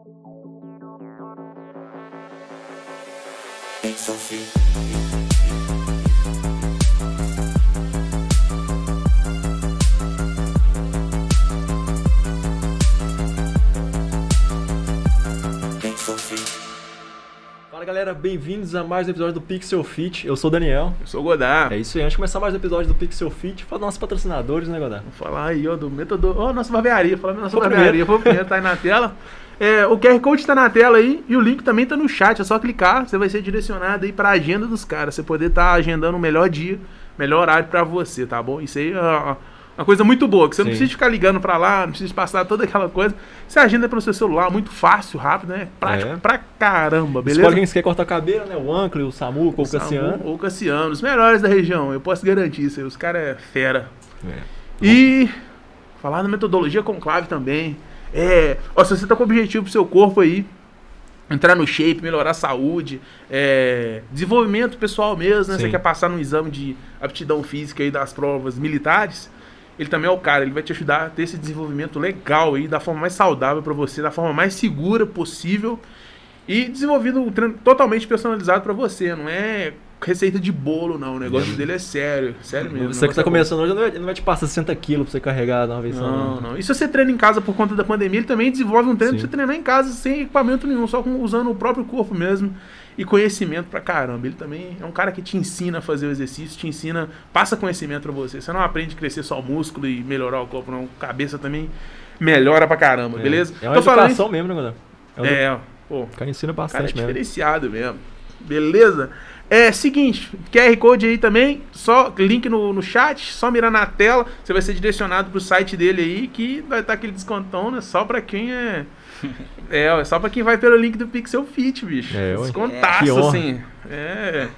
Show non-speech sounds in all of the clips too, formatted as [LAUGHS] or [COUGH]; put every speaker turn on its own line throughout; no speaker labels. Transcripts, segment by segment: É.
Fala galera, bem-vindos a mais um episódio do Pixel Fit. Eu sou o Daniel.
Eu sou o Godá.
É isso aí, antes de começar mais um episódio do Pixel Fit, fala dos nossos patrocinadores, né, Godá?
Vamos falar aí, ó, do metador. Ó, nossa barbearia. Falar da nossa
Foi o
barbearia. Foi o primeiro, tá aí na tela. É, o QR Code tá na tela aí e o link também tá no chat. É só clicar, você vai ser direcionado aí pra agenda dos caras. Você poder estar agendando o melhor dia, melhor horário pra você, tá bom? Isso aí é uma- uma coisa muito boa, que você
Sim.
não precisa ficar ligando pra lá, não precisa passar toda aquela coisa. Você agenda pelo seu celular, muito fácil, rápido, né? Prático
É.
pra caramba, beleza?
Escolhe quem você quer cortar o cabelo, né? O Ancle, o Samuco, o
Samu
Cassiano.
Ou Cassiano, os melhores da região, eu posso garantir isso aí. Os caras é fera.
Tá
E falar da metodologia conclave também. É, ó, se você tá com objetivo pro seu corpo aí, entrar no shape, melhorar a saúde, é, desenvolvimento pessoal mesmo, né?
Sim.
Você quer passar num exame de aptidão física aí das provas militares, ele também é o cara, ele vai te ajudar a ter esse desenvolvimento legal aí, da forma mais saudável pra você, da forma mais segura possível. E desenvolvido um treino totalmente personalizado pra você, não é receita de bolo, não. O negócio dele é sério, sério mesmo. o
Você que
negócio
tá
é bom.
começando hoje, ele não vai- ele não vai te passar 60 quilos pra você carregar de uma vez só. né?
Não, não. E se você treina em casa por conta da pandemia, ele também desenvolve um treino
Sim.
pra você treinar em casa sem equipamento nenhum, só com- usando o próprio corpo mesmo e conhecimento pra caramba. Ele também é um cara que te ensina a fazer o exercício, te ensina, passa conhecimento pra você. Você não aprende a crescer só o músculo e melhorar o corpo, não. Cabeça também melhora pra caramba,
É.
beleza?
É uma
Tô falando
educação
isso-
mesmo, né, Godá? uma edu-
É, pô,
O cara ensina
o cara é
bastante mesmo.
diferenciado mesmo. Beleza? É seguinte, QR Code aí também, só link no, no chat, só mirar na tela, você vai ser direcionado pro site dele aí, que vai estar aquele descontão, né? Só pra
[LAUGHS]
quem é. É, ó, só pra quem vai pelo link do Pixel Fit, bicho.
É, ué. Que
Descontaço,
honra.
assim. É.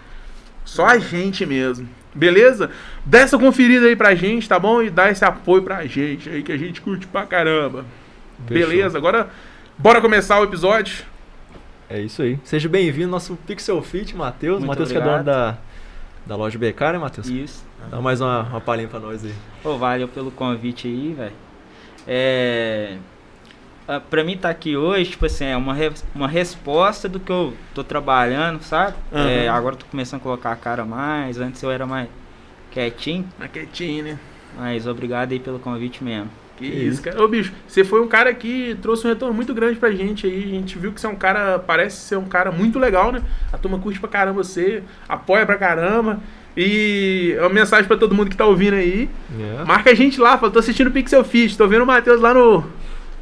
Só a gente mesmo. Beleza? Dá essa conferida aí pra gente, tá bom? E dá esse apoio pra gente aí, que a gente curte pra caramba.
Fechou.
Beleza? Agora, bora começar o episódio.
É isso aí. Seja bem-vindo ao nosso Pixel Fit, Matheus.
Muito
Matheus que é dono
obrigado.
da, da loja BK, né, Matheus?
Isso.
Dá mais uma, uma palhinha pra nós aí.
Pô, valeu pelo convite aí, velho. É. ah, Pra mim tá aqui hoje, tipo assim, é uma, res- uma resposta do que eu tô trabalhando, sabe?
Aham.
É, agora eu tô começando a colocar a cara mais, antes eu era mais quietinho,
Na quietinha, né?
mas obrigado aí pelo convite mesmo.
Que
Que isso.
isso, cara. Ô, bicho, você foi um cara que trouxe um retorno muito grande pra gente aí. A gente viu que você é um cara, parece ser um cara muito legal, né? A turma curte pra caramba você, apoia pra caramba. E é uma mensagem pra todo mundo que tá ouvindo aí. Marca a gente lá, fala, tô assistindo o Pixel Fit, tô vendo o Matheus lá no,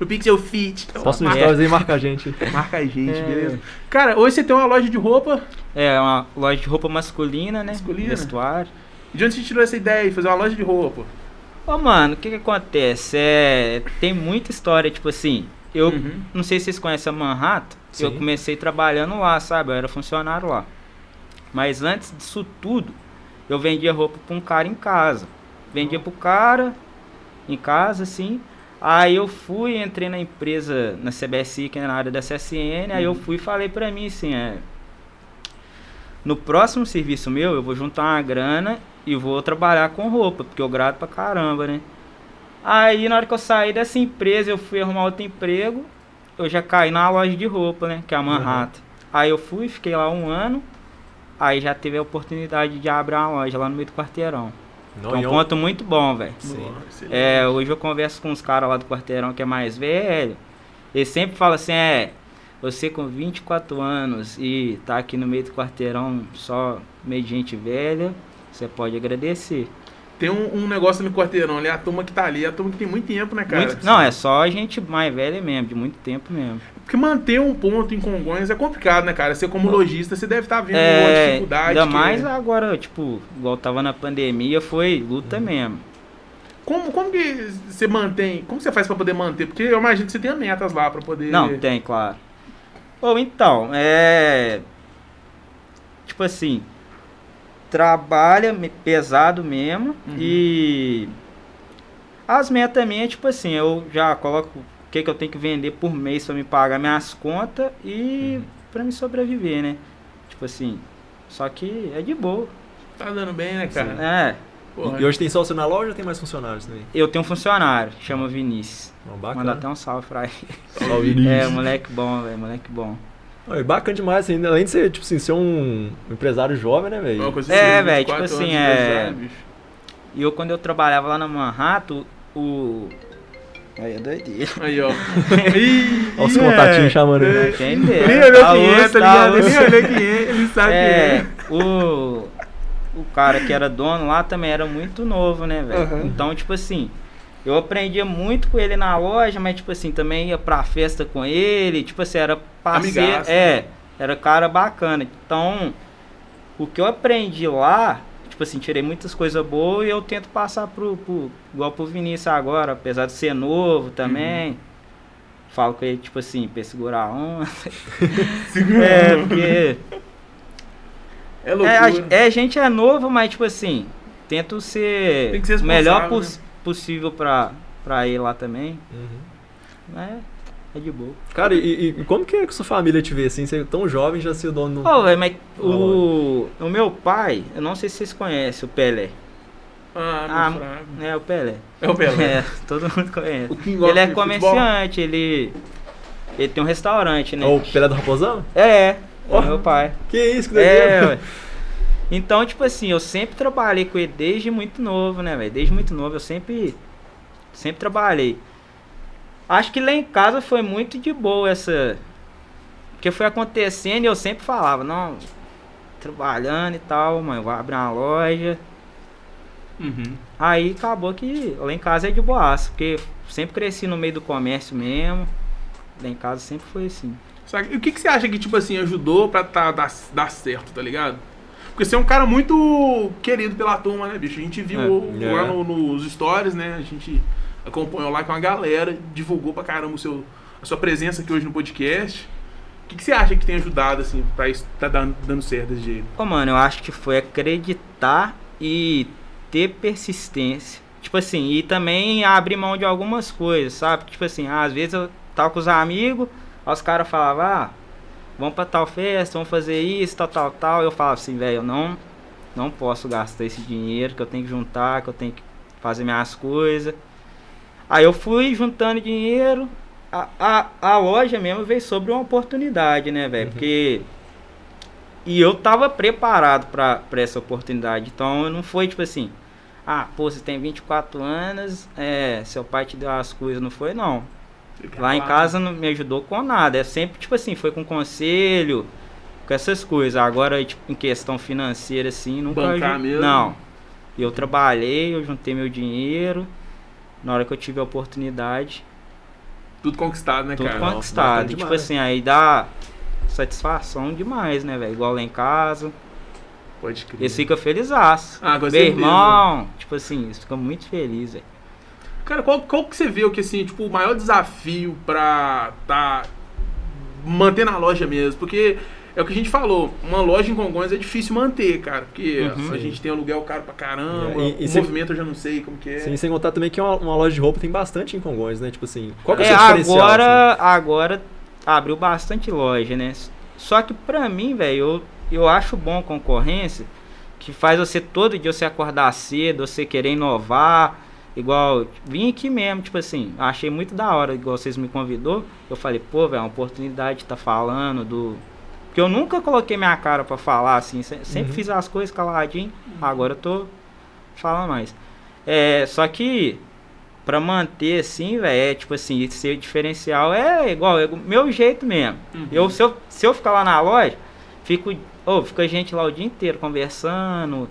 no Pixel Fit. Então,
Posso no
marca,
stories aí e marca a
[LAUGHS]
gente.
marca a gente,
É.
beleza? Cara, hoje você tem uma loja de roupa.
É uma loja de roupa masculina, né?
Masculina.
Vestuário.
De onde você tirou essa ideia de fazer uma loja de roupa?
Ô, mano, o que que acontece? É, tem muita história, tipo assim, eu
Uhum.
não sei se vocês conhecem a Manhattan, eu
Sim.
comecei trabalhando lá, sabe? Eu era funcionário lá. Mas antes disso tudo, eu vendia roupa pra um cara em casa. Vendia pro cara em casa, assim. Aí eu fui, entrei na empresa, na CBSI, que é na área da CSN, aí eu fui e falei pra mim assim, é, no próximo serviço meu, eu vou juntar uma grana e vou trabalhar com roupa, porque eu grado pra caramba, né? Aí na hora que eu saí dessa empresa, eu fui arrumar outro emprego, eu já caí na loja de roupa, né? Que é a Manhattan. Aí eu fui, fiquei lá um ano, aí já teve a oportunidade de abrir uma loja lá no meio do quarteirão.
Não,
Então
Que é
e
um
eu-
ponto muito bom, velho.
Sim.
Nossa,
É, hoje eu converso com os caras lá do quarteirão que é mais velho. Eles sempre falam assim, é, você com 24 anos e tá aqui no meio do quarteirão só meio de gente velha, você pode agradecer.
Tem um, um negócio no quarteirão ali, a turma que tá ali, a turma que tem muito tempo, né, cara?
Muito- não, é só gente mais velha mesmo, de muito tempo mesmo.
Porque manter um ponto em Congonhas é complicado, né, cara? Você como lojista, você deve estar vendo uma
É,
dificuldade.
ainda
que-
mais agora, tipo, igual tava na pandemia, foi luta
Uhum.
mesmo.
Como, como que você mantém? Como você faz pra poder manter? Porque eu imagino que você tenha metas lá pra poder... Tá
Não, tem, claro. Ou então, é. Tipo assim, trabalha me- pesado mesmo
Uhum.
e. As metas minhas, tipo assim, eu já coloco o que, que eu tenho que vender por mês pra me pagar minhas contas e
Uhum.
pra me sobreviver, né? Tipo assim, só que é de boa.
Tá dando bem, né, cara?
É,
Porra.
E hoje tem só você na loja ou tem mais funcionários também?
eu tenho um funcionário, chama Vinícius.
Não,
Manda até
bacana.
um salve pra ele.
Salve, Vinícius.
É, moleque bom, velho, moleque bom.
É bacana demais, assim, além de ser, tipo assim, ser um empresário jovem, né, velho?
Uma coisa
É,
assim,
velho, tipo
24
assim,
anos de
é-
idade, bicho.
E eu, quando eu trabalhava lá na Manhattan, o. Aí é doideira.
Aí,
[LAUGHS]
ó. Ih,
Olha os
ih,
contatinhos chamando.
É.
ele.
Quem
Nem
dera.
olhou
Tá
quem é,
osso,
tá
tá
ligado?
osso.
Nem olhou quem é, ele sabe
É,
quem é.
o, o cara que era dono lá também era muito novo, né, velho?
Aham.
Então, tipo assim, eu aprendia muito com ele na loja, mas, tipo assim, também ia pra festa com ele, tipo assim, era parceiro.
Amigaço.
É, era cara bacana. Então, o que eu aprendi lá, tipo assim, tirei muitas coisas boas e eu tento passar pro, pro igual pro Vinícius agora, apesar de ser novo também.
Uhum.
Falo com ele, tipo assim, pra ele segurar a onda.
[LAUGHS] Segura.
É,
É,
porque.
loucura.
É, a, é, a gente é novo, mas tipo assim, tento
Tem
ser
que ser
o
responsável,
melhor
né?
poss- possível pra, pra ir lá também.
Uhum.
né? É de boa.
Cara, e, e- e como que é que sua família te vê, assim, você é tão jovem já ser o dono do...
Ô, velho, mas o,
Olha
o meu pai, eu não sei se vocês conhecem o Pelé.
Ah,
Ah,
meu fraco.
É o Pelé.
É o Belo.
[LAUGHS] É, todo mundo
O
conhece.
King [LAUGHS] gosta
Ele é
de
comerciante, ele. Ele tem um restaurante, né?
Ou É o Pelé do Raposão?
É, é.
Ó.
É meu pai.
Que isso, que
É,
doideira.
ué. Então, tipo assim, eu sempre trabalhei com ele desde muito novo, né, velho? Desde muito novo eu sempre sempre trabalhei. Acho que lá em casa foi muito de boa essa porque foi acontecendo e eu sempre falava, não, trabalhando e tal, mãe, eu vou abrir uma loja.
futebol. Uhum.
Aí acabou que lá em casa é de boaço, porque sempre cresci no meio do comércio mesmo. Lá em casa sempre foi assim.
Saca? E o que, que você acha que, tipo assim, ajudou pra tá, dar, dar certo, tá ligado? Porque você é um cara muito querido pela turma, né, bicho? A gente viu
É.
o- lá
É.
no- nos stories, né? A gente acompanhou lá com a galera, divulgou pra caramba o seu, a sua presença aqui hoje no podcast. O que, que você acha que tem ajudado, assim, pra isso tá dando, dando certo desse jeito?
Pô, mano, eu acho que foi acreditar e ter persistência. Tipo assim, e também abrir mão de algumas coisas, sabe? Tipo assim, ah, às vezes eu tava com os amigos, aí os caras falavam, ah, vamos pra tal festa, vamos fazer isso, tal, tal, tal. Eu falava assim, velho, eu não, não posso gastar esse dinheiro que eu tenho que juntar, que eu tenho que fazer minhas coisas. Aí eu fui juntando dinheiro. A, a, a loja mesmo veio sobre uma oportunidade, né, velho? Porque. E eu tava preparado pra, pra essa oportunidade. Então eu não foi tipo assim. Ah, pô, você tem 24 anos, é, seu pai te deu as coisas, não foi não. Lá em casa não me ajudou com nada. É sempre, tipo assim, foi com conselho, com essas coisas. Agora, tipo, em questão financeira, assim, nunca.
Bancar
aju-
mesmo?
Não. Eu trabalhei, eu juntei meu dinheiro. Na hora que eu tive a oportunidade,
Tudo conquistado, né,
tudo
cara?
nossa,
conquistado.
bacana
E, tipo
demais.
assim, aí dá satisfação demais, né, velho? Igual lá em casa.
Pode crer.
Eles ficam felizaço.
Ah, com
meu
certeza.
irmão, tipo assim, eles ficam muito felizes, velho.
Cara, qual, qual que você vê que, assim, tipo, o maior desafio pra tá mantendo a loja mesmo? Porque é o que a gente falou, uma loja em Congonhas é difícil manter, cara, porque
Uhum.
a gente tem aluguel caro pra caramba,
É, E- e
o
você-
movimento eu já não sei como que é.
[LAUGHS] Sim, sem contar também que uma, uma loja de roupa tem bastante em Congonhas, né? Tipo assim, qual que é o
É,
seu diferencial? assim?
agora, agora abriu bastante loja, né? Só que pra mim, velho, eu, eu acho bom a concorrência, que faz você todo dia você acordar cedo, você querer inovar, igual, vim aqui mesmo, tipo assim, achei muito da hora, igual vocês me convidou, eu falei, pô, velho, é uma oportunidade de tá falando do... Porque eu nunca coloquei minha cara pra falar, assim, se- sempre
Uhum.
fiz as coisas caladinho, agora eu tô falando mais. É, só que pra manter assim, velho, é tipo assim, ser diferencial é igual, é o meu jeito mesmo.
Uhum.
Eu, se, eu, se eu ficar lá na loja, fico. Ô, fica gente lá o dia
[LAUGHS]
inteiro conversando.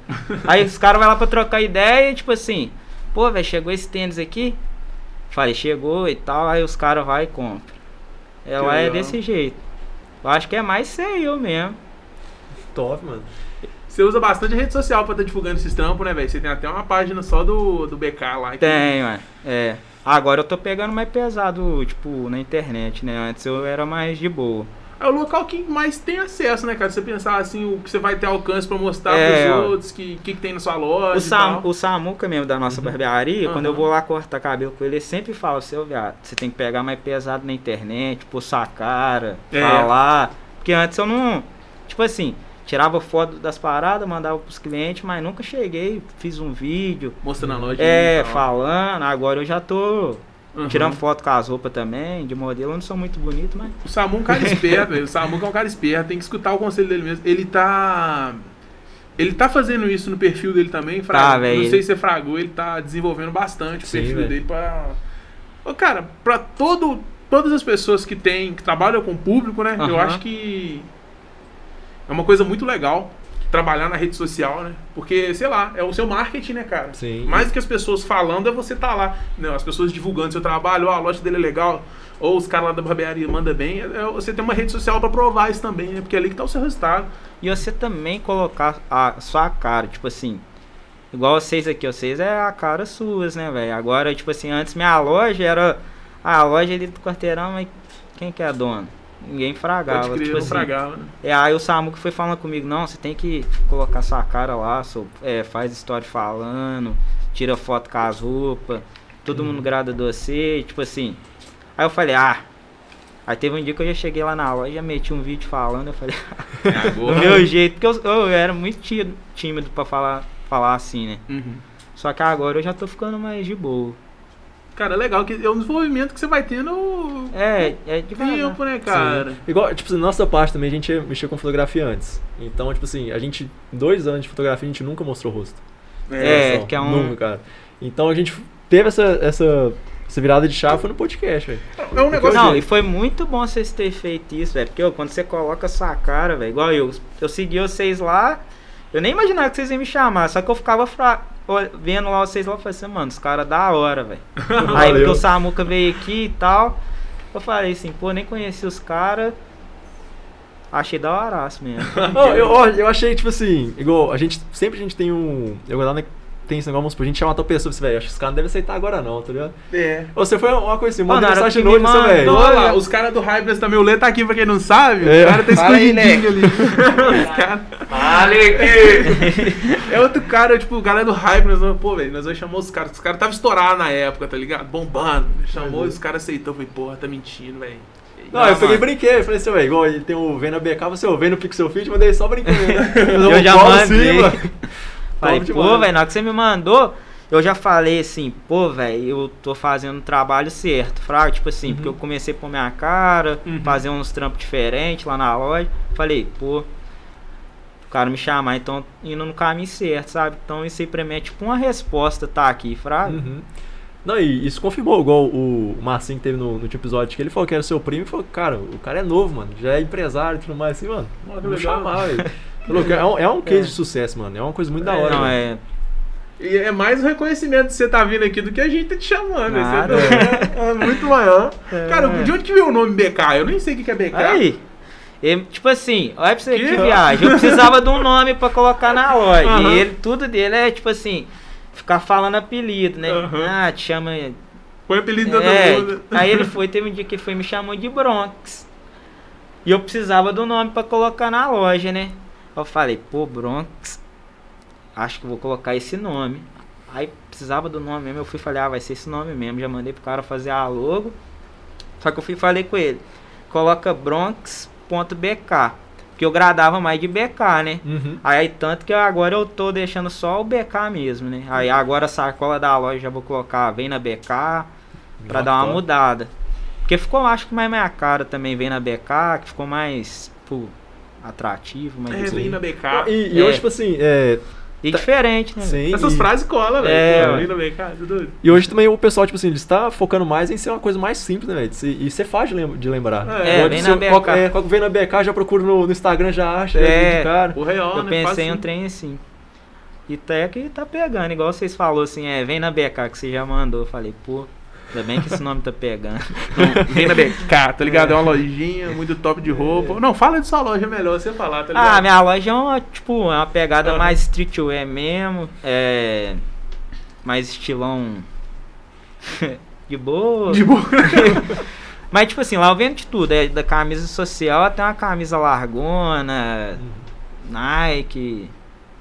Aí os caras vão lá pra trocar ideia e tipo assim, pô, velho, chegou esse tênis aqui? Falei, chegou e tal, aí os caras vai e compra.
Que
Ela é
legal.
desse jeito. Eu acho que é mais ser eu mesmo.
assim? Top, mano.
Você usa bastante rede social pra tá divulgando esses trampos, né, velho? Você tem até uma página só do, do BK lá. que-
Tem, ué. É. Agora eu tô pegando mais pesado, tipo, na internet, né? Antes eu era mais de boa.
É o local que mais tem acesso, né, cara? Se Você pensar, assim, o que você vai ter alcance pra mostrar
É,
pros
ó.
outros, o que, que, que tem na sua loja
O,
e
Sam,
tal.
o Samuca mesmo da
Uhum.
nossa barbearia, quando eu
Aham.
vou lá cortar cabelo com ele, ele sempre fala, seu viado, você tem que pegar mais pesado na internet, pôr sua cara,
É.
falar. Porque antes eu não. Tipo assim, tirava foto das paradas, mandava pros clientes, mas nunca cheguei, fiz um vídeo.
Mostrando a loja.
É,
e tal.
falando, agora eu já tô
então. Uhum.
Tirando foto com as roupas também, de modelo. Eu não sou muito bonito, mas.
O Samu é um
[LAUGHS]
cara esperto, velho. O Samu é um cara esperto, tem que escutar o conselho dele mesmo. Ele tá. Ele tá fazendo isso no perfil dele também, Fraga.
Tá, velho.
Não sei se você fragou, ele tá desenvolvendo bastante o
Sim,
perfil
velho.
dele pra. Ô, cara, pra todo, todas as pessoas que tem, que trabalham com o público, né? Eu
Aham.
acho que é uma coisa muito legal trabalhar na rede social, né? Porque, sei lá, é o seu marketing, né, cara?
Sim.
Mais do que as pessoas falando, é você tá lá. Não, as pessoas divulgando seu trabalho, ó, a loja dele é legal, ou os caras lá da barbearia mandam bem. É- é- você tem uma rede social pra provar isso também, né? Porque é ali que tá o seu resultado.
E você também colocar a sua cara, tipo assim. Igual vocês aqui, vocês é a cara suas, né, velho? Agora, tipo assim, antes minha loja era. A loja ali do quarteirão, mas quem que é dono? Ninguém fragava.
Pode crer,
tipo
não
assim,
fragava, né?
É, aí o Samu que foi falando comigo, não, você tem que colocar sua cara lá, sou- é, faz história falando, tira foto com as roupas, todo
Uhum.
mundo grada de você, tipo assim. Aí eu falei, ah. Aí teve um dia que eu já cheguei lá na loja, meti um vídeo falando, eu falei, do
Uhum.
meu jeito, porque eu, eu era muito ti- tímido pra falar, falar assim, né?
Uhum.
Só que agora eu já tô ficando mais de boa.
Cara, é legal que é um desenvolvimento que você vai tendo
É, é de
com o tempo, né, cara?
Igual, tipo, na nossa parte também a gente mexeu com fotografia antes. Então, tipo assim, a gente, dois anos de fotografia, a gente nunca mostrou o rosto.
É,
Só,
que é um-
Nunca, cara. Então a gente teve essa, essa, essa virada de chave foi no podcast, velho.
É um negócio.
Não, e foi muito bom vocês terem feito isso, velho. Porque ó, quando você coloca sua cara, velho, igual eu, eu segui vocês lá, eu nem imaginava que vocês iam me chamar, só que eu ficava fra- ó, vendo lá vocês lá, eu falei assim, mano, os caras da hora, velho. Aí porque
Valeu.
o Samuca veio aqui e tal, eu falei assim, pô, nem conheci os caras, achei da horaço mesmo.
Não, eu, ó, eu achei, tipo assim, igual, a gente, sempre a gente tem um. Eu lá, né, tem esse negócio, vamos supor, a gente chama tal pessoa, assim, velho, acho que os caras não devem aceitar agora não, tá ligado?
É.
Ou Você foi uma coisa assim,
Mano,
manda
era
mensagem
que me
noite, você,
mandou,
Não,
velho.
olha lá, os caras do Hypers também, o Lê tá aqui pra quem não sabe,
É.
o cara tá
Fala aí,
escondidinho
[LAUGHS]
ali. Os cara- [LAUGHS] É outro cara, tipo, o cara do hype, nós vamos, pô, velho, nós vamos chamar os caras. Os caras estavam estourados na época, tá ligado? Bombando. Chamou,
Uhum.
os caras aceitou, falei, porra, tá mentindo, velho.
Não, eu peguei e
mano.
brinquei, eu falei assim, velho, igual ele tem o V na BK, você é o V no Pixel Fit, mandei só um brincando.
[LAUGHS] Eu já mandei. Falei,
Top
pô,
demais. né?
velho, na hora que você me mandou, eu já falei assim, pô, velho, eu tô fazendo o trabalho certo, fraco, tipo assim,
Uhum.
porque eu comecei a pôr minha cara,
Uhum.
fazer uns trampos diferentes lá na loja. Falei, pô, o cara me chamar, então indo no caminho certo, sabe? Então isso aí pra mim é tipo uma resposta tá aqui, fraco.
Uhum. Não, e isso confirmou, igual o o Marcinho que teve no, no último episódio, que ele falou que era seu primo e falou, cara, o cara é novo, mano, já é empresário e tudo mais, assim, mano.
Olha que
Vou
legal.
chamar, velho. Falou que É um, [LAUGHS] é um case
É.
de sucesso, mano. É uma coisa muito da
É,
hora.
Não,
velho.
é.
E é mais o reconhecimento que você tá vindo aqui do que a gente tá te chamando. né?
Nada.
Você tá- é muito maior.
É.
Cara, de onde que veio o nome BK? Eu nem sei o que que é BK.
Aí. E, tipo assim, olha pra você que,
Que?
viagem. Eu precisava de um nome pra colocar na loja.
Aham.
E ele, tudo dele é tipo assim, ficar falando apelido, né?
Aham.
Ah, te chama. É.
Foi o [LAUGHS] apelido da mundo.
Aí ele foi, teve um dia que ele foi e me chamou de Bronx. E eu precisava do nome pra colocar na loja, né? Eu falei, pô, Bronx, acho que vou colocar esse nome. Aí precisava do nome mesmo, eu fui e falei, ah, vai ser esse nome mesmo. Já mandei pro cara fazer a logo. Só que eu fui e falei com ele, coloca bronx.bk, que eu gradava mais de BK, né?
Uhum.
Aí tanto que agora eu tô deixando só o BK mesmo, né? Aí agora a sacola da loja já vou colocar vem na BK pra
Não,
dar uma
top.
mudada. Porque ficou, acho que mais minha cara também vem na BK, que ficou mais, tipo, atrativo, mais
É, vem na
Não,
BK.
E, e
É.
hoje, tipo assim, é,
e diferente, né?
sim,
Essas
e,
frases colam, velho.
É,
Pô,
ué.
Vem na BK, tudo.
e hoje também o pessoal, tipo assim, ele está focando mais em ser uma coisa mais simples, né, velho? De se- E ser fácil de lem- de lembrar.
É,
Igual
vem
se-
na BK.
Qual, é, qual que vem na BK, já procuro no, no Instagram, já acha, é.
É.
de cara.
O real,
Eu
né?
pensei em
Fácil.
um trem assim. E até que tá pegando, igual vocês falaram assim, é, vem na BK que você já mandou. Eu falei, pô, ainda bem que esse nome tá pegando.
Vem na BK, tá ligado? É uma lojinha, muito top de roupa. Não, fala de sua loja, é melhor você falar, tá ligado?
É. Ah, minha loja é uma, tipo, é uma pegada
Aham.
mais streetwear mesmo. É. Mais estilão. de boa.
De boa.
Mas, tipo assim, lá eu vendo de tudo. É da camisa social até uma camisa largona, Nike.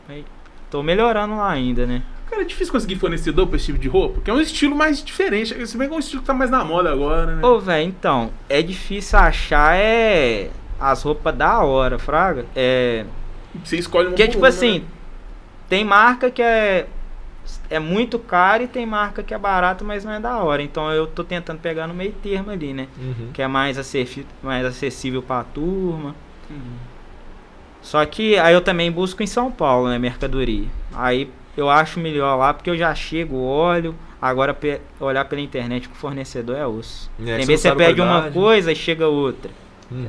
Aí, Tô melhorando lá ainda, né?
Cara, é difícil conseguir fornecedor pra esse tipo de roupa, que é um estilo mais diferente. Se bem que é um estilo que tá mais na moda agora, né?
Ô, velho, então, é difícil achar é. As roupas da hora, Fraga. É.
Você escolhe um
Que é
por
tipo
um,
assim,
né?
tem marca que é é muito caro e tem marca que é barato, mas não é da hora. Então eu tô tentando pegar no meio termo ali, né?
Uhum.
Que é mais, acessi- mais acessível pra turma. Só que aí eu também busco em São Paulo, né, mercadoria. Aí eu acho melhor lá porque eu já chego, olho. Agora pe- olhar pela internet com o fornecedor é osso.
É, que você
Tem vez
não
que você
sabe a
pede uma
qualidade.
coisa e chega outra.
Uhum.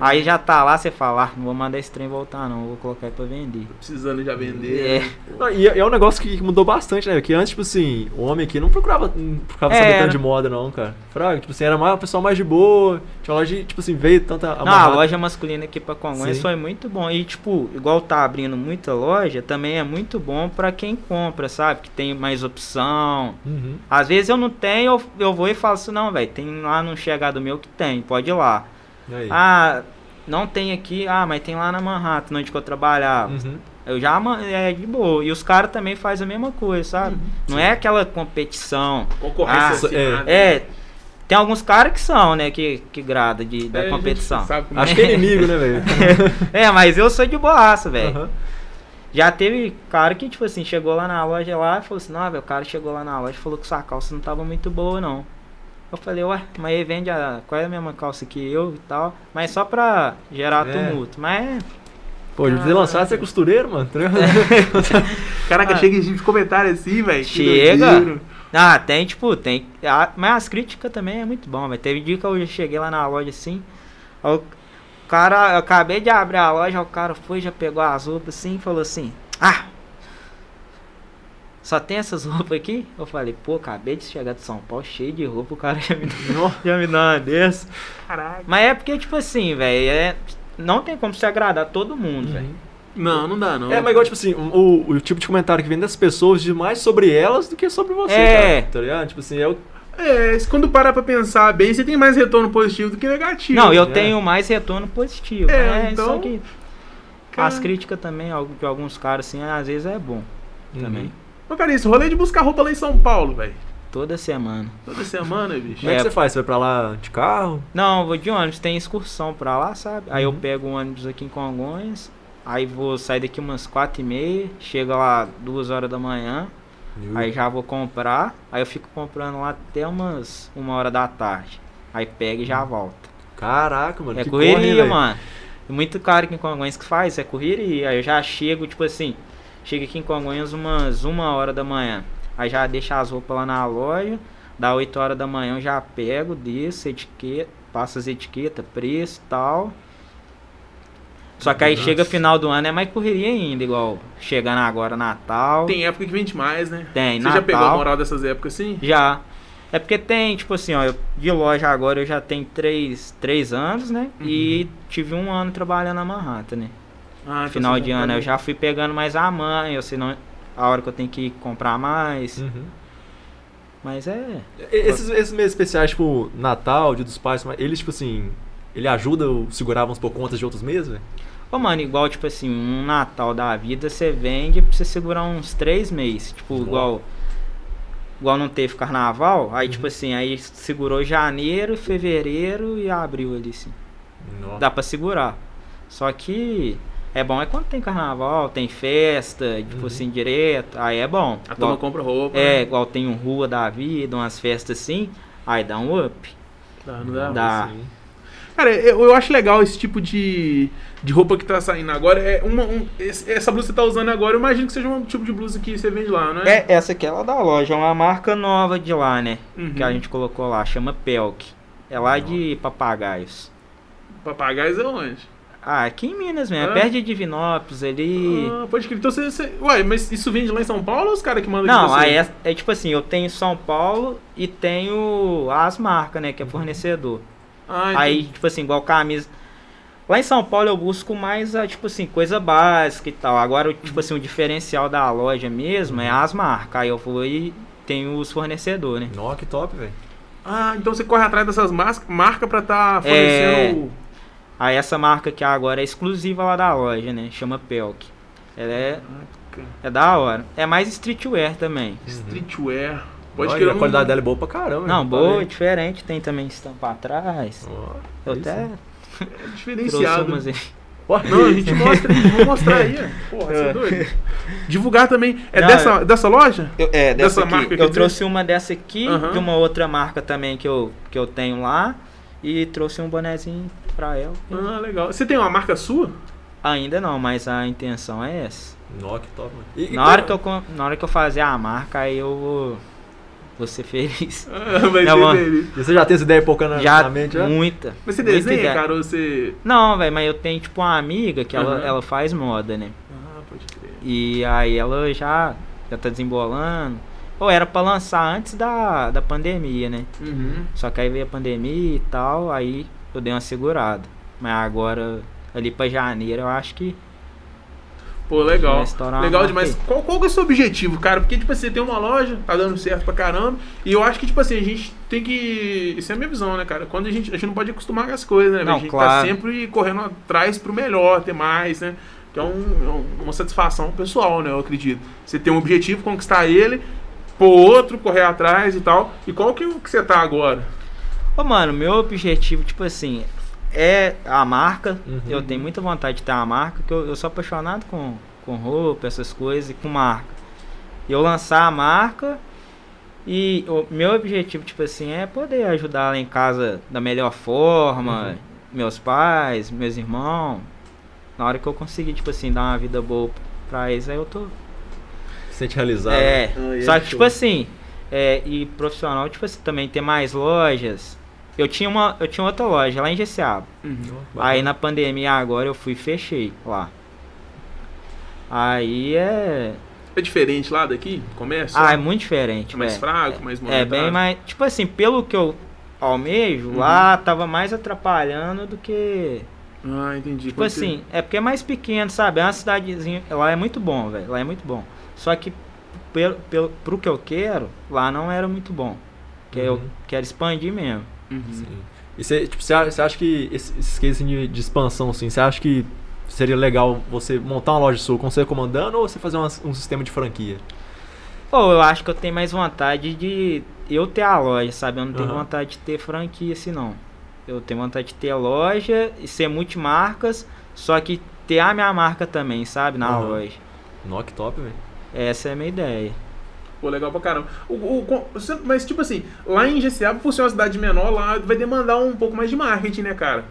Aí já tá lá, você fala, ah, não vou mandar esse trem voltar não, vou colocar aí pra vender.
Precisando já
É.
vender.
Não, e é é um negócio que mudou bastante, né? Porque antes, tipo assim, o homem aqui não procurava, não procurava saber
É,
tanto
né?
de moda, não, cara. Fraga, tipo assim, era mais, o pessoal mais de boa. Tinha loja, de, tipo assim, veio tanta.
Não, a
amarrada.
loja masculina aqui pra Congonhas
Sim.
foi muito bom. E, tipo, igual tá abrindo muita loja, também é muito bom pra quem compra, sabe? Que tem mais opção.
Uhum.
Às vezes eu não tenho, eu, eu vou e falo assim, não, velho, tem lá no chegado meu que tem, pode ir lá.
E aí?
Ah, não tem aqui, ah, mas tem lá na Manhattan, onde que eu trabalhava.
Uhum.
Eu já man- é de boa. E os caras também fazem a mesma coisa, sabe?
Uhum.
Não é aquela competição. Ah,
Concorrência
é.
acirrada.
É, tem alguns caras que são, né, que, que grada de, da
É, a gente
competição.
sabe como é.
Acho que é inimigo, né,
[LAUGHS]
velho?
É, mas eu sou de boaça, velho.
Aham.
Já teve cara que, tipo assim, chegou lá na loja lá e falou assim, não, velho, o cara chegou lá na loja e falou que sua calça não tava muito boa, não. Eu falei, ué, mas ele vende a, qual é a mesma calça que eu e tal, mas só pra gerar
É.
tumulto. Mas,
Pô, de ter lançado, você é costureiro, mano. tá ligado?
É.
[LAUGHS]
Caraca,
Ah.
chega em comentário assim, velho.
Chega. ah, tem, tipo, tem, a- mas as críticas também é muito bom, velho. Teve dia que eu cheguei lá na loja assim, aí o cara, eu acabei de abrir a loja, o cara foi, já pegou as roupas assim e falou assim, ah, só tem essas [LAUGHS] roupas aqui? Eu falei, pô, acabei de chegar de São Paulo, cheio de roupa, o cara já me
Não.
Já me dá uma dessa.
Caraca.
Mas é porque, tipo assim, velho, é... não tem como se agradar todo mundo,
Uhum.
velho.
Não, não dá, não.
Uhum. É, mas igual, tipo assim, o, o tipo de comentário que vem das pessoas diz mais sobre elas do que sobre você,
É.
cara. Tá ligado? Tipo assim, é o.
É, se quando parar pra pensar bem, você tem mais retorno positivo do que negativo.
Não, eu
É.
tenho mais retorno positivo.
É,
É,
então,
só que
cara.
as críticas também al- de alguns caras, assim, às vezes é bom também.
Mas peraí, esse rolê de buscar roupa lá em São Paulo, velho.
Toda semana.
Toda semana, bicho.
Como é,
É.
que você faz? Você vai pra lá de carro?
Não, eu vou de ônibus, tem excursão pra lá, sabe? Aí
Uhum.
eu pego o ônibus aqui em Congonhas, aí vou sair daqui umas quatro e meia, chega lá duas horas da manhã,
Uhum.
Aí já vou comprar, aí eu fico comprando lá até umas uma hora da tarde. Aí pega e já volta.
Caraca, mano.
é
que
correria,
corre, hein, velho?
mano. É Muito caro aqui em Congonhas que faz, é correria. Aí eu já chego, tipo assim, chego aqui em Congonhas umas uma hora da manhã. Aí já deixo as roupas lá na loja, dá 8 horas da manhã eu já pego, desço, etiqueta, passo as etiquetas, preço e tal. Só que aí
Nossa.
chega final do ano, é mais correria ainda, igual chegando agora Natal.
Tem época que vende mais, né?
Tem,
Você
Natal.
já pegou a moral dessas épocas assim?
Já. É porque tem, tipo assim, ó, eu, de loja agora eu já tenho três, três anos, né? E tive um ano trabalhando na Manhattan, né?
Uhum. Ah, então
Final
você
de
tá
ano né? eu
bem.
já fui pegando mais a mãe, eu sei não, a hora que eu tenho que comprar mais.
Hum.
Uhum.
Mas é.
E- Esses, esses meses especiais, tipo, Natal, Dia dos Pais, mas eles, tipo assim, ele ajuda ou segurar, vamos por contas de outros meses, velho?
Ô, mano, igual, tipo assim, um Natal da vida você vende pra você segurar uns três meses. Tipo,
Ó.
igual. Igual não teve carnaval,
Uhum.
aí, tipo assim, aí segurou janeiro, fevereiro e abril ali, assim.
Nossa.
dá pra segurar. Só que é bom é quando tem carnaval, tem festa, tipo
Uhum.
assim, direto, aí é bom.
A turma
Igual,
compra roupa.
é,
Ah, né?
igual tem um Rua da Vida, umas festas assim, aí dá um up.
Tá, não dá.
Dá.
Sim.
Cara, eu, eu acho legal esse tipo de, de roupa que tá saindo agora. É uma, um- esse- essa blusa que você tá usando agora, eu imagino que seja um tipo de blusa que você vende lá, não é?
É, essa aqui é lá da loja, é uma marca nova de lá, né?
Uhum.
Que a gente colocou lá, chama Pelk. É lá de papagaios.
Papagaios é onde?
Ah, aqui em Minas mesmo,
Ah.
é perto de Divinópolis ali.
Ah, pode crer. Então você, você. Ué, mas isso vende lá em São Paulo ou os caras que mandam aqui
Não,
pra você?
aí é, é tipo assim, eu tenho São Paulo e tenho as marcas, né, que é
Uhum.
fornecedor.
Ah, então-
Aí, tipo assim, igual camisa. Lá em São Paulo eu busco mais, ah, tipo assim, coisa básica e tal. Agora, o- tipo assim, o diferencial da loja mesmo é as marcas. Aí eu vou e tenho os fornecedores, né?
Nó, que top, velho.
Ah, então você corre atrás dessas mas- marcas pra tá
É.
fornecendo.
Aí essa marca que agora é exclusiva lá da loja, né? Chama Pelk. Ela é,
Ah,
é da hora. É mais streetwear também.
Streetwear.
Olha,
Pode crer.
A qualidade dela é boa pra caramba,
Não,
velho.
boa,
Falei.
diferente. Tem também estampa atrás.
Ó,
Eu
isso,
até
né?
é
trouxe
diferenciado.
umas aí.
Olha
Não, a
aí.
gente mostra aí, vamos mostrar
[LAUGHS]
aí. ó. Porra, você é doido. Divulgar também. É
Não,
dessa, dessa loja?
Eu-
Dessa
é, dessa, aqui.
marca que
eu
tu-
trouxe uma dessa aqui,
Aham.
de uma outra marca também que eu, que eu tenho lá. E trouxe um bonezinho pra ela.
Ah, legal. Você tem uma marca sua? Ah.
Ainda não, mas a intenção é essa.
Nó, que top, mano. E- e
Na
como-
hora que eu, con- na hora que eu fazer a marca, aí eu vou, vou ser [LAUGHS] feliz.
Ah, [LAUGHS] vai
Não,
ser
mano.
dele.
E você já tem essa ideia pouca na,
Já,
na mente, já?
muita.
é. Mas você
muita
desenha,
ideia.
cara, ou você.
Não, velho, mas eu tenho tipo uma amiga que ela,
Aham.
ela faz moda, né?
Ah, pode crer.
E aí ela já, já tá desembolando. Ou era pra lançar antes da, da pandemia, né?
Uhum.
Só que aí veio a pandemia e tal, aí eu dei uma segurada. Mas agora, ali pra janeiro, eu acho que.
Pô, legal.
Vai estourar uma
Legal
marca
demais.
aí.
Qual, qual que é o seu objetivo, cara? Porque, tipo assim, você tem uma loja, tá dando certo pra caramba. E eu acho que, tipo assim, a gente tem que. Isso é a minha visão, né, cara? Quando a gente. A gente não pode acostumar com as coisas, né? velho?
Não,
a gente tá
claro.
sempre correndo atrás pro melhor, ter mais, né? Que é um- é um- uma satisfação pessoal, né? Eu acredito. Você tem um objetivo, conquistar ele, pôr outro, correr atrás e tal. E qual que, é o que você tá agora?
Ô, mano, meu objetivo, tipo assim, é a marca.
Uhum.
Eu tenho muita vontade de ter uma marca, que eu, eu sou apaixonado com, com roupa, essas coisas, e com marca. E eu lançar a marca. E o meu objetivo, tipo assim, é poder ajudar lá em casa da melhor forma, meus pais, meus irmãos. Na hora que eu conseguir, tipo assim, dar uma vida boa pra eles, aí eu tô,
Se sente realizado. né?
É.
Ah, e
só
aí,
que,
show.
tipo assim, é, e profissional, tipo assim, também ter mais lojas. Eu tinha uma, eu tinha outra loja lá em Geceaba.
Ó, bacana.
Aí na pandemia agora eu fui e fechei lá. Aí é.
É diferente lá daqui? Comércio?
Ah, é muito diferente,
mais né?
velho.
fraco, mais
É
movimentado?
bem mais. Tipo assim, pelo que eu almejo,
Uhum.
lá tava mais atrapalhando do que.
Ah, entendi.
Tipo assim, é porque é mais pequeno, sabe? É uma cidadezinha. Lá é muito bom, velho. Lá é muito bom. Só que pelo, pelo, pro que eu quero, lá não era muito bom. Porque eu
Uhum.
quero expandir mesmo.
Uhum.
Sim. E você, tipo, você a- você acha que esse, esse case assim, de, de expansão, assim, você acha que seria legal você montar uma loja sua com você comandando ou você fazer uma- um sistema de franquia?
Ou eu acho que eu tenho mais vontade de eu ter a loja, sabe? Eu não tenho
Aham.
vontade de ter franquia assim não. Eu tenho vontade de ter loja e ser multimarcas, só que ter a minha marca também, sabe? Na
Aham.
loja.
Nó, que top, velho.
Essa é a minha ideia.
Pô, legal pra caramba. O, o- com- você- mas, tipo assim, lá em GCA, por ser uma cidade menor, lá vai demandar um pouco mais de marketing, né, cara?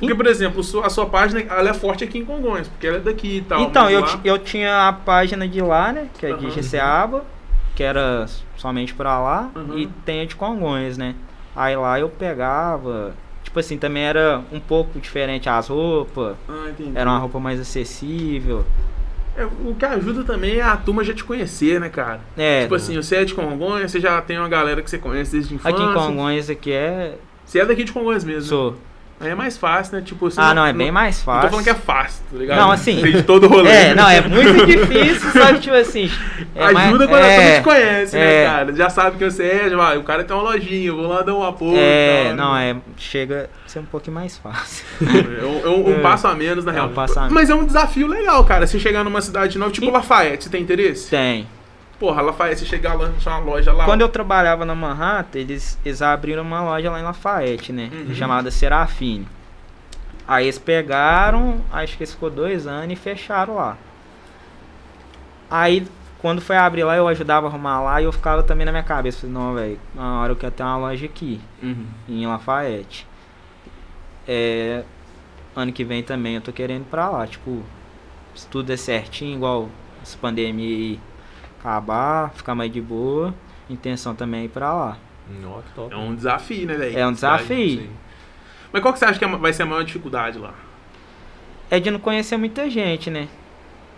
Porque, por exemplo, su- a sua página ela é forte aqui em Congonhas, porque ela é daqui e tal.
então,
mas
eu,
lá-
ti- eu tinha a página de lá, né? Que é de
Aham.
GCABA, que era somente pra lá,
Aham.
e tem a de Congonhas, né? Aí lá eu pegava. Tipo assim, também era um pouco diferente as roupas,
Ah, entendi.
era uma roupa mais acessível.
É, o que ajuda também é a turma já te conhecer, né, cara?
É,
tipo assim, você é de Congonhas, você já tem uma galera que você conhece desde a infância.
aqui em Congonhas aqui é.
Você é daqui de Congonhas mesmo.
Sou.
Aí é mais fácil, né? Tipo, você
Ah, não, é bem mais
Não
fácil.
tô falando que é né? fácil, tá ligado?
Não, assim-
Tem de todo o rolê.
É, não, é
[LAUGHS]
muito difícil, só que tipo assim. é mais-
Ajuda quando a
é,
turma te conhece, né,
é.
cara? Já sabe quem você é, já vai, o cara tem uma lojinha, eu vou lá dar um apoio. e
É,
tal,
não,
né?
é. Chega a ser um pouquinho mais fácil.
É um, é um- um
É.
passo a menos, na
É
real.
um passo a menos.
Mas é um desafio legal, cara. Você chegar numa cidade nova, tipo
E-
Lafayette, você tem interesse?
Tem.
Porra, Lafayette, você chegar lá, achar uma loja lá.
Quando eu trabalhava na Manhattan, eles, eles abriram uma loja lá em Lafayette, né?
Uhum.
Chamada Serafine. Aí eles pegaram, acho que eles ficou dois anos e fecharam lá. Aí, quando foi abrir lá, eu ajudava a arrumar lá e eu ficava também na minha cabeça. Falei, não, velho, uma hora eu quero ter uma loja aqui, em Lafayette. É, ano que vem também eu tô querendo ir pra lá. Tipo, se tudo der certinho, igual essa pandemia aí acabar, ficar mais de boa. Intenção também é ir pra lá.
Nó, que top.
É um desafio, né, velho?
É um desafio.
Sim.
Mas qual que você acha que é a- vai ser a maior dificuldade lá?
É de não conhecer muita gente, né?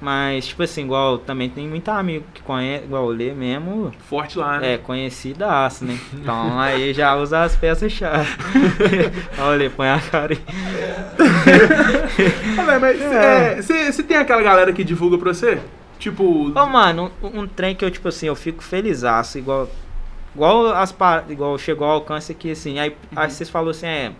Mas, tipo assim, igual também tem muito amigo que conhece, igual o Lê mesmo,
Forte lá, né?
é conhecidaço, né? Então aí já usa as peças-chave. [LAUGHS] Olha, Lê, põe a cara aí.
Ah, velho, mas é, você você tem aquela galera que divulga pra você? Tipo.
Ô, mano, um, um trem que eu, tipo assim, eu fico felizaço, igual. Igual as par... igual chegou ao alcance aqui, assim. Aí, aí vocês falaram assim, é.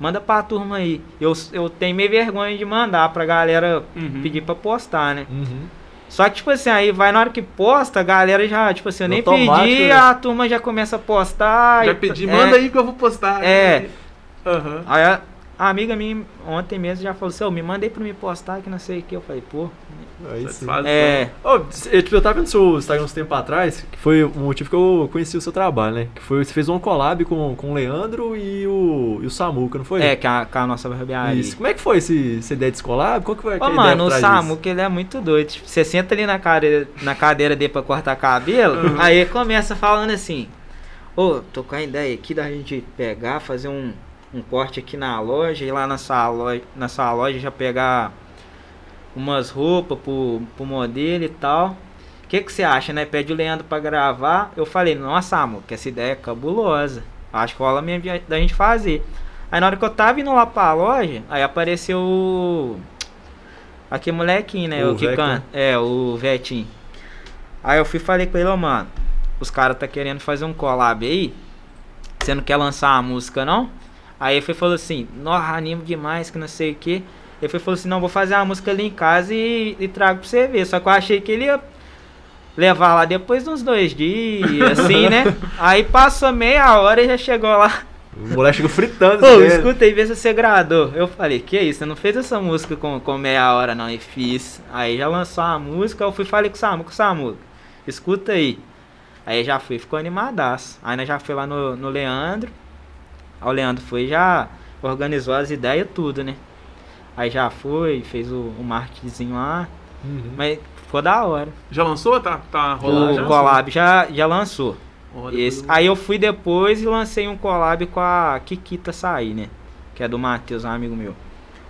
Manda pra turma aí. Eu, eu tenho meio vergonha de mandar pra galera
Uhum.
pedir pra postar, né?
Uhum.
Só que, tipo assim, aí vai na hora que posta, a galera já, tipo assim, eu nem
Automático,
pedi,
né?
a turma já começa a postar.
Já
e-
pedi,
é,
manda aí que eu vou postar.
É.
Aham.
Aí, A amiga minha ontem mesmo já falou assim, "Ô, me mandei pra me postar que não sei o que. Eu falei, pô.
Aí sim.
Satisfaz-
É.
Ô, eu, tipo, eu tava vendo seu Instagram uns tempo atrás, que foi o motivo que eu conheci o seu trabalho, né? Que foi, você fez um collab com, com o Leandro e o, e o Samuca, não foi?
É, que a, que a nossa barbearia.
Isso. Como é que foi esse, essa ideia desse collab? Qual que foi a
Ô,
ideia
mano,
por
o
trás
Samu,
disso?
que ele é muito doido. Tipo, você senta ali na cadeira, na cadeira dele pra cortar cabelo, aí ele começa falando assim: Ô, tô com a ideia aqui da gente pegar, fazer um, um corte aqui na loja, ir lá na sua loja, na sua loja já pegar umas roupas pro, pro modelo e tal. O que, que você acha, né? Pede o Leandro pra gravar. Eu falei: Nossa, Samu, que essa ideia é cabulosa. Acho que rola mesmo de- da gente fazer. Aí na hora que eu tava indo lá pra loja, aí apareceu o. Aquele molequinho, né?
O
O, que
Veco,
canta. É, o Vetinho. Aí eu fui e falei com ele, ô mano, os caras tá querendo fazer um collab aí. Você não quer lançar a música, não? Aí ele foi e falou assim, nossa, animo demais, que não sei o que. Ele foi e falou assim, não, vou fazer uma música ali em casa e, e trago pra você ver. Só que eu achei que ele ia levar lá depois de uns dois dias, assim, [LAUGHS] né? Aí passou meia hora e já chegou lá.
O moleque chegou fritando.
Ô,
né?
escuta aí, vê se você gradou. Eu falei, que isso, você não fez essa música com, com meia hora não, e fiz. Aí já lançou a música, eu fui e falei com o Samu, com o Samu, escuta aí. Aí já fui, ficou animadaço. Aí nós já foi lá no, no Leandro, aí o Leandro foi e já organizou as ideias tudo, né? Aí já foi, fez o, o marketingzinho lá,
Uhum.
mas ficou da hora.
Já lançou? Tá, tá rolando? já?
o collab já, já lançou.
Ó, depois
Esse-
eu-
aí eu fui depois e lancei um collab com a Kikita Saí, né? Que é do Matheus, um amigo meu.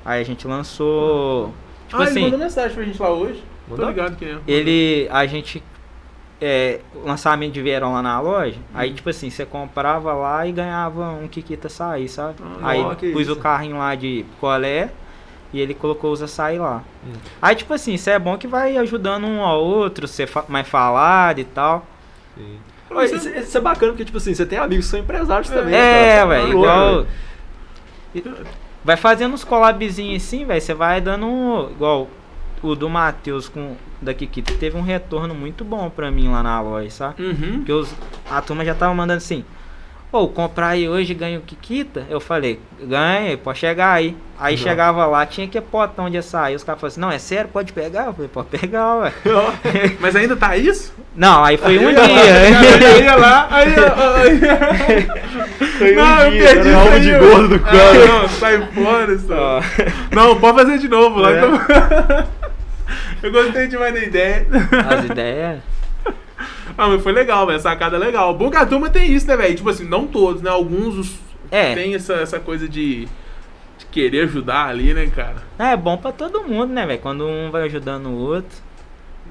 Aí a gente lançou. Tipo
ah, ele
assim,
mandou mensagem pra gente lá hoje.
Mandou?
Tô ligado quem é.
ele. A gente. É, lançamento de verão lá na loja.
Uhum.
Aí, tipo assim, você comprava lá e ganhava um Kikita Saí, sabe?
Ah,
aí
ó, que
pus
isso.
o carrinho lá de colé e ele colocou os açaí lá.
Hum.
Aí, tipo assim, isso é bom que vai ajudando um ao outro, ser fa- mais falado e tal.
Sim. Mas isso, isso é bacana, porque, tipo assim, você tem amigos que são empresários também. né,
É,
cara.
velho,
louco,
igual.
velho.
Vai fazendo uns collabzinhos assim, velho. Você vai dando. um- Igual o do Matheus com da Kikita teve um retorno muito bom pra mim lá na loja,
[LAUGHS]
sabe?
Uhum.
Porque os- a turma já tava mandando assim. Ou comprar aí hoje ganha o Kikita? Eu falei, ganha, pode chegar aí. Aí
Não.
chegava lá, tinha que potão de açaí. Os caras falaram assim, não, é sério, pode pegar? Eu falei, pode pegar, ué.
Mas ainda tá isso?
Não, aí foi um
é.
Aí, ó,
[LAUGHS]
dia.
Aí, olha lá, aí, ó, aí.
[LAUGHS]
Não, eu
Entendi,
perdi
era
né?
isso
alvo
aí,
de
ó.
gordo do
Ah,
cara.
não, sai fora, só.
Ó.
Não, pode fazer de novo lá.
É.
então. [LAUGHS] Eu gostei demais da ideia. [LAUGHS]
As ideias.
Ah, mas foi legal, velho. Sacada é legal. Bom que a turma tem isso, né, velho? Tipo assim, não todos, né? Alguns os...
É.
tem essa, essa coisa de... de querer ajudar ali, né, cara?
É bom pra todo mundo, né, velho? Quando um vai ajudando o outro.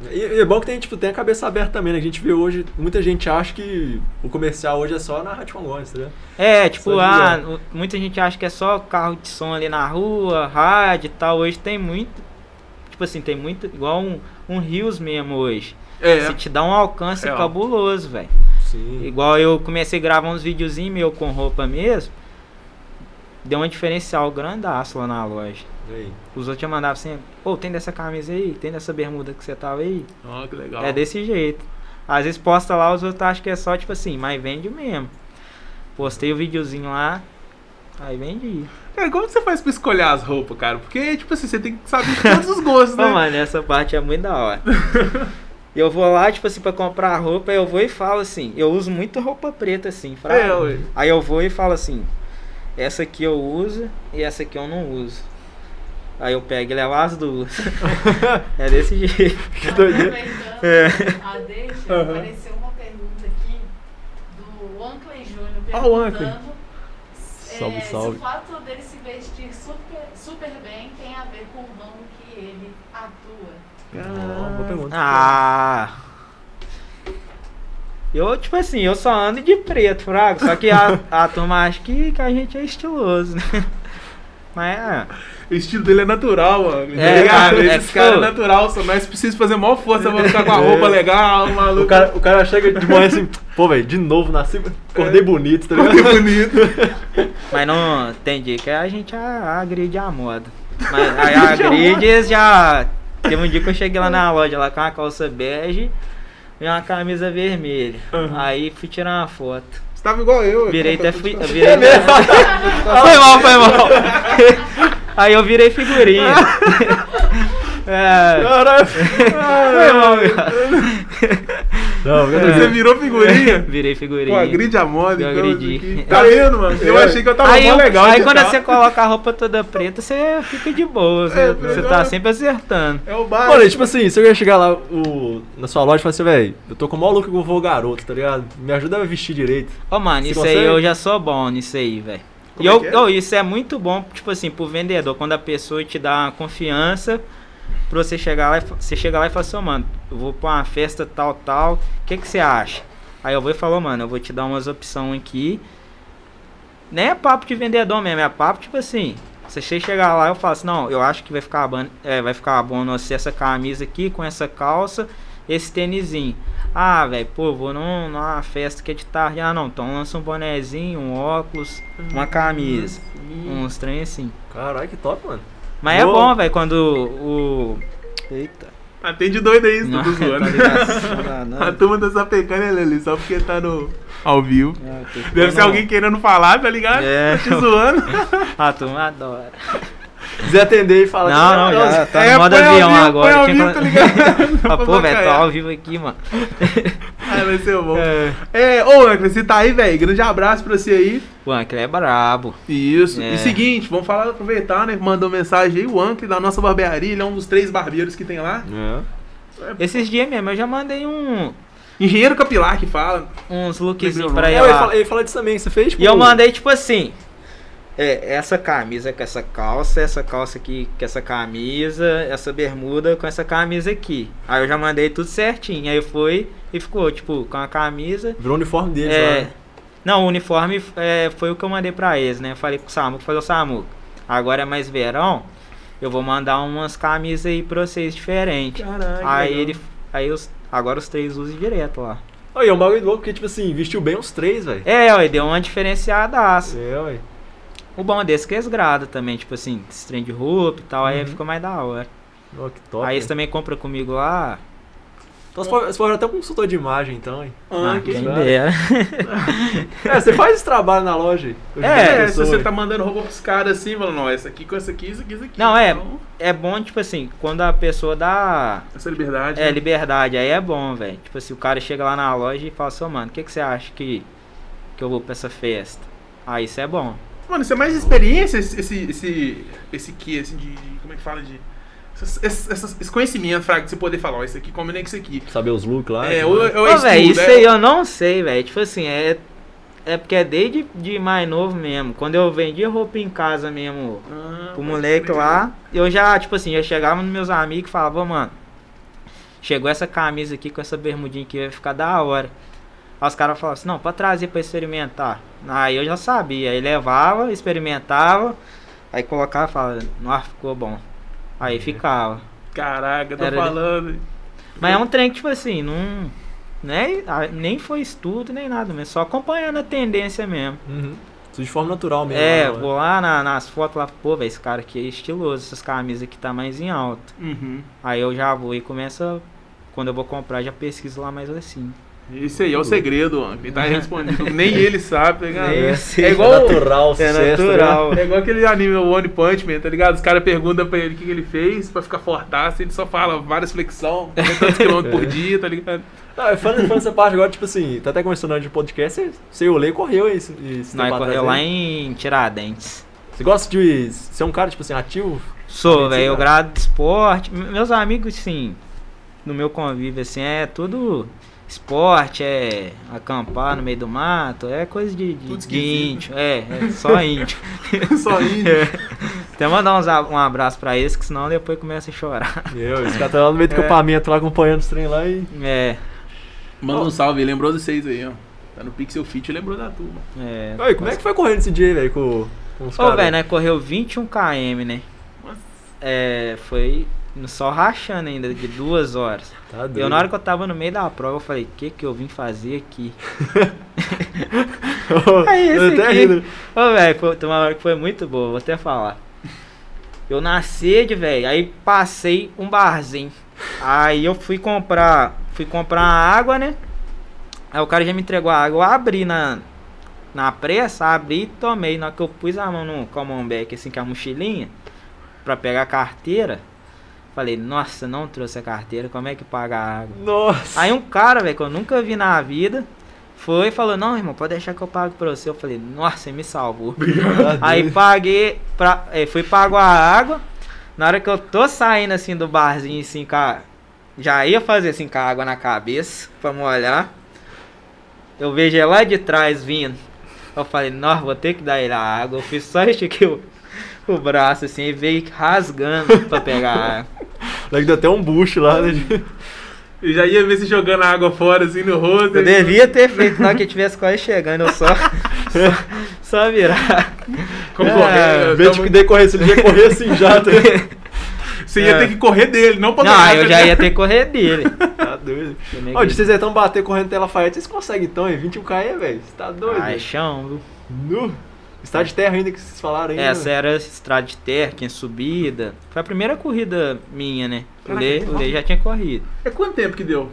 E, e é bom que tem, tipo, tem a cabeça aberta também, né? A gente vê hoje, muita gente acha que o comercial hoje é só na Rádio Congonhas, tá ligado?
É, tipo,
Isso é
ah, o- muita gente acha que é só carro de som ali na rua, rádio e tal. Hoje tem muito. Tipo assim, tem muito. Igual um, um Rios mesmo hoje.
É.
Você te dá um alcance
Real.
cabuloso, velho.
Sim.
Igual eu comecei a gravar uns videozinhos meu com roupa mesmo. Deu um diferencial grandaço lá na loja.
Aí.
Os outros já mandavam assim, ô, tem dessa camisa aí? Tem dessa bermuda que você tava aí?
Ó, que legal.
É desse jeito. Às vezes posta lá, os outros acham que é só tipo assim, mas vende mesmo. Postei o videozinho lá, aí vendi.
Cara, como que você faz pra escolher as roupas, cara? Porque, tipo assim, você tem que saber de todos os
[LAUGHS]
gostos,
Pô,
né?
mano, essa parte é muito da hora. eu vou lá, tipo assim, pra comprar roupa, eu vou e falo assim, eu uso muito roupa preta assim, fraco.
É, ué.
Aí eu vou e falo assim, essa aqui eu uso e essa aqui eu não uso. Aí eu pego e levo as duas. é desse jeito.
Que doideira.
Aproveitando
É.
Tá a deixa,
Aham.
apareceu uma pergunta aqui do Ankley Júnior
Ah, o
perguntando
Ankley.
é,
Salve, salve.
se o fato dele se vestir super, super bem tem a ver com o ramo que ele atua.
Ó, boa pergunta.
Ah. Eu, tipo assim, eu só ando de preto, fraco. Só que a, a turma acha que, que a gente é estiloso, né? [LAUGHS] Mas é.
O estilo dele é natural, mano.
É,
É, cara,
cara, é
esses caras é
fogo.
natural, só nós precisamos fazer maior força pra ficar com a roupa
É.
legal, maluco.
O cara, o cara chega de manhã assim, pô, velho, de novo, nasci, acordei bonito, tá
[LAUGHS]
[LAUGHS]
Que
ligado?
bonito.
Mas não tem dia que a gente a- agride a moda. Mas aí a agride eles já. Teve um dia que eu cheguei lá na loja lá com uma calça bege e uma camisa vermelha. Aí fui tirar uma foto.
Você tava igual eu. eu
Virei
tava
até
tudo [LAUGHS]
fui. eu
descansado. [LAUGHS]
Virei foi mal, foi mal. [LAUGHS] Aí eu
[LAUGHS]
virei figurinha. É,
Caralho.
foi mal, meu.
Não, eu
Você virou figurinha?
[LAUGHS] Virei
Pô,
figurinha.
agride a moda,
Eu
então.
agridi. [LAUGHS]
aqui. Tá vendo, mano? Eu achei que eu tava
aí
mó
eu-
legal. tá-
aí
de
quando
tal.
você coloca a roupa toda preta, você fica de boa. Você,
É,
você
melhor-
tá sempre acertando.
É o bar.
Mano, é tipo assim, se eu ia chegar lá o, na sua loja e falar assim, velho, eu tô com o maior look que eu vou garoto, tá ligado? Me ajuda a vestir direito.
Ô, mano,
Você
isso aí
consegue?
eu já sou bom nisso aí, velho. E
Como é
eu,
que é?
eu- isso é muito bom, tipo assim, pro vendedor, quando a pessoa te dá uma confiança pra você chegar lá e, fa- você chegar lá e falar assim, "Ô, mano, eu vou pra uma festa tal, tal, o que que você acha? Aí eu vou e falo, "Ô, mano, eu vou te dar umas opções aqui. Nem é papo de vendedor mesmo, é papo, tipo assim, se você chegar lá eu falo assim, não, eu acho que vai ficar, ban- é, vai ficar bom você essa camisa aqui com essa calça, esse tênisinho. Ah, velho, pô, vou num- numa festa que é de tarde. Ah, não, então lança um bonezinho, um óculos,
Hum,
uma camisa, uns trem assim.
Caralho, que top, mano.
Mas
Boa.
é bom, velho, quando o. Eita.
Atende Ah, doido aí, isso,
Não,
tô zoando.
tá [LAUGHS] ligado? Não,
A
não.
turma tá sapecando ele ali, só porque tá no. Ao vivo.
Ah, tô
Deve
ficando-
ser alguém querendo falar, tá ligado?
É.
Tá te
[LAUGHS]
zoando.
Ah, tu me adora.
Se atender e falar assim,
Não, não, já tá
É,
no modo
põe ao
avião
vivo, põe
agora.
ao
tinha
vivo,
que-
tá ligado?
[LAUGHS]
Pra
Ah, pô, velho, tô
bacalhar.
ao vivo aqui, mano.
Ah, vai ser bom. É, ô, Ancle, você tá aí, velho. Grande abraço pra você aí.
O Ancle é brabo.
Isso.
É.
E seguinte, vamos falar, aproveitar, né? Mandou mensagem aí, o Ancle da nossa barbearia, ele é um dos três barbeiros que tem lá.
é."
Esses dias mesmo eu já mandei um,
Engenheiro capilar que fala.
uns lookzinhos
Legal.
pra
É,
ela.
eu ia falar, eu ia falar disso também, você fez?
E eu mandei tipo assim. É, essa camisa com essa calça, essa calça aqui com essa camisa, essa bermuda com essa camisa aqui. Aí eu já mandei tudo certinho. Aí foi e ficou, tipo, com a camisa.
Virou o uniforme deles
É,
lá.
não, o uniforme é, foi o que eu mandei pra eles, né? Eu falei com o Samuco, falei, ô Samuco, agora é mais verão, eu vou mandar umas camisas aí pra vocês diferentes.
Caralho.
aí
legal.
ele. Aí os, agora os três usam direto lá.
Aí, é um bagulho louco, porque, tipo assim, vestiu bem os três, velho.
É, ó, e deu uma diferenciadaça.
É, ué.
O bom desse é que eles gradam também, tipo assim, esse trem de roupa e tal, aí fica mais da hora.
Ó, que top.
aí
velho.
eles também compram comigo lá.
Então você pode, você pode até um consultor de imagem, então, hein?
Ah,
ah,
que-
quem
legal.
dera.
É, você faz esse trabalho na loja. aí, hoje em
É,
dia,
É, se
pessoa,
você
velho.
tá mandando roupa pros caras assim, falando, não, essa aqui com essa aqui, isso aqui, isso aqui.
Não, é.
Então,
É bom, tipo assim, quando a pessoa dá
essa liberdade.
é,
né?
liberdade, aí é bom, velho. Tipo assim, o cara chega lá na loja e fala assim, "Ô, mano, o que, que você acha que, que eu vou pra essa festa? Aí isso é bom.
Mano, isso é mais experiência, esse. Esse, esse, esse que, assim, de, de- Como é que fala? De. Essas, essas- esse conhecimento, Fraga, de você poder falar, ó, isso aqui combina com isso aqui.
tá-
Saber os looks lá.
é,
que-
ou, ou é
Ô, velho,
estudo,
isso
é-
aí eu não sei, velho. Tipo assim, é. É porque é desde de mais novo mesmo. Quando eu vendia roupa em casa mesmo,
Ah,
pro
pode
moleque
crer.
lá. Eu já, tipo assim, já chegava nos meus amigos e falava, "Ô, mano, chegou essa camisa aqui com essa bermudinha aqui, vai ficar da hora. Aí os caras falavam assim, não, pode trazer pra experimentar. Aí eu já sabia, aí levava, experimentava, aí colocava e falava, nossa, ficou bom. Aí
Uhum.
ficava.
Caraca, tô
Era de-
falando.
Mas é um trem que, tipo assim, não. Né, a- nem foi estudo, nem nada, mas só acompanhando a tendência mesmo.
Uhum. Tudo de forma natural mesmo.
É,
lá, né?
vou lá na- nas fotos lá, pô, velho, esse cara aqui é estiloso, essas camisas aqui tá mais em alta.
Uhum.
Aí eu já vou e começa. Quando eu vou comprar, já pesquiso lá mais assim.
Esse aí é o segredo, mano. Ele tá respondido. Nem
[LAUGHS]
ele sabe, tá ligado?
Nem eu sei.
É
[LAUGHS] É
igual.
natural, sucesso, né?
É igual aquele anime o One Punch Man, tá ligado? Os caras perguntam pra ele o que, que ele fez pra ficar fortaço, ele só fala várias flexão, [LAUGHS] tantos quilômetros
É.
por dia, tá ligado? [LAUGHS]
Ah, falando, falando essa parte agora, tipo assim, tá até começando antes de podcast, você, você olhou e correu esse, esse
Nós
tempo atrás
correu lá
aí.
em Tiradentes.
Você gosta de ser um cara, tipo assim, ativo?
Sou,
Tiradentes,
velho, eu
né?
grado de esporte. Me- Meus amigos, sim, no meu convívio, assim, é tudo esporte, é acampar no meio do mato, é coisa de, de,
Tudo
de
esquisito.
índio. É,
[LAUGHS]
é só índio.
Só indo.
[LAUGHS] Até mandar uns a- um abraço pra eles, que senão depois começa a chorar. [LAUGHS]
Eu, esse cara tá lá no meio do
É.
acampamento, lá acompanhando os trem lá e.
É,
Manda um salve, lembrou dos seis aí, ó. Tá no Pixel Fit, lembrou da turma.
é.
Aí, como é que foi correndo esse dia, velho, com, com os
Ô,
caras?
velho, né? Correu 21 km, né?
Nossa.
É, foi no sol rachando ainda, de duas horas.
Tá doido.
Eu, na hora que eu tava no meio da prova, eu falei, o que que eu vim fazer aqui?
[LAUGHS]
Aí,
Eu
É esse
até
aqui.
rindo.
Ô, velho, foi- tem uma hora que foi muito boa, vou até falar. Eu na sede, velho, aí passei um barzinho. Aí eu fui comprar, fui comprar uma água, né? Aí o cara já me entregou a água, eu abri na, na pressa, abri e tomei. Na hora que eu pus a mão no Commonback, assim, com a mochilinha, pra pegar a carteira, falei, nossa, não trouxe a carteira, como é que paga a água?
Nossa.
Aí um cara, velho, que eu nunca vi na vida, foi e falou, não, irmão, pode deixar que eu pago pra você. Eu falei, nossa, ele me salvou.
tá
Aí paguei, pra, eh, fui pago a água. Na hora que eu tô saindo assim do barzinho, assim, com a- já ia fazer assim com a água na cabeça pra molhar. Eu vejo ele lá de trás vindo. Eu falei, nossa, vou ter que dar ele a água. Eu fiz só estiquei o, o braço assim e veio rasgando pra pegar a água.
Aí deu até um bucho lá, né?
Eu já ia ver se jogando a água fora, assim, no rosto.
Eu devia ter feito na hora que eu tivesse quase chegando, eu só, [LAUGHS] só, só virar.
Como
É,
correr,
Em vez de decorrer, se tipo, ele ia correr assim já,
[LAUGHS]
tá
Você ia
É.
ter que correr dele, não pra
Não,
tocar,
eu
né?
já ia ter que correr [LAUGHS] dele.
Tá doido.
Eu nem
Ó, de
acredito.
vocês então bater correndo até Lafayette, vocês conseguem então, hein? 21k é, velho. Você tá doido?
Ai, chão, viu? É,
Nu. Está de terra ainda que vocês falaram ainda. né?
Essa era estrada de terra, tinha subida. Foi a primeira corrida minha, né? O Lê, o Lê já tinha corrido.
É quanto tempo que deu?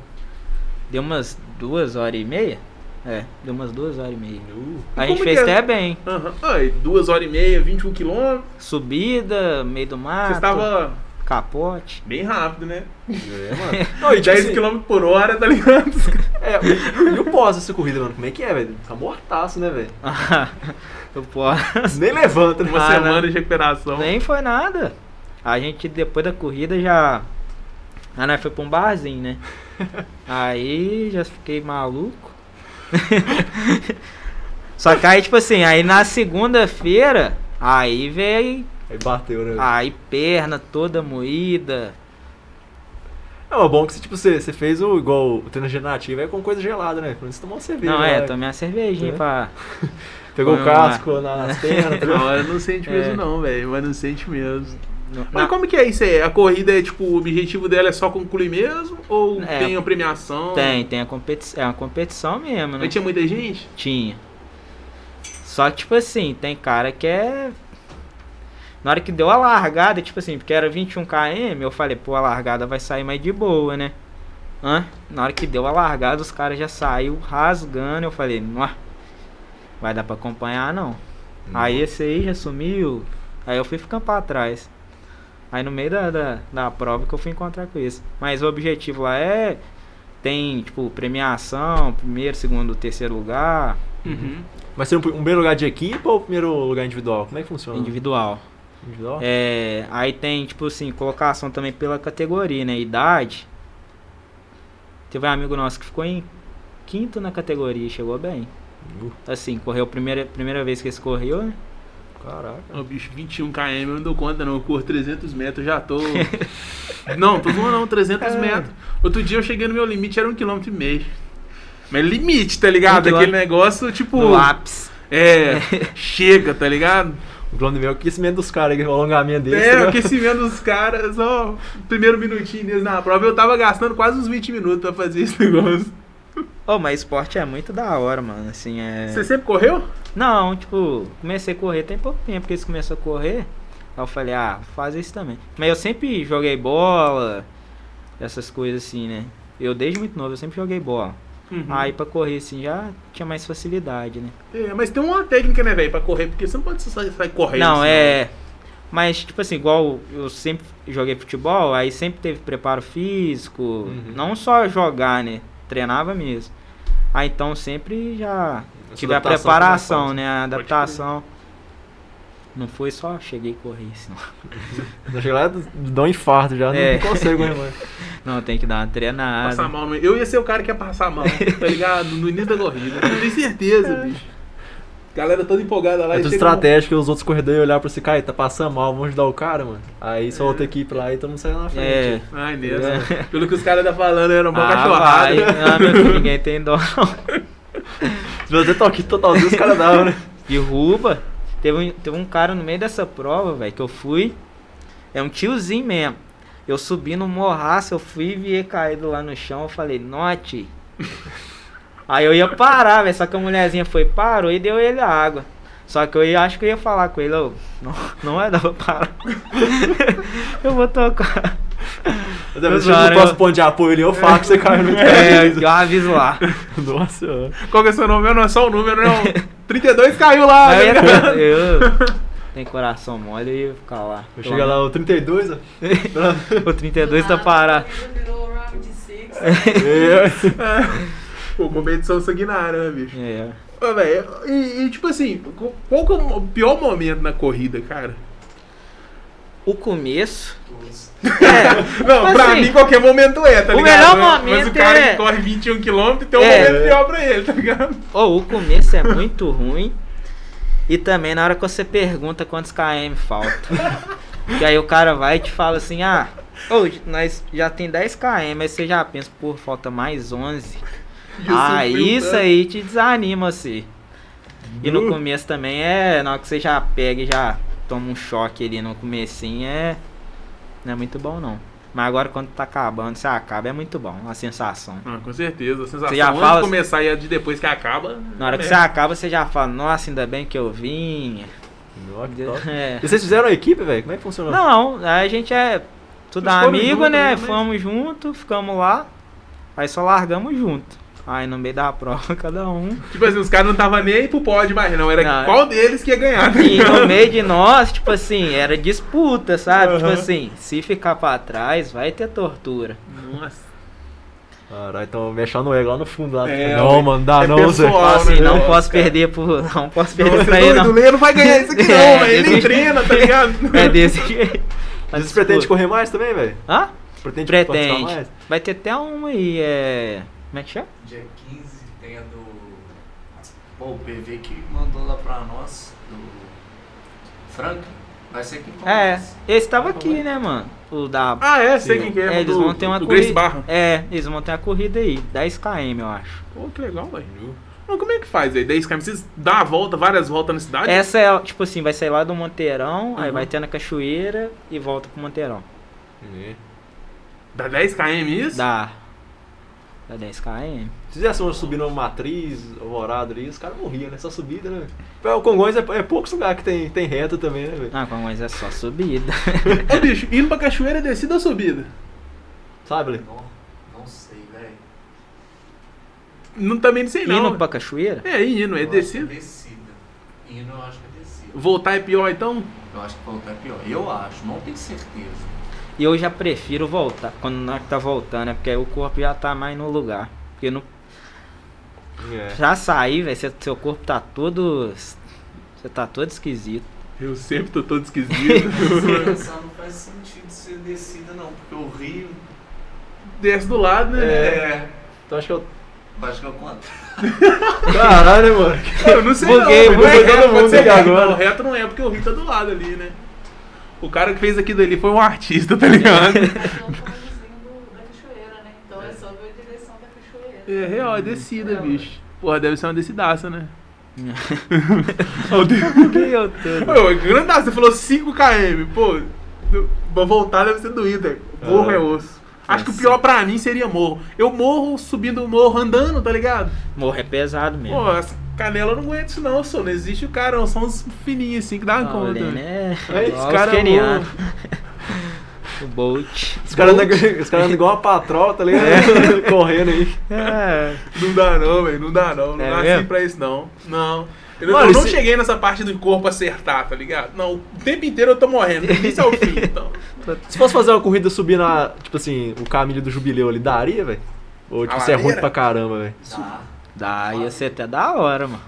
Deu umas duas horas e meia? É, deu umas duas horas e meia.
Nu.
A
como
gente fez
que é?
até bem.
Aham. Ai, duas horas e meia, 21 quilômetros.
Subida, meio do mar,
Você estava
capote. [LAUGHS]
bem rápido, né?
É, mano. Não, e tipo
10
assim,
km por hora, tá ligado? [LAUGHS]
assim-
é, o- e o pós dessa corrida, mano? Como é que é, velho? Tá mortaço, né, velho?
eu posso.
Nem levanta, né?
Uma
Ah,
semana
não.
de recuperação.
Nem foi nada. A gente, depois da corrida, já. A nós foi pra um barzinho,
[LAUGHS]
né? Aí já fiquei maluco. [LAUGHS] Só que aí, tipo assim, aí na segunda-feira, aí veio.
Aí bateu, né?
Aí perna toda moída.
É, mas bom que você, tipo, você, você fez o igual o treino generativa é com coisa gelada, né? Pelo menos você tomou uma cerveja.
Não, é,
né?
tomei uma cervejinha
É.
pra.
Pegou o
Foi uma-
casco na,
[LAUGHS]
nas pernas, tá ligado?
Não, eu não sente
É.
mesmo não, velho. Mas não sente mesmo.
no-
Mas
na-
como que é isso aí? A corrida é tipo, o objetivo dela é só concluir mesmo? Ou
É.
tem a premiação?
Tem, tem a competição. É uma competição mesmo, né?
Mas tinha muita gente?
Tinha. Só que, tipo assim, tem cara que é. Na hora que deu a largada, tipo assim, porque era 21 km, eu falei, pô, a largada vai sair mais de boa, né? Hã? Na hora que deu a largada, os caras já saiu rasgando. Eu falei, não vai dar pra acompanhar não. Aí esse aí já sumiu. Aí eu fui ficando pra trás. Aí no meio da, da, da prova que eu fui encontrar com isso. Mas o objetivo lá é. Tem, tipo, premiação, primeiro, segundo, terceiro lugar.
Uhum.
Mas seria um primeiro lugar de equipe ou primeiro lugar individual? Como é que funciona?
Individual.
Individual?
É, aí tem, tipo assim, colocação também pela categoria, né? Idade. Teve um amigo nosso que ficou em quinto na categoria e chegou bem.
Nu.
Assim, correu a primeira, primeira vez que ele correu, né?
Caraca.
Ô, bicho, 21 km eu não dou conta, não. Eu corro 300 metros, eu já tô. [LAUGHS] não, tô zoando, não, 300
É.
metros. Outro dia eu cheguei no meu limite, era 1,5 km. Mas limite, tá
Um
ligado? Aquele
quilômetro.
negócio, tipo.
No ápice.
É, chega, tá ligado?
O plano meu é o aquecimento dos caras, aí, o alongamento deles. tá
É, o
ligado?
aquecimento dos caras, só o primeiro minutinho deles na prova. Eu tava gastando quase uns 20 minutos pra fazer esse [LAUGHS] negócio.
Oh, mas esporte é muito da hora, mano. Assim, é.
Você sempre correu?
Não, tipo, comecei a correr tem pouco tempo que eles começaram a correr. Aí eu falei, ah, vou fazer isso também. Mas eu sempre joguei bola, essas coisas assim, né? Eu desde muito novo, eu sempre joguei bola.
Uhum.
Aí pra correr assim já tinha mais facilidade, né?
É, mas tem uma técnica, né, velho, pra correr, porque você não pode só sair, sair correndo.
Não,
assim, né?
é. Mas, tipo assim, igual eu sempre joguei futebol, aí sempre teve preparo físico,
Uhum.
não só jogar, né? Treinava mesmo. Aí então sempre já
Essa
tive a
adaptação foi mais
preparação,
fácil.
né? A
crer.
adaptação. Não foi só cheguei e corri, senão.
Na chegada dá um infarto já,
É.
não consegue, né,
[LAUGHS]
mano?
[LAUGHS] Não, tem que dar uma treinada.
Passar mal no... Eu ia ser o cara que ia passar a mão, tá ligado? No início da corrida. Eu tenho certeza,
É.
bicho. Galera toda empolgada lá.
É
e
tudo
chega um-
estratégico, os outros corredores olhar pra você, cara, tá passando mal, vamos ajudar o cara, mano. Aí só outra equipe lá e todo mundo sai na
É.
frente.
Ai, nessa. Pelo que os caras tá falando, era uma
Ah,
cachorrada.
vai. Ah, meu filho, ninguém tem dó. não.
Se você toque totalzinho, os caras davam, né?
Derruba. Teve um, teve um cara no meio dessa prova, velho, que eu fui. É um tiozinho mesmo. Eu subi no morraço, eu fui e vi ele caído lá no chão. Eu falei, note. Aí eu ia parar, velho. Só que a mulherzinha foi, parou e deu ele a água. Só que eu ia, acho que eu ia falar com ele, ô, não, não vai dar pra parar. [LAUGHS] eu vou tocar.
Mas é, mas
Usaram,
chega no próximo
eu-
ponto de apoio ali, eu falo que
[LAUGHS]
você caiu no
É, eu aviso lá.
Nossa, mano.
[LAUGHS]
Qual que é seu nome? Não é só o número, não. 32 caiu lá,
Mas
né, cara?
eu, eu tenho coração mole e ia ficar lá.
Eu chego lá, o
[LAUGHS]
32, ó.
O 32 tá
Do nada,
parado.
Ah, ele Virou o round six.
É.
[LAUGHS] Pô, competição sanguinária, né, bicho?
É.
Ô, velho, e, e, tipo assim, qu- qual que é o pior momento na corrida, cara?
O começo.
Não,
Mas,
pra
assim,
mim qualquer momento é, tá
o
ligado?
melhor
Mas- Mas o
momento
cara
é-
que corre 21 km tem um
É.
momento pior pra ele, tá ligado?
Ou o começo é muito ruim. E também na hora que você pergunta quantos KM falta. e aí o cara vai e te fala assim, ah, ô, nós já tem 10 KM, aí você já pensa, pô, falta mais 11.
E eu
Ah,
sofri um
isso
tanto.
aí te desanima, assim. E no
Nu.
começo também é, na hora que você já pega e já toma um choque ali no comecinho, é... Não é muito bom, não. Mas agora quando tá acabando, você acaba, é muito bom, a sensação.
Ah, com certeza. A sensação
Você já
antes
fala- assim?
de começar e a de depois que acaba. né?
Na hora que
É.
você acaba, você já fala, nossa, ainda bem que eu vim.
Nossa, que top.
É.
E vocês fizeram a equipe, velho? Como é que funcionou?
Não, aí a gente é tudo
Vocês foram
amigo,
junto,
né?
né? Mas-
Fomos junto, ficamos lá, aí só largamos junto. Aí no meio da prova, [LAUGHS] cada um.
Tipo assim, os caras não estavam nem aí pro pódio mais, não. Era
Não.
qual deles que ia
[LAUGHS]
ganhar. tá
E
ligado?
no meio de nós, tipo assim, era disputa, sabe? Tipo
Aham.
assim, se ficar pra trás, vai ter tortura.
Nossa.
Caralho, então mexendo no ego lá no fundo. Lá.
É,
não,
velho.
mano, dá
É
não, Zé.
pessoal,
Fala assim,
né?
não
Nossa,
posso
cara.
perder pro. Não
Não,
posso perder
você é
pra ele,
doido,
não.
Leia não vai ganhar isso aqui, não,
[LAUGHS] É,
velho. Ele
ele-
nem treina, tá ligado?
[LAUGHS] É desse jeito. Mas
Vocês pretendem
disputa.
correr mais também, velho?
Hã?
Pretende, participar
Pretende.
mais?
Vai ter até uma aí, é. Como é que chama?
Dia 15 tem a do. Pô, o PV que mandou lá pra nós, do. Franklin. Vai ser aqui em
É,
Palmas.
esse tava aqui, né, mano? O da.
Ah, é, sei
Sim.
quem que é.
É, eles
do-
vão ter uma
do Grace
corrida.
Barra.
É, eles vão ter uma corrida aí, 10km, eu acho.
Pô, que legal, velho. Mas como é que faz aí? 10 km, vocês dão a volta, várias voltas na cidade?
Essa é, tipo assim, vai sair lá do Monteirão, aí
Uhum.
vai ter na Cachoeira e volta pro Monteirão.
Entendi.
Dá 10 km isso?
Dá. Dá 10km.
Se fizesse uma subida uma matriz, alvorada ali, os caras morriam nessa subida, né? velho? O Congonhas é, é poucos lugares que tem, tem reta também, né, velho?
Ah, mas é só subida.
Ô, bicho, indo pra cachoeira, é descida ou subida?
Sabe, velho?
Não, não sei, velho.
Não, também não sei, não.
Indo pra Cachoeira?
É indo, é
Eu acho que é
descida.
Descida. Hino eu acho que é descida.
Voltar é pior, então?
Eu acho que voltar é pior. Eu acho, não tenho [LAUGHS] certeza.
E eu já prefiro voltar, quando nós tá voltando, é porque aí o corpo já tá mais no lugar. Porque no,
É.
pra sair, velho, seu- seu corpo tá todo. Você tá todo esquisito.
Eu sempre tô todo
[LAUGHS]
esquisito.
Se pensar, não faz sentido ser descida, não, porque o Rio.
Desce do lado, né?
Então acho que eu.
Eu Acho que é o contrário.
Caralho, né, mano?
É. Eu não sei
Buguei,
não.
buguei
não é
todo
reto,
mundo
pode ser
aqui
reto.
agora.
Não, reto não é, porque o Rio tá do lado ali, né? O cara que fez aquilo ali foi um artista, tá
[LAUGHS]
ligado?
Aqui é o comezinho do- da cachoeira, né? Então é só ver a direção da cachoeira.
É real, é descida,
É,
bicho. Porra, deve ser uma descidaça, né? [LAUGHS]
eu tô.
Ô, é grandaço, você falou 5km, pô. do- Pra voltar deve ser doído, velho. Morro
É.
é, osso. Acho que o
É,
pior pra mim seria morro. Eu morro subindo o morro andando, tá ligado?
Morro é pesado mesmo.
Pô, essa canela eu não aguento isso não, só. Não existe o cara, não. São uns fininhos assim que dá uma
Ah,
conta.
olha, né?
É, esse
Igual
cara
os
é
kenianos. [LAUGHS] O Bolt.
Os caras andam [LAUGHS] os caras andam igual uma patroa, tá ligado? [LAUGHS] Correndo aí.
É.
Não dá não, velho. Não dá não. Não
É
dá assim
mesmo?
pra isso não. Não. Eu,
Mano,
eu não
esse-
cheguei nessa parte do corpo acertar, tá ligado? Não, o tempo inteiro eu tô morrendo. Isso é o fim, [LAUGHS] então.
Se fosse fazer uma corrida subir na, tipo assim, o caminho do jubileu ali, daria, velho? Ou tipo,
A
isso é ruim
ladeira?
pra caramba, velho?
Tá.
[LAUGHS] Dá, ia ser até da hora, mano.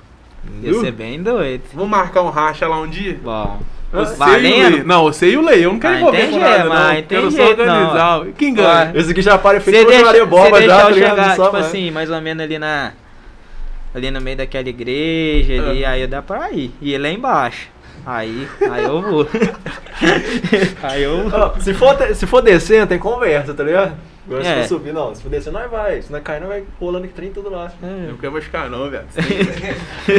Ia
Nu?
ser bem doido.
Vamos marcar um racha lá um dia?
Bom.
Ah,
Você e o
valendo?
Lei. Não, você e o Lei. Eu não quero
Ah,
envolver
entendi,
com nada, é,
mas
não.
não
Quero
tem
só
jeito, não.
organizar. Quem ganha?
Esse aqui já para e
Você
frente
deixa,
Maria Boba
você
já,
deixa
tá
eu
ligado?
chegar,
Só,
tipo
vai.
assim, mais ou menos ali na... Ali no meio daquela igreja, ali,
Ah.
aí dá pra ir. E lá embaixo. Aí, aí
[LAUGHS]
eu vou. aí eu vou.
Ó, se, for, te- se for descendo, tem conversa, tá ligado? Agora se
É.
for subir, não. Se for descendo, nós vai. Se não cair, nós vai rolando que trem tudo lá.
Eu não quero machucar, não, velho. [LAUGHS]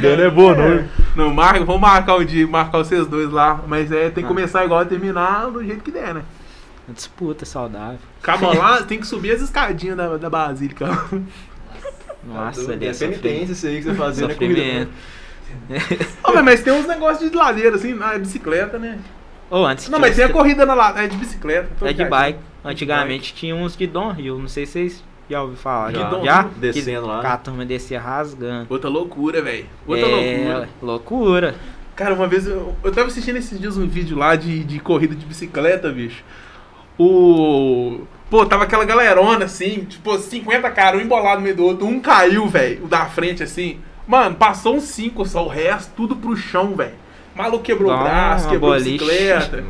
Dano é boa, não.
Não, marca, vamos marcar um dia, marcar vocês dois lá. Mas é, tem que
Ah.
começar igual e terminar do jeito que der, né?
Uma É, Disputa saudável.
Acaba lá, tem que subir as escadinhas da, da basílica. [LAUGHS]
Nossa, ali
é
é
penitência né?
sofrimento.
isso aí que você fazia na corrida.
Sofrimento.
Ô, velho, mas tem uns negócios de ladeira, assim, na é bicicleta, né?
Ô, antes
Não,
tinha
mas
uns
tem a
tre-
corrida na ladeira, é de bicicleta. tô
É de
ligado.
bike. Antigamente tinha uns de Don Rio, não sei se vocês Já ouvi falar. Já.
Guidão,
já?
né? Descendo lá.
A turma descia rasgando.
Outra loucura, velho. Outra
é,
loucura.
loucura.
Cara, uma vez eu, eu tava assistindo esses dias um vídeo lá de, de corrida de bicicleta, bicho. O. Pô, tava aquela galerona assim, tipo, 50 caras, um embolado no meio do outro, um caiu, velho, o da frente assim. Mano, passou uns 5 só, o resto tudo pro chão, velho. Maluco quebrou o
Dá
braço,
Ah, uma
quebrou a
boliche.
bicicleta.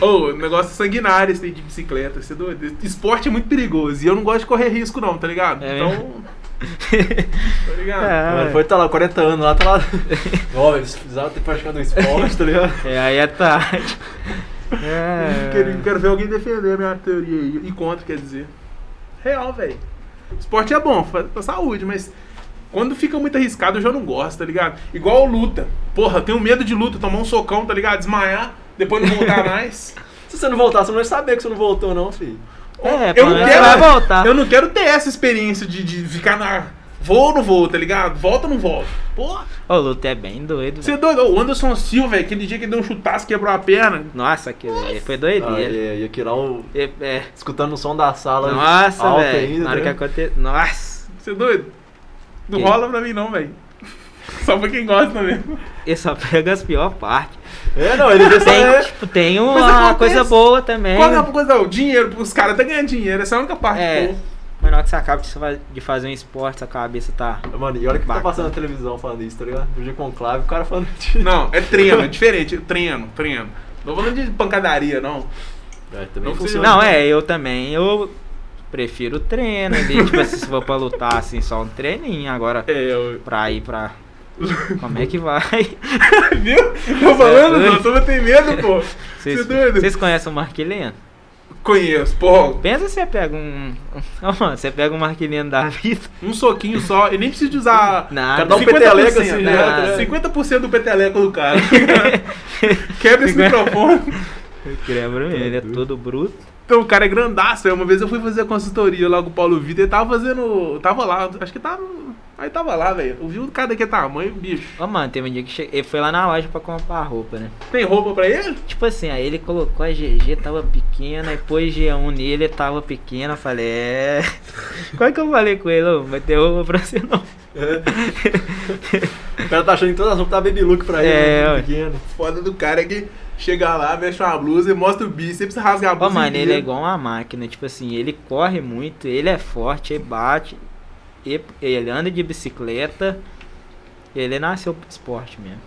Ô, o negócio sanguinário esse aí de bicicleta, você é doido. Esporte é muito perigoso e eu não gosto de correr risco, não, tá ligado?
É
então. [LAUGHS] tá ligado?
Mano,
É,
foi tá lá, 40 anos lá, tá lá. Ó, eles precisavam ter praticado um esporte, tá ligado?
é, aí é
[LAUGHS]
tarde.
Eu
É.
Quero, quero ver alguém defender a minha teoria aí. E contra, quer dizer. Real, velho. Esporte é bom, fa- pra saúde, mas quando fica muito arriscado eu já não gosto, tá ligado? Igual luta. Porra, eu tenho medo de luta, tomar um socão, tá ligado? Desmaiar, depois não
[LAUGHS]
voltar mais.
Se você não voltar, você não vai saber que você não voltou, não, filho.
É,
eu
pelo
não
menos
quero.
vai voltar.
Eu não quero ter essa experiência de, de ficar na. Vou ou não vou, tá ligado? Volta ou não volta? Porra,
O Luto é bem doido.
você é
velho.
doido. Ô, O Anderson Silva, velho, aquele dia que ele deu um chutaço, quebrou a perna.
Nossa, aquilo ali foi
Ah,
doideira.
e, e aqui lá, o-
É, é.
escutando o som da sala
Nossa,
alto
velho.
ainda.
Na hora que
né?
aconteceu. Nossa.
Você é doido? Não
Que?
rola pra mim, não, velho. [LAUGHS] Só pra quem gosta mesmo.
Ele só pega as piores partes.
É, não, ele desceu.
Tem,
é.
tipo, tem uma
acontece.
coisa boa também.
Qual que é a coisa? O dinheiro, os caras tá ganhando dinheiro, essa é a única parte.
É.
boa.
Mas na hora que você acaba de fa- de fazer um esporte, sua cabeça tá.
Mano, e olha que tá
Bacana.
passando na televisão falando isso, tá ligado? O dia conclave, o cara falando [LAUGHS] de.
Não, é treino, é diferente. Treino, treino. Não tô falando de pancadaria, não.
É, também
Não funciona.
Não, é, eu também. Eu prefiro treino
[LAUGHS]
ali. tipo assim, se for pra lutar assim, só um treininho. Agora,
É, eu...
pra ir pra. Como é que vai?
[LAUGHS] viu? Tô falando,
doido.
não, todo tem medo, pô. Você é
Vocês
doido?
vocês conhecem o Marquilhano?
Conheço, pô.
Pensa se você pega um. [LAUGHS] Ô, mano, você pega um Marquilhano da vida.
Um soquinho só, e nem precisa de usar.
Nada.
Cada um
50%,
peteleco assim,
né?
nada.
50% do peteleco do [LAUGHS] cara. Quebra esse microfone.
Eu quebro mesmo, ele é todo bruto.
Então, o cara é grandaço. Uma vez eu fui fazer a consultoria lá com o Paulo Vitor e tava fazendo. Tava lá, acho que tava. Aí tava lá, velho. Eu vi um cara daquele tamanho, bicho.
Ô, mano, teve um dia que che... ele foi lá na loja pra comprar roupa, né?
Tem roupa pra ele?
Tipo assim, aí ele colocou a GG, tava pequena, e pôs G1 nele, tava pequena. Eu falei, é. [LAUGHS] Qual que eu falei com ele? Ô, vai ter roupa pra você não.
O cara tá achando que todas as roupas tá baby look pra ele.
É,
né?
ué.
pequeno.
Foda do cara é que chega lá, mexe uma blusa e mostra o bíceps, rasga a
Ô,
blusa.
mano, ele
inteira.
é igual uma máquina. Tipo assim, ele corre muito, ele é forte, ele bate, e- ele anda de bicicleta. Ele nasceu pro esporte mesmo.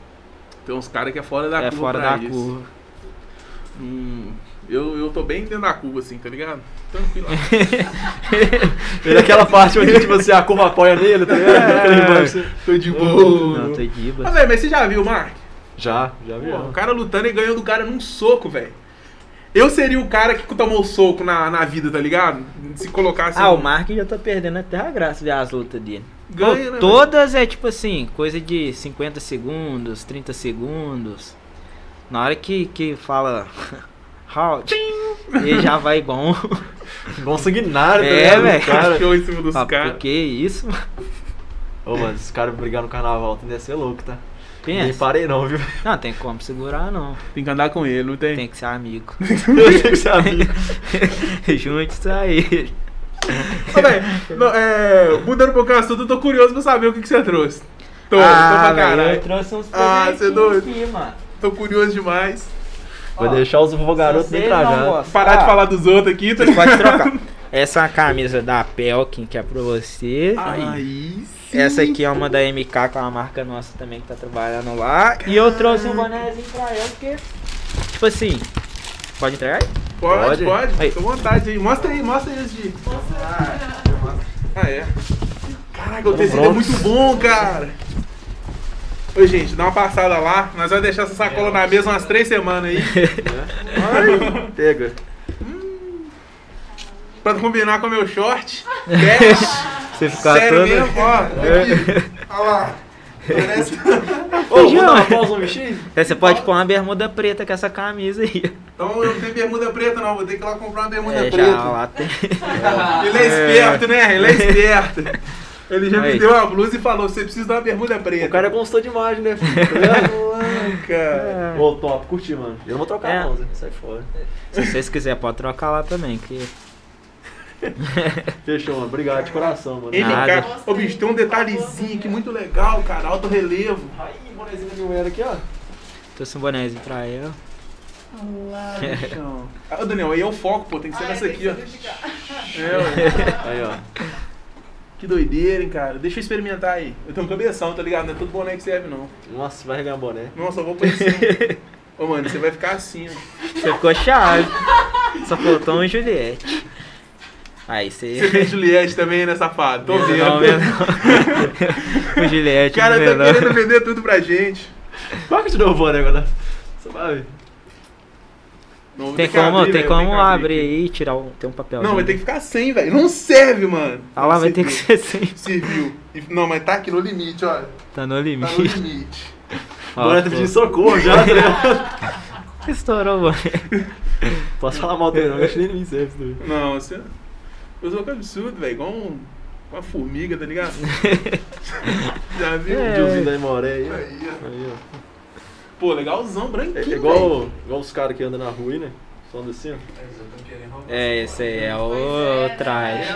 Tem uns caras que é fora da
é
curva.
fora
pra
da
isso.
curva.
Hum, eu, eu tô bem dentro da curva, assim, tá ligado?
[LAUGHS]
Tranquilo.
Ele é aquela parte onde, tipo assim, a curva apoia nele, tá
[LAUGHS]
ligado?
É,
Aquele lance.
tô de
Não,
boa.
tô diva.
Ah, velho, mas você já viu, Mark?
Já, já vi.
Pô, o
ó.
cara lutando e ganhou do cara num soco, velho. Eu seria o cara que tomou soco na, na vida, tá ligado? Se colocasse.
Ah, o
um-
Mark já tá perdendo até a graça ver as lutas dele.
Ganha,
Pô,
né, velho?
todas é tipo assim, coisa de 50 segundos, 30 segundos. Na hora que, que fala [LAUGHS] halt, ele já vai igual
[LAUGHS]
um.
Igual um sanguinário, tá
É,
ligado?
velho.
Cara.
Cachorro em cima dos
Ah,
caras.
porque isso, mano?
Ô, mano, esses caras brigar no carnaval tem que ser louco, tá? Nem
pensa.
parei não, viu?
Não, tem como segurar não.
Tem que andar com ele, não
Tem que ser
[LAUGHS]
amigo.
Eu tenho que
[LAUGHS]
ser amigo.
Junte-se a ele.
Ô, velho, não, é, mudando um pouquinho o assunto, eu tô curioso pra saber o que, que você trouxe. Tô, tô pra
Ah, velho, eu
caralho.
trouxe uns
Ah,
presentinhos
cê é doido.
aqui, mano.
Tô curioso demais.
Vou
Ó,
deixar os vovô garoto tá
vocês
bem
não
trajados.
gostam.
Parar de
Ah.
falar dos outros aqui. Tá...
Você
[LAUGHS]
pode trocar. Essa é a camisa da Pelkin, que é pra você.
Aí sim.
Essa aqui é uma da MK, que é uma marca nossa também que tá trabalhando lá. E eu trouxe um bonézinho pra ela, porque. Tipo assim. Pode entregar aí?
Pode,
Pode?
pode.
Aí.
Fica à vontade aí. Mostra aí, mostra aí, de. Ah, é. Caraca, o tecido é muito bom, cara. Ô, gente, dá uma passada lá. Nós vamos deixar essa sacola na mesa umas três semanas
[LAUGHS]
aí. Ai,
Pega.
pra combinar com o meu short. Cash.
Você ficar
Sério
todo.
[LAUGHS]
mesmo, ó. Aqui. Olha lá. Parece...
Ô, vamos dar uma pausa no bichinho?
Aí Você pode pôr uma bermuda preta com essa camisa aí.
Então eu não tenho bermuda preta, não. Vou ter que ir lá comprar uma bermuda
É,
preta.
já lá tem.
Ele é esperto, né? Ele é esperto. [LAUGHS] Ele já me
Aí.
deu a blusa e falou: você precisa de uma bermuda preta.
O cara gostou de imagem, né? filho? Tá ligado?
Cara.
[LAUGHS] Ô, top, curti, mano. Eu não vou trocar
É.
não, Zé. Sai fora.
Se vocês quiserem, pode trocar lá também, que.
Fechou, mano. Obrigado de coração, mano.
MK,
Nada.
ô bicho, tem um detalhezinho aqui muito legal, cara. Alto relevo.
Aí, bonezinho da New Era aqui, ó.
Trouxe um bonézinho pra ela. É.
Bichão. Ah, Daniel, aí é o foco, pô. Tem que ser
Ah,
nessa
tem
aqui,
que
ó.
ser de cá.
É, ó.
[LAUGHS] Aí, ó.
Que doideira, hein, cara. Deixa eu experimentar aí. Eu tenho um cabeção, tá ligado? Não é todo boné que serve, não.
Nossa, vai ganhar [LAUGHS] boné.
Nossa, eu vou por
[LAUGHS]
cima. Ô, mano, você vai ficar assim, ó.
Você ficou chave. Só faltou um Juliette. Aí você.
Você fez Juliette também, né, safado? Tô vendo.
Não, não. o
O
Juliette.
cara
não né?
tá
vê, não.
querendo vender tudo pra gente.
Qual que te deu o boné, galera? Você vai.
Não, vou
Tem
ter que
como,
abrir,
tem
velho, vou ter
como
que
abrir aí e tirar um. Tem um papel.
Não, vai ter que ficar sem, velho. Não serve, mano.
Ah lá, vai ter que
Serviu.
ser assim.
Serviu. E- Não, mas tá aqui no limite, ó.
Tá no
Tá no
limite.
limite.
O boné tá pedindo socorro já, tá ligado?
pô, Estourou, mano.
[LAUGHS] Posso falar mal dele, não. Mexe nem em mim, serve isso daí.
Não, você. Eu sou um absurdo, velho. Igual um... uma formiga, tá
[LAUGHS]
ligado? Já viu?
É.
Dilzinho Um da Imoré aí, ó.
Aí, ó.
Aí, ó.
Pô, legalzão, branquinho.
É
velho.
igual, igual os caras que andam na rua aí, né? Só andam assim, ó.
Mas eu tô querendo roubar
É,
essa
esse aí é
Pois é,
o
né?
traje.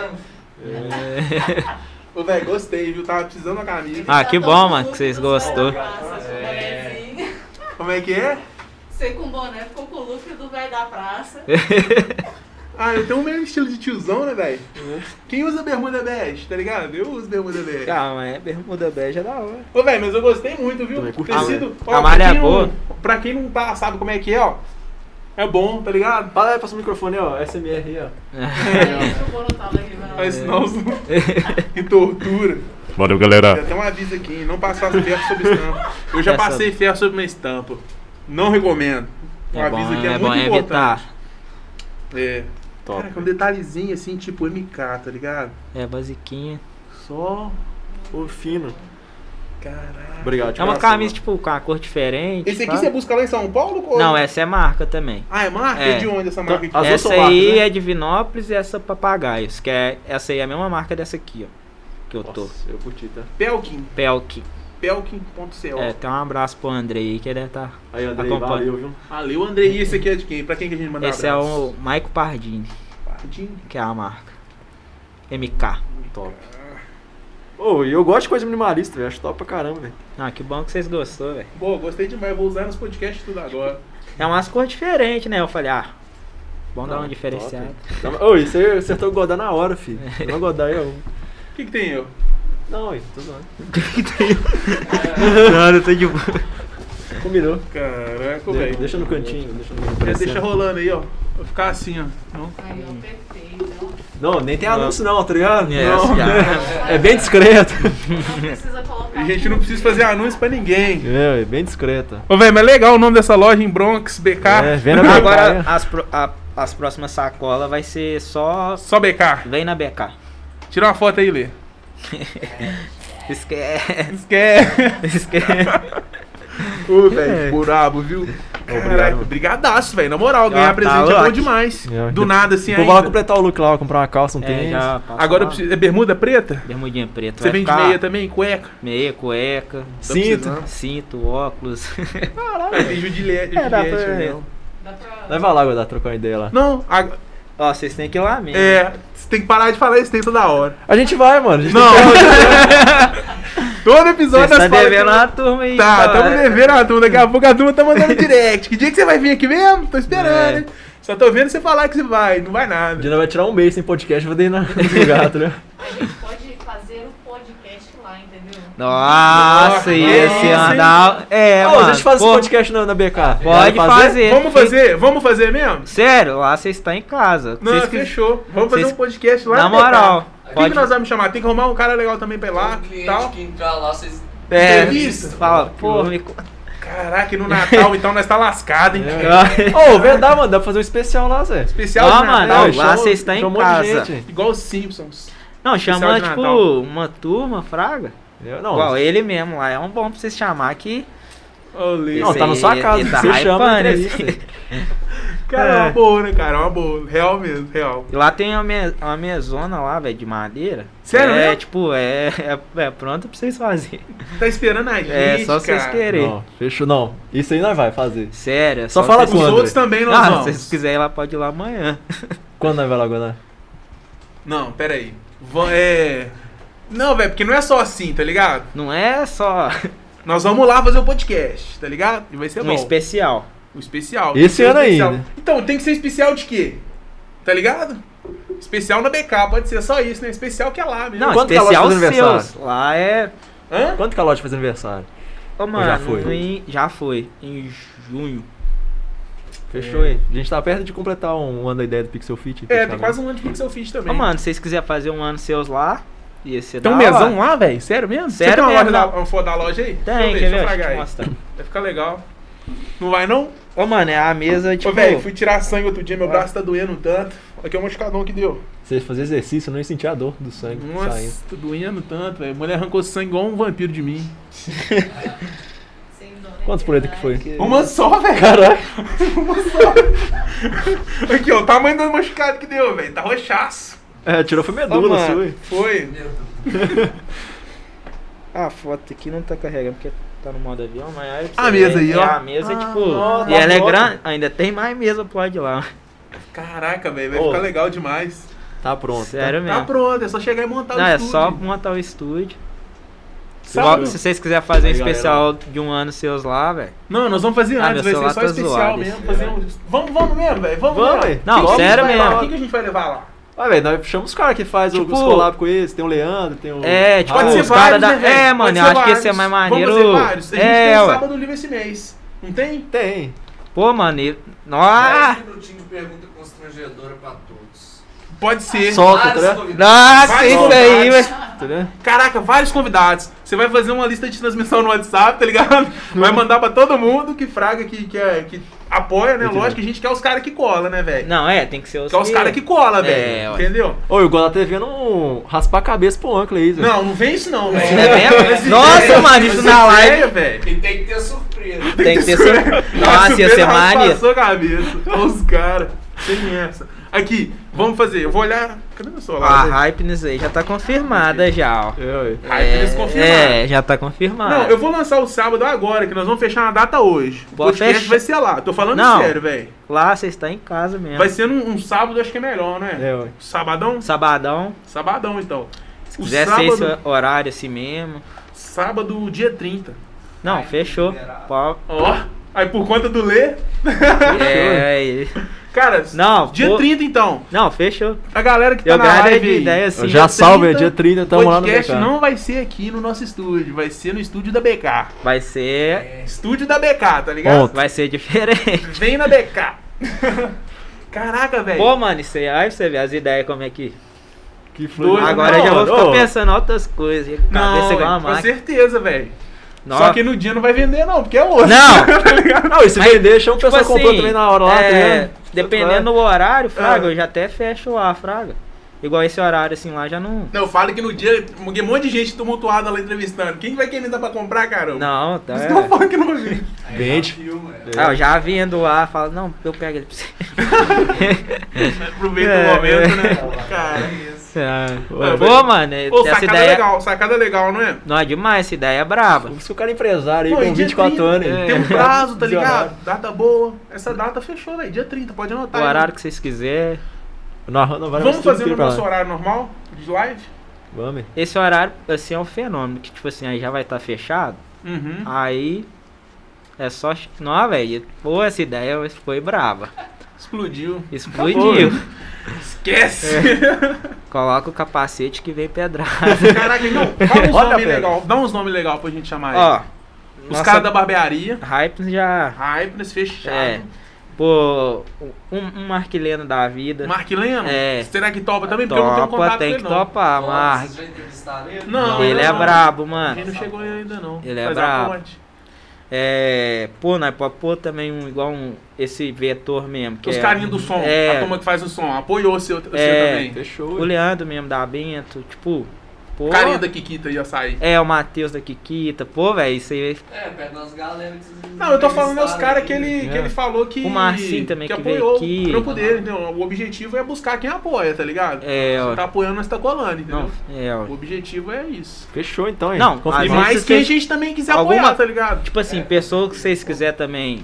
Ô, velho, gostei, viu? Tava precisando da camisa.
Ah, que
Tá
bom,
todo
mano, que vocês
mundo com os
gostou.
praças, com o bonézinho.
Ah.
Como é que é?
Você com o boné ficou com o look do velho da praça.
Ah, eu tenho o mesmo estilo de tiozão, né, velho?
Uhum.
Quem usa bermuda bege, tá ligado? Eu uso bermuda bege.
Ah, mas é bermuda bege é da hora.
Ô, velho, mas eu gostei muito, viu?
Também curti.
Tecido,
A
pra
malha
quem
é boa.
Não, pra quem não tá, sabe como é que é, ó. É bom, tá ligado?
Fala aí, passa o microfone, ó. SMR aí, ó.
É
Ele jogou no tal da Riva.
Mas senão...
[LAUGHS]
que tortura.
Valeu, galera.
Tem até um aviso aqui, hein? não passar ferro sobre estampa. Eu já
Essa-
passei ferro sobre uma estampa. Não recomendo. Um
É
aviso
bom,
aqui é,
é
muito
bom evitar.
importante. É.
Top.
Cara, com um detalhezinho assim, tipo MK, tá ligado?
É basiquinha.
Só o fino.
Caralho.
Obrigado, de
É uma
coração,
camisa,
mano.
tipo, com a cor diferente.
Esse aqui
pá.
você busca lá em São Paulo? ou-
Não, essa é marca também.
Ah, é marca?
É.
E de onde essa marca aqui?
As duas
essa
são
aí
marcas, né?
é de Vinópolis e essa é Papagaios, que é essa aí é a mesma marca dessa aqui, ó. Que eu tô.
Nossa, eu curti, tá?
Pelkin.
Pelk.
Pelkin.co.
É, tem um abraço pro Andrei aí que ele tá.
Aí, Andrei,
Acompanha.
valeu, viu?
Valeu, André. E esse aqui é de quem? Pra quem que a gente manda
Esse é
abraço?
o Maico Pardini,
Pardinho.
que é a marca. MK.
Top. Ô, e eu gosto de coisa minimalista, velho. Acho top pra caramba, velho.
Ah, que bom que vocês gostou, velho.
Pô, gostei demais. Vou usar nos podcasts tudo agora.
É umas cores diferentes, né? Eu falei, ah, bom dar um
Não,
uma diferenciada.
[LAUGHS]
Tá, mas- Ô, isso aí acertou o Godar na hora,
[LAUGHS]
filho. Não Godar aí, ó.
O que, que tem eu?
Não, isso, tudo bem.
Nada,
tá
tô de boa.
Combinou.
Caraca,
De-
velho.
deixa no cantinho, deixa no
Já
cantinho.
deixa rolando aí, ó. Vou ficar assim, ó. Não?
Aí, ó, perfeito.
Não, nem tem anúncio não, tá ligado?
É,
Não.
já.
É bem
[LAUGHS]
discreto.
Não precisa colocar.
A gente não precisa fazer anúncio pra ninguém.
É, é bem discreta.
Ô, velho, mas é legal o nome dessa loja em Bronx, BK.
É, vendo a
Agora
Agora...
as, pro- a- as próximas sacolas vai ser só.
Só BK.
Vem na BK.
Tira uma foto aí, Lê.
Esquece. [LAUGHS]
Esquece.
Esquece.
Ô, velho, brabo, viu? É. Caraca,
Obrigado.
brigadaço, velho. Na moral,
Já
ganhar
tá
presente é bom
ótimo.
demais.
É,
Do
de-
nada, assim,
Vou lá
ainda.
completar o look lá, comprar uma calça, um
É,
tênis.
já passa
Agora eu
lá.
preciso. É bermuda preta?
Bermudinha preta.
Você
vai
vende
ficar
meia também? Cueca?
Meia, cueca.
Cinto.
Cinto, óculos.
Mas tem Juliette,
É, dá
Juliette,
pra-
Julião.
né? Dá pra...
Leva lá, Godar, trocar uma ideia lá.
Não, a-
[LAUGHS] Ó, vocês têm que ir lá mesmo.
é. Você tem que parar de falar isso tem toda
[LAUGHS]
hora.
A gente vai, mano. A gente
Não! Todo episódio
Vocês
nós
tá
fala que-
devendo uma turma aí.
Tá,
fala.
tamo devendo a turma. Daqui a pouco a turma tá
[LAUGHS]
mandando direct. Que dia que você vai vir aqui mesmo? Tô esperando,
É.
hein? Só tô vendo você falar que você vai. Não vai nada.
A Dina vai tirar um mês sem podcast, vou dar na no gato, né?
A gente pode fazer o podcast lá, entendeu?
Nossa,
Nossa,
e
isso,
esse
hein?
andar. É,
Ô,
mano.
a gente faz
pô,
esse podcast na, na BK.
Pode fazer.
Vamos fazer? Vamos fazer mesmo?
Sério, lá vocês estão em casa.
Não, é
Vocês que-
fechou. Vamos fazer
vocês-
um podcast lá.
Na
né, cara?
moral.
Quem que
Pode...
nós vamos chamar? Tem que arrumar um cara legal também pra ir lá
Um cliente
tal.
que entrar lá, vocês.
É,
Entrevista.
fala, pô, me... co-
Caraca, e no
[LAUGHS]
Natal então nós tá lascado, hein?
É.
É. Ô, verdade, mano, dá pra fazer um especial lá, Zé.
Especial
Não,
de Natal.
mano, não,
chama-
lá vocês estão
chama
em
um monte de
casa.
gente.
Igual os Simpsons.
Não,
Especial
chama
de
tipo
Natal.
uma turma, fraga.
Eu- Não,
Igual ele mesmo lá. É um bom pra vocês chamar aqui.
Olê.
não
Esse
tá na
aí,
sua casa,
ele tá
você chama
hypando,
entrevista.
esse-
Cara, é uma
É.
boa, né, cara? É uma boa. Real mesmo, real.
E lá tem uma, me... uma mesona lá, velho, de madeira.
Sério
É,
mesmo?
tipo, é, é, é pronto pra
[LAUGHS]
vocês fazerem.
Tá esperando a gente,
É, só vocês
cara.
querem.
Não, fechou, não. Isso aí nós vai fazer.
Sério, é
Só fala
vocês-
Os
Quando?
outros também nós
Ah, se
vamos.
vocês quiserem ir lá, pode ir lá amanhã.
Quando nós vai lá, Godar?
Não, peraí. Va- É. Não, velho, porque não é só assim, tá ligado?
Não é só
Nós vamos lá fazer o podcast, tá ligado? E vai ser
um
bom.
especial.
O especial.
Esse
Tem que ser um
ano aí,
especial.
né?
Então, tem que ser especial de quê? Tá ligado? Especial na BK, pode ser só isso, né? Especial que é lá mesmo.
Não,
Quanto que ela
especial
faz aniversário?
seus. Lá é.
Hã?
Quanto que a loja faz aniversário?
Ô, mano,
já foi?
em- já foi. Em junho.
Fechou, hein? A gente tá perto de completar um ano da ideia do Pixel Fit.
É, tem quase um ano de Pixel Fit também.
Ô, Ah, mano, se vocês quiserem fazer um ano seus lá, ia ser
Tem um
da
mesão
hora.
lá, velho? Sério mesmo?
Sério
Você tem uma,
mesmo,
loja
não.
da, uma foto da loja aí? Deixa eu
Tem,
ver,
quer
deixa eu
ver? Deixa eu
fragar
te
aí.
mostrar.
Vai ficar legal. Não vai não?
Ô, mano, é a mesa, tipo...
Ô, velho, fui tirar sangue outro dia, meu
Vai.
braço tá doendo um tanto. Aqui é o machucadão que deu.
Você fazia exercício, eu não sentia a dor do sangue
Nossa,
saindo.
tô doendo tanto, velho. A mulher arrancou sangue igual um vampiro de mim.
Sem dona
Quantos por que foi?
Uma só, velho. [LAUGHS]
Caralho.
Aqui, ó, o tamanho do machucado que deu, velho. Tá roxaço.
É, tirou foi
Ô,
medula,
mano.
sua.
Foi.
A foto aqui não tá carregando porque tá no modo avião, mas... Aí pra
A
você
mesa
ver,
aí,
é
ó.
A mesa,
Ah, tá
tipo...
ó,
e ela é
foto.
grande. Ainda tem mais mesa pro lado de
Tá
lá.
Caraca, velho, vai
Ô.
ficar legal demais.
Tá pronto.
Sério
tá?
mesmo.
Tá pronto, é só chegar e montar
não,
o
é
estúdio.
só montar o estúdio.
Sábado.
Se vocês quiserem fazer um
Aí, galera.
especial de um ano seus lá, velho.
Não, nós vamos fazer
Ah,
antes,
meu
vai ser
celular
só
tá
especial
zoado,
mesmo.
esse
Fazer um... Vamos, vamos mesmo, velho. Vamos,
Vamos,
mesmo.
velho.
O
Não,
que que a gente
sério
vai
mesmo.
lá? O que, que a gente vai levar lá?
Ah, velho, nós chamamos os caras que faz
Tipo-
os collab com eles, tem o Leandro, tem o.
É, tipo,
Raul.
Pode ser
os
vários,
caras da.
né, velho?
é,
Pode
mano, eu
ser
acho que ia ser
vários.
mais
Vamos
maneiro.
fazer vários. A gente
é,
tem um
ué.
sábado livre esse mês. Não tem?
Tem.
Pô, mano, e...
Ah!
Nossa!
10 minutinhos de pergunta constrangedora pra todos.
Pode ser.
Solta,
Vários
né?
tá?
convidados.
Nossa,
Vai,
isso
mano,
aí,
vai.
velho.
Entendeu?
Caraca, vários convidados. Você vai fazer uma lista de transmissão no WhatsApp, tá ligado? Vai mandar pra todo mundo que fraga, que, que, é- que apoia, né?
Muito
Lógico, a gente quer os caras que cola, né, velho?
Não, é, tem que ser os.
Quer os caras que cola,
É,
velho.
ué.
Entendeu?
Ô, eu gosto da vendo um raspar a cabeça pro Uncle aí, velho.
Não, não vem isso não, velho.
Não é mesmo?
Essa
Nossa,
ideia,
mano, isso
essa
na
ideia,
live.
velho.
E tem que ter surpresa.
Tem que ter
[LAUGHS]
seu. Nossa, ia ser maneiro.
Passou a cabeça. Olha os caras. Sem essa. Aqui, vamos fazer. Eu vou olhar. Cadê meu
A
celular? velho?
hype nisso aí já tá confirmada já, ó.
É, ué.
Hype
é,
eles confirmaram.
É, já tá confirmada.
Não, eu vou lançar o sábado agora, que nós vamos fechar uma data hoje. O
Boa
podcast
fecha.
vai ser lá. Tô falando
Não. É.
sério, velho.
Lá você está em casa mesmo.
Vai ser num um sábado, acho que é melhor, né?
É, ué.
Sabadão?
Sabadão,
Sabadão, então.
se
O
quiser ser
sábado,
esse horário assim mesmo.
sábado, dia 30.
Não, fechou. Pau.
Ó, aí por conta do Lê.
É, aí.
Cara,
Não,
dia
pô.
30 então.
Não, fechou.
A galera que tá
Eu
na
gravo
live
de
aí,
ideia assim.
Já
dia
salve, é
30,
dia 30,
o
tamo lá no
podcast
BK.
não vai ser aqui no nosso estúdio, vai ser no estúdio da BK.
Vai ser.
É,
Estúdio da BK, tá ligado?
Ponto.
Vai ser diferente.
Vem na BK. [LAUGHS] Caraca, velho.
Pô, mano, isso aí, aí você vê as ideias como é que.
Que
Doido,
Não,
Agora eu já vou ficar
ô, [LAUGHS]
pensando em outras coisas.
Não,
Cabeça igual uma
velho, com
máquina.
certeza, velho.
Nossa.
Só que no dia não vai vender, não, porque é hoje. [LAUGHS]
Não!
tá Não, e se vender, chama o
Tipo
pessoal que comprou
assim,
também na hora lá, tá
é,
ligado?
Dependendo do horário, Fraga,
Ah.
eu já até fecho lá, Fraga. Igual esse horário assim lá já não.
Não, eu falo que no dia um monte de gente tumultuada lá entrevistando. Quem que vai querer dar pra comprar, caramba?
Não, tá.
Por isso que eu falo que não vende.
aí
Vende.
já filma, é.
Ah, eu já vindo lá, falo, não, eu pego ele pra você.
[LAUGHS] Aproveita
É,
o momento, né?
é.
Cara.
Pô,
velho.
mano, é-
É, Ô,
essa
sacada
ideia.
legal, sacada legal, não é?
Não é demais, essa ideia é braba.
Por isso que o cara é empresário aí
Pô, e
com
dia
24 anos.
30,
aí.
Tem um prazo,
[LAUGHS]
tá
Visionário.
ligado? Data boa. Essa data fechou, velho. Dia 30, pode
O
anotar. Tá aí.
horário que vocês quiserem.
Não, não, vai
Vamos fazer no
pra
nosso
lá.
horário normal de live?
Vamos.
Esse horário, assim, é um fenômeno. Que, tipo assim, aí já vai estar fechado.
Uhum.
Ah. Aí. É só. ch- Não, velho. Pô, essa ideia foi braba.
Explodiu.
Explodiu.
né? Esquece!
É. Coloca o capacete que vem pedrada.
[LAUGHS] Caraca, não. Fala
[LAUGHS]
uns
Olha a
nomes
pedra.
legal. Dá uns nomes legal pra gente chamar aí.
Ó.
Os caras da barbearia.
Hype já.
Hype nesse fechado.
É. Pô, um, um marquileno da vida.
Mark Leno?
É.
Será que topa também? Porque eu não tenho
Topa,
contato
tem
com
que
ele, não.
topar,
Ó,
Mark.
Vocês já entrevistaram ele?
Não,
Ele é
não.
brabo,
A gente
mano.
não chegou aí ainda, não.
Ele é
Faz a
brabo.
ponte.
É. Pô, nós pode pôr também um igual um. Esse vetor mesmo. Que
Os
é,
carinhos do som.
É.
A turma que faz o som. Apoiou o seu, o seu
É.
também.
Fechou.
O Leandro mesmo da Bento. Tipo. Pô.
Carinha da Kikita e açaí.
É, o Matheus da Kikita. Pô, velho, isso aí.
É, pega umas galera que vocês
Não, eu tô falando é os caras que ele,
É.
que ele falou que.
O Marcinho também que veio
apoiou
aqui.
o trampo dele, entendeu? O objetivo é buscar quem apoia, tá ligado?
É,
Você
ó.
tá apoiando, nós tá colando, entendeu?
Não, é, ó.
O objetivo é isso.
Fechou então, hein?
Não,
E
Às
confirma.
vezes
mais que a
vocês-
gente também quiser
Alguma-
apoiar, tá ligado?
Tipo assim, pessoa que vocês quiserem também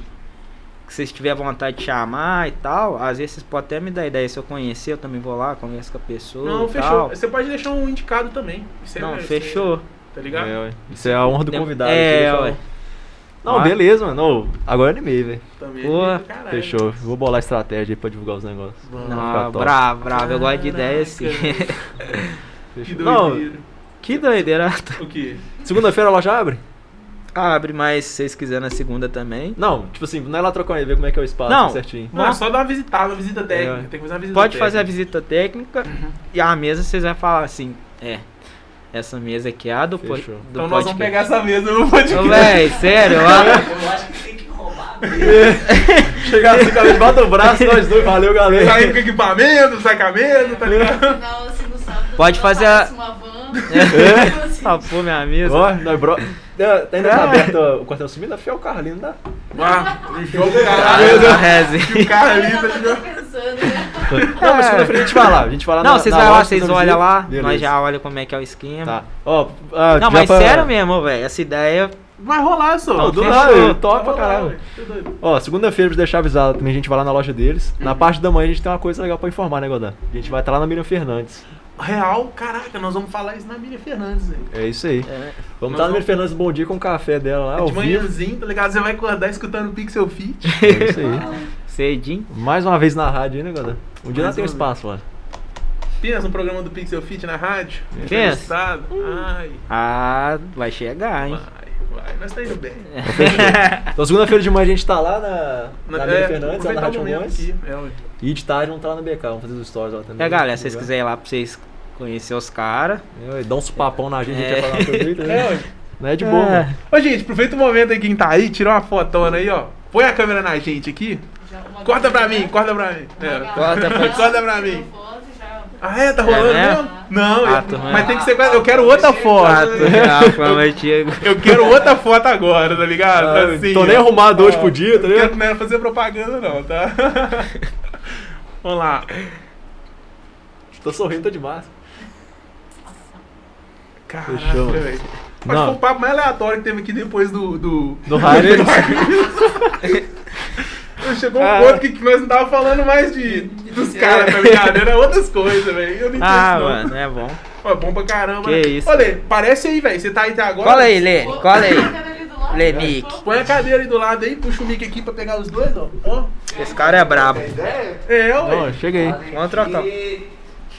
que vocês tiverem vontade de chamar e tal, às vezes vocês podem até me dar ideia. Se eu conhecer, eu também vou lá, converso com a pessoa.
Não,
e
fechou.
tal.
Você pode deixar um indicado também. Isso é-
Não,
isso é-
fechou.
Tá ligado?
É, ué. Isso é a honra do convidado. isso
É,
aí,
ué.
pessoal. Não,
Ah.
beleza, mano. Ô, agora eu animei, velho.
Também. é
Boa.
Caralho.
Fechou. Vou bolar estratégia aí pra divulgar os negócios.
Vamos.
Fica
Não,
Hum, tá top.
bravo, bravo. Eu gosto de ideia assim.
Caraca.
[LAUGHS]
Que
Fechou. Não,
doideira.
que doideira.
O que?
segunda-feira a loja abre?
Abre, mas se vocês quiserem na segunda também.
Não, tipo assim, não é lá trocar aí, ver como é que é o espaço
Não.
certinho.
Não, é só dar uma visitada, uma visita técnica.
É.
Tem que fazer uma visita
Pode fazer a
técnica. Uhum.
visita técnica e a mesa vocês vão falar assim, é, essa mesa aqui é a do, po-
Fechou.
do
Então nós vamos
podcast.
pegar essa mesa no podcast.
Ô, véi, sério, ó. [LAUGHS]
Eu acho que tem que roubar.
Chegar assim,
[LAUGHS]
galera, bota o braço, nós dois, valeu,
[LAUGHS] Sair
galera.
com equipamento, sai com a mesa, tá ligado?
Afinal, assim, no sábado,
[LAUGHS] Pode
não
fazer a-
aparece uma van. Tipo assim,
Ah, pô, minha mesa.
Ó, nós bro... É, tá Ainda tá
Ah.
aberto ó, o quartel sumido, fiel o Carlinho, dá.
Ah, o jogo,
Ah,
caralho.
a resenha.
O [LAUGHS] cara
[LAUGHS] olha,
ali,
ela
tá
tá
ligado?
pensando, né?
Não, mas segunda-feira a gente vai lá. A gente vai lá
É. Não,
Tá na-
vocês
na
vão lá,
loja,
vocês
faz uma
olham
visita.
lá,
Beleza.
nós já olha como é que é o esquema.
Tá. Ó, ah,
Não,
já
mas
pra-
sério mesmo, velho. Essa ideia.
Vai rolar, só.
Não, do
Fechou.
nada, top pra
Vai rolar,
caralho.
velho. Tá doido.
Ó, segunda-feira, pra deixar avisado, também a gente vai lá na loja deles. Na parte da manhã a gente tem uma coisa legal pra informar, né, Godan? A gente vai estar lá na Miriam Fernandes.
Real, caraca, nós vamos falar isso na Miriam Fernandes, velho.
É isso aí.
É,
Vamos
Nós
estar na Miriam
vamos-
Fernandes Bom Dia com o café dela lá, ao
de
[LAUGHS] vivo.
manhãzinho, tá ligado? Você vai acordar escutando Pixel Fit.
É isso aí.
Cedinho.
Mais uma vez na rádio, hein, né, Godan? Um dia
Mais
nós tem
uma
espaço lá.
Pensa no programa do Pixel Fit na rádio.
Pensa.
Entrevistado. Ai,
Ah, vai chegar, hein?
vai, vai. Nós tá indo bem.
Então, segunda-feira de manhã a gente tá lá na, na Miriam
é,
Fernandes, lá na
aproveitar o
Rádio
momento
Munhões.
aqui, é, ué.
E de tarde vamos estar lá no BK, vamos fazer os stories lá também. né?
É, galera, se vocês
Divulgar.
quiserem ir lá pra vocês conhecer os caras.
É, Dá uns papão na gente, a gente
É.
vai falar uma coisa aí também.
[LAUGHS] É, ué.
Não é de boa,
É.
mano.
Ô, gente, aproveita o momento aí quem tá aí, tira uma fotona aí, ó. Põe a câmera na gente aqui.
Já uma
Corta pra mim,
galera-
corta pra mim.
uma
É.
galera
corta pra-
já
corta pra mim.
tirou foto, já-
Ah, é? Tá rolando
É, né?
mesmo? Não,
Ah,
eu-
tá,
mas
mano.
tem que ser. com a- Eu quero outra
Ah,
foto.
tu- [LAUGHS] ah, pô,
[LAUGHS]
mas Diego.
Eu quero outra foto agora, tá ligado?
Ah,
Assim,
tô nem
ó.
arrumado hoje
Ó,
pro dia, tá
Não
ligado?
quero não era fazer propaganda, não, tá? [LAUGHS] Vamos lá.
Tô sorrindo, tô demais.
Caraca,
Fechou.
velho. Acho que
Não.
foi o papo mais aleatório que teve aqui depois do. do...
[LAUGHS]
No rádio eles...
Chegou
Ah.
um ponto que que nós não tava falando mais de, dos caras, tá ligado? Era outras coisas, velho. Eu não entendi
É. Ah,
isso, não.
mano, é bom.
Ó, bom pra caramba.
Que
né?
isso.
Ô, Lê, parece aí, velho. Você tá aí até agora.
Cola aí, Lê. Cola aí.
Põe a Tá cadeira ali do lado,
Lenick.
por favor.
Põe a cadeira aí do lado aí, puxa o mic aqui pra pegar os dois, ó. Ó.
Esse cara é brabo. [LAUGHS]
ideia?
É, ó.
Não,
velho.
chega aí.
Vamos trocar.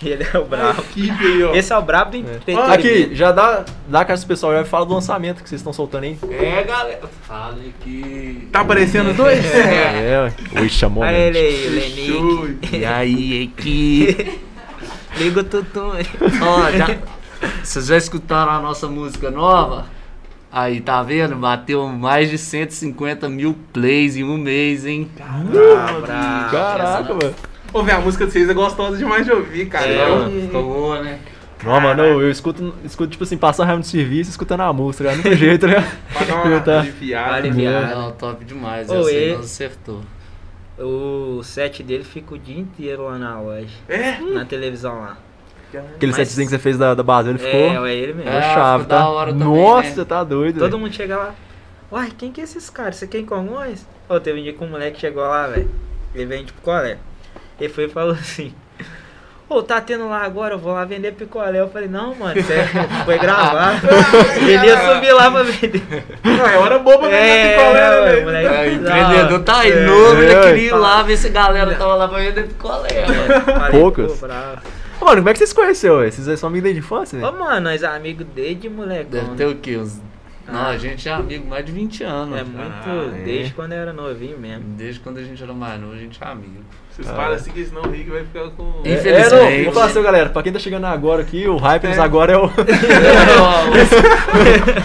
Ele é o brabo.
Equipe aí, ó.
Esse é o brabo do
Ah,
entretenimento.
Aqui, já dá, dá cara pro pessoal, já fala do lançamento que vocês estão soltando aí.
É, galera. Fale que.
Tá aparecendo os [LAUGHS] dois?
É, ué. Ui, chamou
Olha ele
mesmo.
aí, Lenick.
Ui.
E aí, equipe?
[LAUGHS] Liga o tutum. aí.
Ó, já... Vocês já escutaram a nossa música nova? Aí, tá vendo? Bateu mais de 150 mil plays em um mês, hein?
Ah, brabo.
Caraca, mano.
Ô, velho, a música de vocês é gostosa demais de ouvir, cara.
É,
É,
mano,
um-
ficou boa, né?
Não, mano, eu, eu escuto, escuto, tipo assim, passar raiva no serviço escutando a música, tá ligado? Não tem jeito, né?
pra dar
Eu
uma
tá-
aliviada.
Aliviada.
Não, top demais.
Ô,
Essa aí
e-
nós acertou.
O set dele fica o dia inteiro lá na loja,
É?
na televisão lá.
Aquele
Mas-
setzinho que você fez da, da base, ele ficou.
É, é ele mesmo.
Ficou
É,
chave,
ficou da
tá?
hora também,
Nossa,
né?
tá doido.
Todo
velho.
mundo chega lá. Uai, quem que é esses caras? Você quem Congonhas? Ô, teve um dia que um moleque chegou lá, velho. Ele vende picolé. Ele foi e falou assim. Ô, tá tendo lá agora, eu vou lá vender picolé. Eu falei, não, mano, você foi gravar. ele ia subir lá pra vender.
Não, é hora boa pra ver picolé, né,
ué,
velho?
moleque.
É, o
da
empreendedor
hora.
tá aí,
Ah, É,
novo, ele
é,
queria ir
fala.
lá ver se a galera tava lá pra vender picolé, mano.
Falei,
Poucos.
pô, bravo.
Mano, como é que vocês se conheceu, velho? Vocês são amigos desde a infância, né?
Ô,
velho?
mano, nós é amigo desde moleque.
Deve ter o quê? Uns... Não, a gente é amigo mais de 20 anos.
Ah. É muito,
Ah,
é.
desde quando eu era novinho mesmo.
Desde quando a gente era mais novo, a gente é
[LAUGHS]
amigo.
Vocês falam assim que senão o Rick vai ficar com.
É.
É, não,
Infelizmente.
vou falar assim, galera, pra quem tá chegando agora aqui, o hype
É.
agora é o.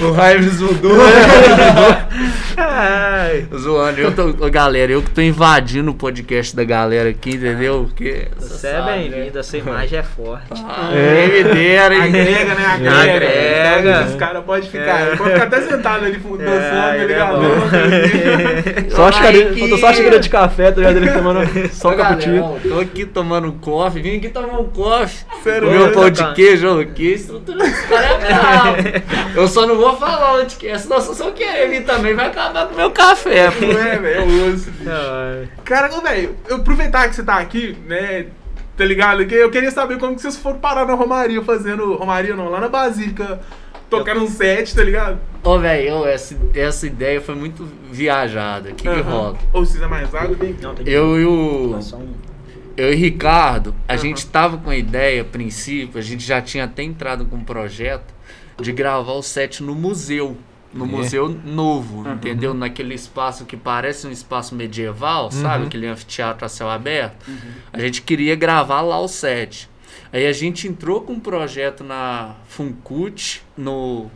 [LAUGHS] o Raimes mudou. né? [LAUGHS]
Ai,
Zoando, eu tô, ô, galera, eu que tô invadindo o podcast da galera aqui, entendeu? Porque
você é bem-vindo, a sua
né?
imagem é forte.
Ah, Quem me dera, hein?
Agrega, né?
Agrega.
Os caras podem ficar.
É.
Pode ficar até sentado ali dançando,
É,
tá
ele é
ligado?
Só a xícara,
Ai,
eu tô só a
que-
xícara de café, tá ligado?
[LAUGHS]
Ele tomando só
Ô,
um
galera,
cappuccino.
ó, Tô aqui tomando um coffee, vim aqui tomar um coffee.
Sério,
Meu
mesmo,
pão de
cara?
queijo aqui, estrutura desse cara é brabo. Eu só não vou falar onde que é, senão vocês vão querer vir também, vai com nada no meu café, pô.
Não é, velho, eu ouço, bicho. Cara, ô, velho, eu aproveitar que você tá aqui, né? Tá ligado? Que eu queria saber como que vocês foram parar na Romaria fazendo. Romaria não, lá na Basílica, tocando um set, tá ligado?
Ô, velho, essa, essa ideia foi muito viajada. O que, que
Aham.
rola?
Ou se quiser mais água, tem.
Não, tem que
Eu e o.
lançar um.
Eu e Ricardo, a
Aham.
gente tava com a ideia, a princípio, a gente já tinha até entrado com um projeto de gravar o set no museu. No museu novo, entendeu? Naquele espaço que parece um espaço medieval, sabe? Aquele anfiteatro a céu aberto.
Uhum.
A gente queria gravar lá o set. Aí a gente entrou com um projeto na Funcut, no.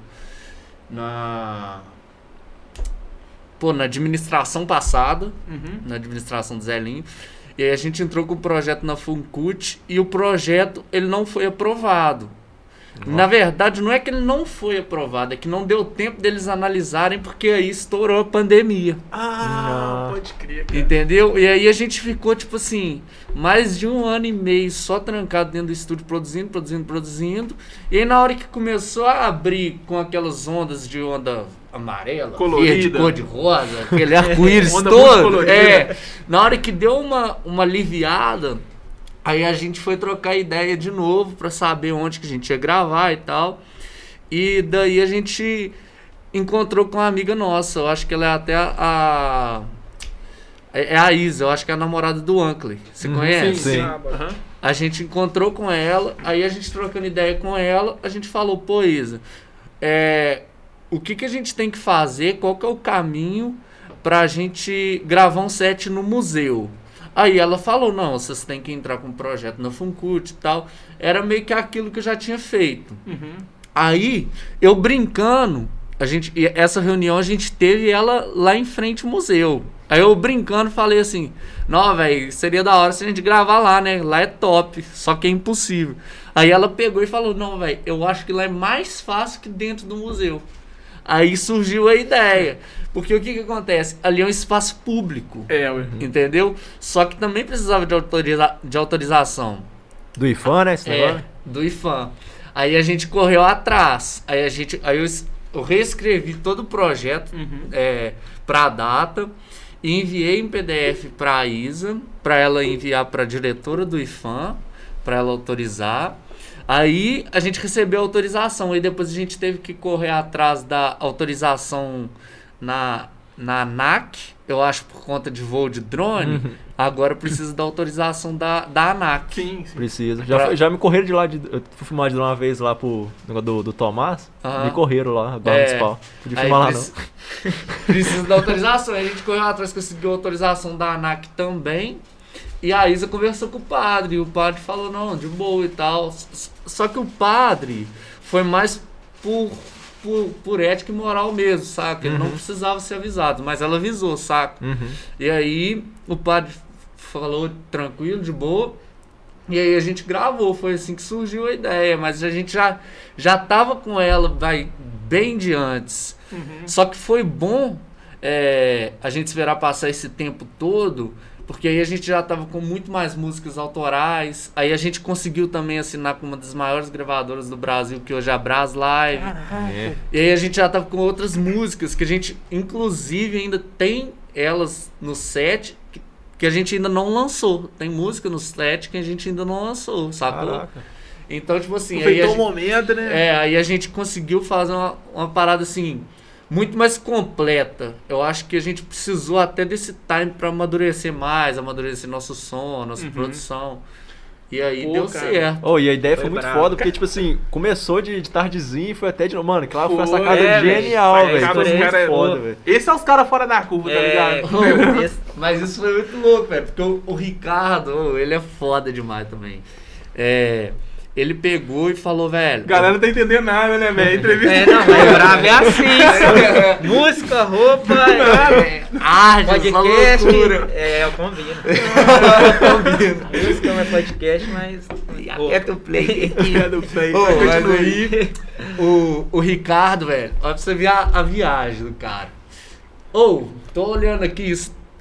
Na. Pô, na administração passada
Uhum.
na administração do Zé Linho. E aí a gente entrou com o projeto na Funcut e o projeto ele não foi aprovado. Na verdade, não é que ele não foi aprovado, é que não deu tempo deles analisarem porque aí estourou a pandemia.
Ah,
Não.
pode crer, cara.
Entendeu? E aí a gente ficou, tipo assim, mais de um ano e meio só trancado dentro do estúdio, produzindo, produzindo, produzindo. E aí na hora que começou a abrir com aquelas ondas de onda amarela,
Colorida.
verde, cor de rosa,
[LAUGHS]
aquele arco-íris
Onda muito
todo.
colorida.
É, na hora que deu uma, uma aliviada, aí a gente foi trocar ideia de novo pra saber onde que a gente ia gravar e tal. E daí a gente encontrou com uma amiga nossa, eu acho que ela é até a. É é a Isa, eu acho que é a namorada do Uncle. Você conhece?
Uhum. sim.
Aham.
A gente encontrou com ela, aí a gente trocando ideia com ela, a gente falou, pô, Isa, é, o que, que a gente tem que fazer? Qual que é o caminho pra gente gravar um set no museu? Aí ela falou, não, vocês têm que entrar com um projeto na Funcut e tal. Era meio que aquilo que eu já tinha feito.
Uhum.
Aí, eu brincando, a gente, e essa reunião a gente teve ela lá em frente ao museu. Aí eu brincando falei assim: Não, velho, seria da hora se a gente gravar lá, né? Lá é top, só que é impossível. Aí ela pegou e falou: Não, velho, eu acho que lá é mais fácil que dentro do museu. Aí surgiu a ideia. Porque o que, que acontece? Ali é um espaço público,
É, ué.
entendeu? Só que também precisava de, autoriza de autorização.
Do IFAN, né? Esse
É,
negócio?
do IFAM. Aí a gente correu atrás. Aí a gente. Aí eu, es- eu reescrevi todo o projeto
Uhum.
é, pra data. E enviei em PDF pra Isa, pra ela enviar pra diretora do IFAM, pra ela autorizar. Aí a gente recebeu a autorização. Aí depois a gente teve que correr atrás da autorização na, na ANAC, eu acho por conta de voo de drone. Agora precisa da autorização da, da ANAC.
Sim, sim.
Precisa. Já,
Pra-
foi- já me correram de lá. De, eu fui filmar de lá uma vez lá pro negócio do, do Tomás.
Aham.
Me correram lá, agora
É.
municipal. Podia
Aí
filmar lá, não.
preci- [LAUGHS] Precisa da autorização. Aí a gente correu atrás, conseguiu a autorização da ANAC também. E a Isa conversou com o padre. E o padre falou, não, de boa e tal. S- s- Só que o padre foi mais por, por, por ética e moral mesmo, saca? Ele não precisava ser avisado, mas ela avisou, saca?
Uhum.
E aí o padre falou tranquilo, de boa. E aí a gente gravou, foi assim que surgiu a ideia, mas a gente já, já tava com ela vai, bem de antes. Só que foi bom é, a gente esperar passar esse tempo todo, porque aí a gente já tava com muito mais músicas autorais. Aí a gente conseguiu também assinar com uma das maiores gravadoras do Brasil, que hoje é a Bras Live.
É.
E aí a gente já tava com outras músicas que a gente, inclusive, ainda tem elas no set que, que a gente ainda não lançou. Tem música no set que a gente ainda não lançou, sacou?
Caraca.
Então, tipo assim. aí a
Aproveitou o
gente-
momento, né?
é, aí a gente conseguiu fazer uma, uma parada assim muito mais completa. Eu acho que a gente precisou até desse time pra amadurecer mais, amadurecer nosso som, a nossa produção. E aí
Uhum. Pô,
deu
cara.
certo.
Oh, e a ideia foi,
Foi
muito
brabo.
foda, porque, tipo assim, começou de, de tardezinha e foi até de. Mano, que lá foi uma
Foi,
sacada
é, velho.
genial,
Foi,
velho.
acaba
Foi
os
muito
cara-
foda, velho.
Esse é os caras fora da curva, tá
É,
ligado? [LAUGHS]
esse-
Mas isso foi muito louco, velho, porque o, o Ricardo, ô, ele é foda demais também. É, ele pegou e falou, velho.
Galera não tá entendendo nada, né,
[LAUGHS]
velho? Entrevista.
[LAUGHS]
[LAUGHS]
É, não, mas bravo é assim. Música, roupa, é,
Ah,
podcast, é,
[LAUGHS]
eu combino. Música não é podcast, mas...
É
[LAUGHS]
Aperta o
[LAUGHS]
play.
Obrigado, velho.
Ô,
É Vai,
mas
continua.
aí, o, o Ricardo, velho, olha pra você ver a, a viagem do cara. Ou, tô olhando aqui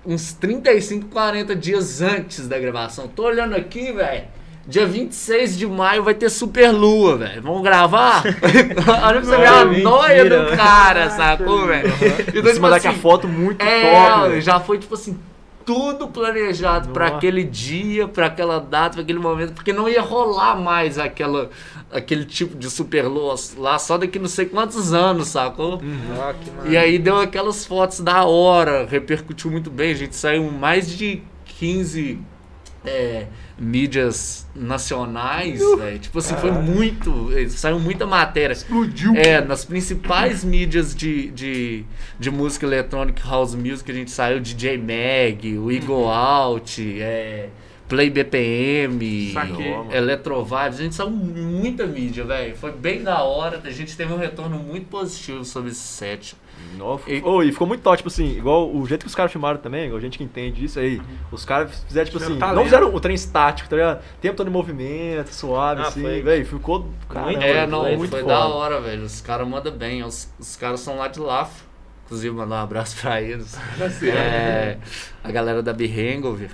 uns 35, 40 dias antes da gravação. Tô olhando aqui, velho. Dia 26 de maio vai ter Super Lua, velho. Vamos gravar? [LAUGHS] Olha pra você ver a
mentira,
noia do
velho.
cara, sacou, velho? Então,
Em cima
tipo
daqui a
assim,
foto muito
é,
top. velho.
já foi tipo assim, tudo planejado pra
Nossa.
aquele dia, pra aquela data, pra aquele momento, porque não ia rolar mais aquela, aquele tipo de superlua lá só daqui não sei quantos anos, sacou?
Uhum.
Ah, que massa.
E aí deu aquelas fotos da hora, repercutiu muito bem, a gente saiu em mais de 15 é, mídias nacionais,
Uhum.
velho. tipo assim, foi muito, eh, saiu muita matéria.
Explodiu.
É, nas principais mídias de, de, de música eletrônica, house music, a gente saiu DJ Mag, o Eagle Out, é, Play BPM,
Saquei.
Eletrovibes, a gente saiu em muita mídia, velho. Foi bem da hora, a gente teve um retorno muito positivo sobre esse set.
Nó, fi-
E-
Ô, e ficou muito top, tipo assim, igual o jeito que os caras filmaram também, igual a gente que entende isso aí. Os caras fizeram, tipo
Fizeram
assim,
talento.
não fizeram o trem estático, tá ligado? O Tempo todo em movimento, suave,
Ah,
assim,
foi-
velho. Ficou. Caramba,
é, não,
ficou
foi
foda.
da hora, velho. Os caras mandam bem, os, os caras são lá de lá. Inclusive, mandar um abraço pra eles.
Tá
É, a galera da Behangover.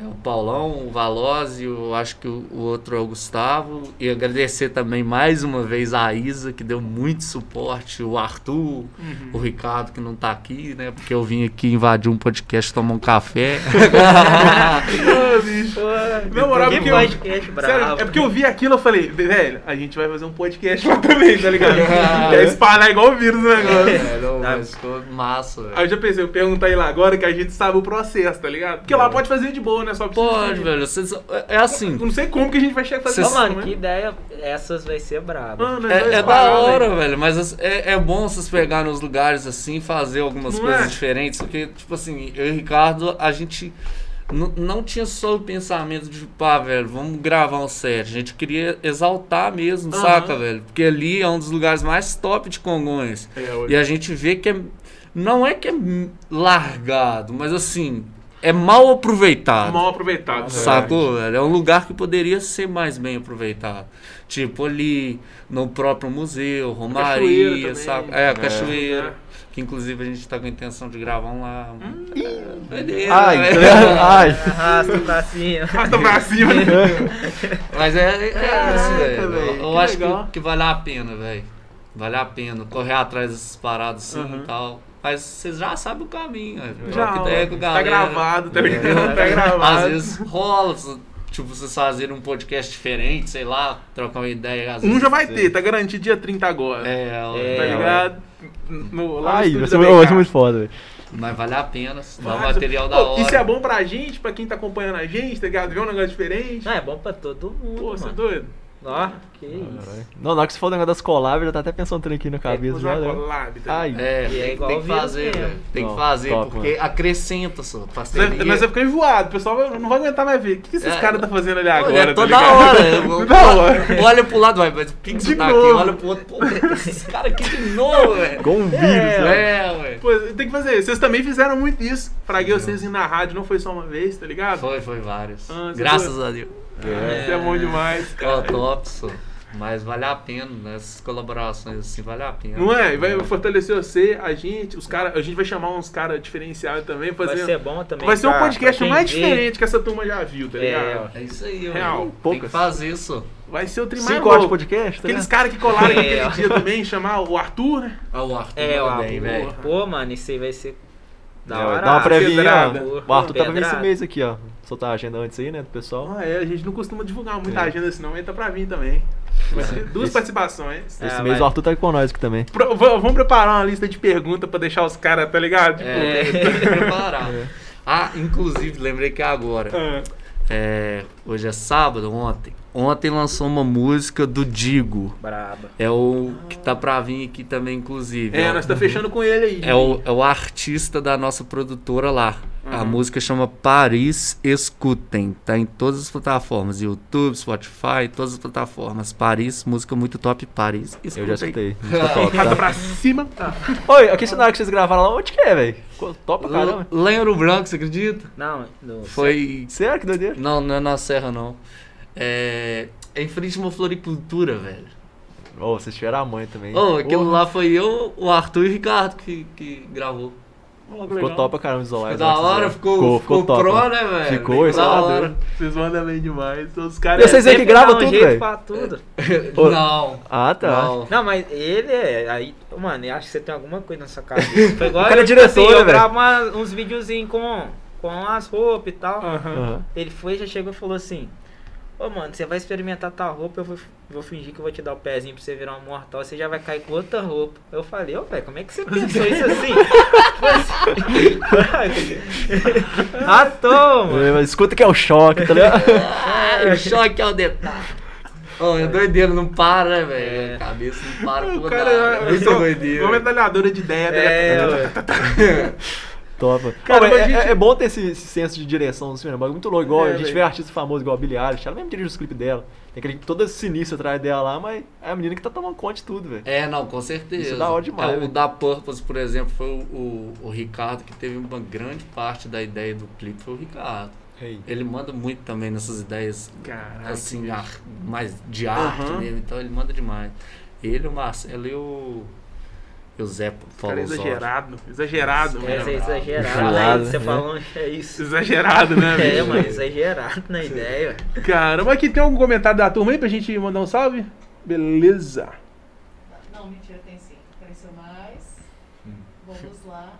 É o Paulão, o Valoz e eu acho que o, o outro é o Gustavo. E agradecer também mais uma vez a Isa, que deu muito suporte, o Arthur, o Ricardo, que não tá aqui, né? Porque eu vim aqui invadir um podcast, tomar um café.
É.
Ah, bicho. Na moral,
Que
porque eu,
podcast
Sério,
bravo.
é porque eu vi aquilo eu falei, velho, a gente vai fazer um podcast lá também,
[LAUGHS]
tá ligado? é espalhar igual o vírus o negócio.
[LAUGHS] é, [LAUGHS] não, mas ficou massa, velho.
Aí eu já pensei, eu perguntar aí lá agora que a gente sabe o processo, tá ligado? Porque lá pode fazer de boa, né? Só precisa
Pode,
de-
velho. vocês- é assim.
Eu não sei como que a gente vai chegar a fazer
Vocês-
Ô,
isso.
mano,
né?
que ideia. Essas vai ser braba.
Mano, nós
É, é
vamos
da
parar,
hora,
velho.
velho, mas as- é, é bom vocês pegar nos lugares assim e fazer algumas
Não
coisas
é?
diferentes, porque, tipo assim, eu e o Ricardo, a gente n- não tinha só o pensamento de, pá, velho, vamos gravar um set. A gente queria exaltar mesmo,
Aham.
saca, velho? Porque ali é um dos lugares mais top de Congonhas.
É, hoje.
E a gente vê que é, não é que é largado, mas assim, é mal aproveitado.
Mal aproveitado. né? [LAUGHS]
Sacou, velho? É um lugar que poderia ser mais bem aproveitado. Tipo ali, no próprio museu,
Cachoeira
Romaria,
também.
saco? É,
É.
a cachoeira.
É.
Que inclusive a gente tá com a intenção de gravar um lá.
Hum.
É, doideira, [LAUGHS]
Ah,
Ai, tá
velho.
então é.
ligado? Ai.
Arrasta pra cima.
Arrasta pra cima, né?
Mas é, é isso, velho.
velho,
Eu, eu
que
acho
legal.
que, que vale a pena, velho. Vale a pena correr atrás dessas paradas assim
Uhum.
e tal. Mas vocês já sabem o caminho, velho.
Já,
Troca ideia com a
tá
galera.
gravado, tá ligado?
É.
Tá gravado.
Às vezes rola, c- tipo, vocês fazerem um podcast diferente, sei lá, trocar uma ideia. Às
Um
vezes,
já vai ter, tá garantido dia 30 agora.
É,
Tá
é,
ligado? No, lá no
Ai,
estúdio
vai
da
ser, vai
BK.
ser muito foda, velho.
mas vale a pena, se dá um
Vai,
material da
Pô,
hora.
Isso é bom pra gente, pra quem tá acompanhando a gente, tá ligado? Ver um negócio diferente.
Ah,
Não, é bom pra todo mundo.
Pô, você é
mano.
doido?
Ó, que isso.
Não, na hora que você falou o negócio das collabs, já tá até pensando trem aqui na cabeça,
Fazer
já,
uma
né?
collab, tá
Ai.
ligado?
É,
E é
tem,
igual
tem
o
que
vírus
fazer,
mesmo.
velho. Tem que
Não,
fazer,
top,
porque acrescenta, só,
Nós-
parceria.
Nós vamos ficar enjoado, o pessoal vai- não vai aguentar mais ver. O que, que esses
É.
caras tá fazendo ali
Olha,
agora? tá
toda
ligado?
hora. eu-
Toda hora.
Olha pro lado, vai, mas o Pix
De
tá aqui,
novo.
olha pro outro. Pô, esses caras aqui de novo,
[LAUGHS]
velho.
Igual um vírus, né?
É, velho.
[LAUGHS] Pô, tem que fazer isso. Vocês também fizeram muito isso. Fraguei vocês indo na rádio, não foi só uma vez, tá ligado?
Foi, foi vários.
Ah, você
Graças a Deus.
Isso é bom demais.
É o top, só. Mas vale a pena, né? Essas colaborações assim, vale a pena.
Não é? E Vai fortalecer você, a gente, os caras. A gente vai chamar uns caras diferenciados também.
Vai
Fazer,
ser bom também.
vai ser um
pra- pra
podcast
quem
mais
vê.
diferente que essa turma já viu, tá ligado?
É, ó.
É isso aí,
Real,
velho. Tem que
poucas.
fazer isso.
Vai ser o trim mais
Cinco horas de
louco.
podcast, tá
Aqueles
ligado?
caras que colaram aqui
É.
aquele dia também, chamar o Arthur, né?
Olha Ah, o Arthur
É, ó.
também, velho.
Pô, mano, isso aí vai ser. Da
É,
hora.
dá uma previnha,
pedrada.
ó. O Arthur tava vindo esse
Ah, Pedrada.
mês aqui, ó. Soltar a agenda antes aí, né, do pessoal.
Ah, é, a gente não costuma divulgar muita
É.
agenda, senão ele tá pra vir também. Vai ser duas
Esse-
participações.
Esse
Ah,
mês
vai.
o Arthur tá com nós aqui também.
Pro- v- vamos preparar uma lista de perguntas pra deixar os caras, tá ligado? Tipo,
É, tem que preparar. Ah, inclusive, lembrei que é agora.
ah,
É, hoje é sábado, ontem. Ontem lançou uma música do Digo.
Braba.
É o que tá pra vir aqui também, inclusive.
é,
ó.
nós tá fechando com ele aí.
É o, é o artista da nossa produtora lá. A
Uhum.
música chama Paris Escutem. Tá em todas as plataformas: YouTube, Spotify, todas as plataformas. Paris, música muito top. Paris Escutem.
Eu já escutei. tá?
Rata pra cima.
Oi, aquele cenário que vocês gravaram lá, onde que é, velho? Ficou Top pra
L-
caramba.
Lembra o Branco, você acredita?
Não, no.
Foi.
Sério, que doideira?
Não, não é na Serra, não. É. É em frente a uma floricultura, velho.
Ô, vocês tiveram a mãe também.
Oh, aquilo
Porra.
lá foi eu, o Arthur e o Ricardo que, que gravou.
né?
Ficou top pra caramba né? isolar.
da
Xbox
hora,
One.
ficou, ficou,
top,
pro,
mano.
né, velho?
Ficou,
isso. Da hora.
Vocês mandam bem demais. então Os
E
caras. é
vocês aí que
Sempre
grava
dá um
tudo,
jeito
velho?
pra tudo.
Ô,
Não.
Ah, tá.
Não.
Não, mas ele é. Aí, mano, eu acho que você tem alguma coisa
[LAUGHS]
nessa cabeça. Foi igual
O cara é
eu,
diretor, né,
eu
velho?
gravo umas- uns videozinhos com, com as roupas e tal.
Aham.
Aham.
Ele foi, já chegou e falou assim: Ô, mano, você vai experimentar tal roupa, eu vou, vou fingir que eu vou te dar o pezinho pra você virar um mortal, você já vai cair com outra roupa. Eu falei: Ô, velho, como é que você pensou isso assim? [LAUGHS] ah, toma!
É, mas Escuta que é o choque, tá ligado?
Ah, o choque é o detalhe. Ô, é doideira, não para, né, velho? A cabeça não para por
O
nada.
cara
É
é
muito doideira.
uma metralhadora de ideia, né?
É, ué.
Topa.
Cara,
Não, mas
mas a
é,
gente-
é bom ter esse, esse senso de direção, assim, né? Um bagulho muito louco. Igual
É,
a gente
velho.
vê artista famoso, igual a Billie Eilish. Ela mesmo dirige os clipes dela. Tem aquele clipe todo sinistro atrás dela lá, mas é a menina que tá tomando conta de tudo, velho.
É, não, com certeza.
Isso é da hora demais,
É, o
velho.
da Purpose, por exemplo, foi o, o, o Ricardo, que teve uma grande parte da ideia do clipe, foi o Ricardo.
Ei.
Ele manda muito também nessas ideias,
Ah,
Caraca,
assim,
bicho.
ar- mais de arte
Aham.
mesmo, então ele manda demais. Ele, o Marcelo e o, e o Zé
é
Paulo
Cara, é
Osório.
exagerado. Exagerado,
É, você é
mano.
exagerado,
Exagerado,
né? Você
né?
falou que é isso.
Exagerado, né?
É,
bicho?
mano, exagerado na ideia, velho.
Caramba, aqui tem algum comentário da turma aí pra gente mandar um salve? Beleza. [LAUGHS]
Não, mentira, tem sim. Cresceu mais.
Hum.
Vamos lá.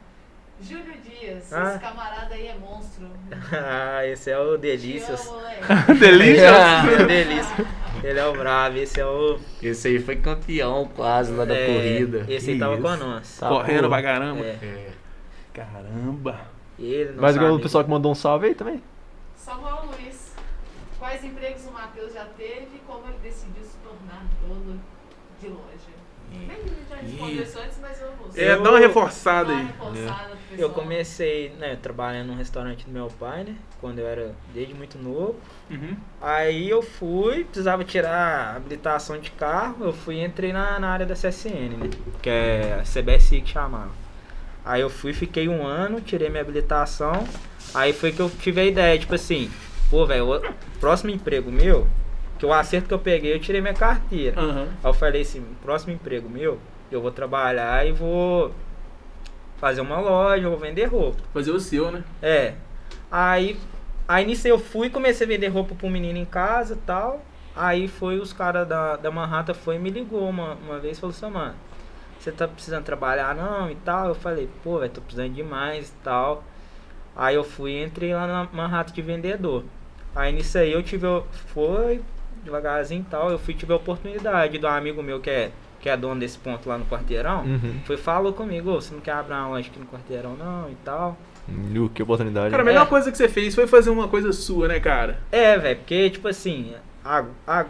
Júlio Dias,
Ah.
esse camarada aí é monstro.
Ah, esse é o
Te
Delícias.
amo, moleque.
Delícia.
[LAUGHS] Esse é o Delícias. Ele é o bravo, esse é o.
Esse aí foi campeão quase lá da
é,
corrida.
Esse
Que
aí tava
isso.
com a nós.
Tá,
Correndo
pô.
pra caramba.
É,
É.
Caramba.
ele não
Mas igual o
sabe.
pessoal que mandou um salve aí também.
Samuel Luiz, quais empregos o Matheus já teve e como ele decidiu se tornar dono de loja? Bem, ele já respondeu isso antes, mas vamos.
É,
Eu-
dá uma
Dá
reforçada
uma
aí.
reforçada pro pessoal.
Eu comecei, né, trabalhando num restaurante do meu pai, né? Quando eu era desde muito novo.
Uhum.
Aí eu fui, precisava tirar a habilitação de carro, eu fui e entrei na, na área da CSN, né? Que é a CBSI que chamava. Aí eu fui, fiquei um ano, tirei minha habilitação. Aí foi que eu tive a ideia, tipo assim, pô, velho, o próximo emprego meu, que o acerto que eu peguei, eu tirei minha carteira.
Aham.
Aí eu falei assim, próximo emprego meu, eu vou trabalhar e vou fazer uma loja, vou vender roupa.
Fazer o seu, né?
É. Aí, aí nisso eu fui, comecei a vender roupa pro menino em casa e tal. Aí foi os caras da, da Manhattan foi e me ligou uma, uma vez e falou assim, mano, você tá precisando trabalhar não e tal? Eu falei, pô, velho, tô precisando demais e tal. Aí eu fui e entrei lá na Manhattan de vendedor. Aí nisso aí eu tive, o- foi devagarzinho e tal, eu fui tive a oportunidade do amigo meu que é, que é dono desse ponto lá no quarteirão.
Uhum.
Foi, falou comigo, "Ô, você não quer abrir uma loja aqui no quarteirão não e tal.
Lu, que oportunidade.
Cara, a
né?
melhor
É.
coisa que você fez foi fazer uma coisa sua, né, cara?
É, velho, porque, tipo assim, a- a-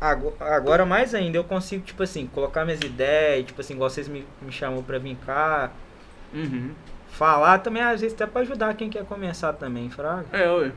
ago- agora mais ainda eu consigo, tipo assim, colocar minhas ideias, tipo assim, igual vocês me, me chamou pra vir cá,
Uhum.
falar também, às vezes até pra ajudar quem quer começar também, fraga.
É, ué.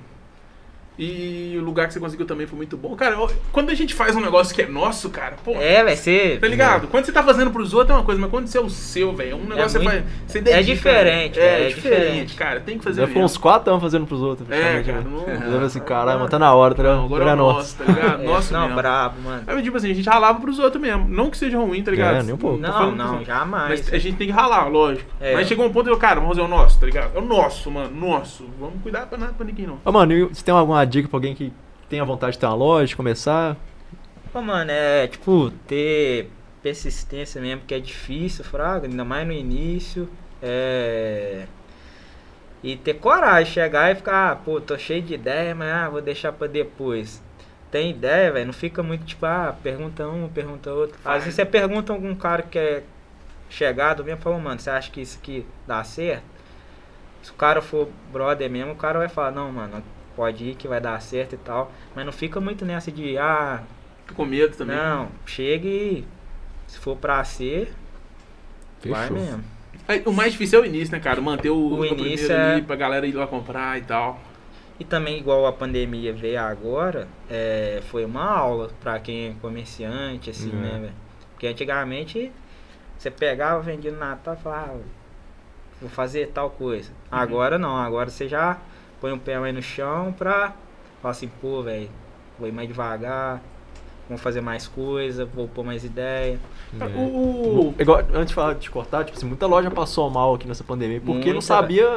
E o lugar que você conseguiu também foi muito bom. Cara, ó, quando a gente faz um negócio que é nosso, cara, pô.
É, velho, você...
Tá ligado? Quando você tá fazendo pros outros é uma coisa, mas quando você é o seu, velho, é um negócio que você
muito-
faz. Você
é
dedica,
diferente,
né?
velho,
é,
é
diferente,
diferente.
cara. Tem que fazer
Já um ficou
mesmo.
uns 4 anos fazendo pros outros.
É,
praticamente,
cara.
né?
Não...
Eu lembro assim, caralho, mano, tá na hora, tá ligado?
Não, agora é nosso, tá
É,
ligado? Nosso
não,
mesmo.
brabo, mano.
Aí, tipo assim, a gente ralava pros outros mesmo. Não que seja ruim, tá ligado?
É, nem um pouco.
Tô
Não,
falando que
não,
assim,
jamais.
Mas a gente tem que ralar, lógico.
É.
Mas chegou um ponto que eu, cara, vamos fazer o nosso, tá ligado? É o nosso, mano, nosso. Vamos cuidar pra nada pra ninguém, não.
Ô, mano, e você tem alguma dica pra alguém que tenha vontade de ter uma loja, de começar?
Pô, mano, é tipo ter persistência mesmo, que é difícil, fraga, ainda mais no início. É. E ter coragem, chegar e ficar, ah, pô, tô cheio de ideia, mas ah, vou deixar pra depois. Tem ideia, velho, não fica muito tipo, ah, pergunta um, pergunta outro. Às vezes você pergunta algum cara que é chegado mesmo, falou, mano, você acha que isso aqui dá certo? Se o cara for brother mesmo, o cara vai falar, não, mano, pode ir que vai dar certo e tal. Mas não fica muito nessa de, ah,
Fico com medo também.
não, chega e se for pra ser, vai mesmo.
Aí, o mais difícil é o início, né, cara? Manter o,
O
o
início
primeiro ali
é-
pra galera ir lá comprar e tal.
E também, igual a pandemia veio agora, é, foi uma aula pra quem é comerciante, assim,
Uhum.
né, velho? Porque antigamente você pegava, vendia no Natal e falava, "Ah, vou fazer tal coisa. Agora não, agora você já põe um pé mais no chão pra falar assim, pô, velho, vou ir mais devagar, vou fazer mais coisa, vou pôr mais ideia.
É.
O, o-
Igual, antes de falar de cortar, tipo assim, muita loja passou mal aqui nessa pandemia porque
Muita,
não sabia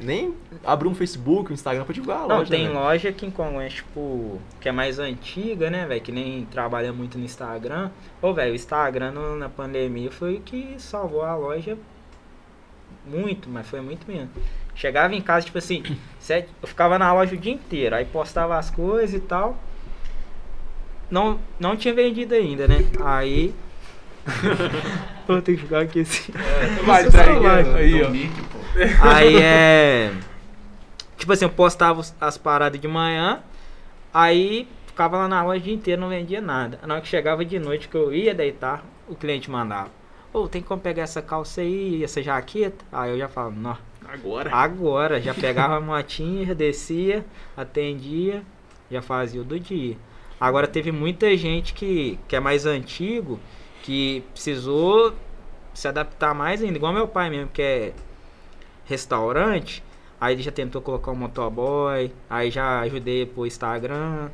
nem abrir um Facebook, um Instagram pra divulgar a
Não,
loja.
tem
né?
loja aqui em Congonhas, tipo, que é mais antiga, né, velho? Que nem trabalha muito no Instagram. Ô, velho, o Instagram no- na pandemia foi o que salvou a loja muito, mas foi muito mesmo. Chegava em casa, tipo assim, [COUGHS] sete, eu ficava na loja o dia inteiro, aí postava as coisas e tal. Não, não tinha vendido ainda, né? Aí. [LAUGHS] Vou ter que ficar aqui assim.
Vai,
Isso é
traga
sacanagem.
aí, ó.
Dominique, pô.
Aí é. Tipo assim, eu postava os- as paradas de manhã, aí ficava lá na loja o dia inteiro, não vendia nada. Na hora que chegava de noite, que eu ia deitar, o cliente mandava. Ô, tem como pegar essa calça aí, essa jaqueta? Aí eu já falava, não,
Agora.
agora. Já pegava a motinha, já descia, atendia, já fazia o do dia. Agora teve muita gente que, que é mais antigo, que precisou se adaptar mais ainda, igual meu pai mesmo, que é restaurante, aí ele já tentou colocar um motoboy, aí já ajudei ele pro Instagram,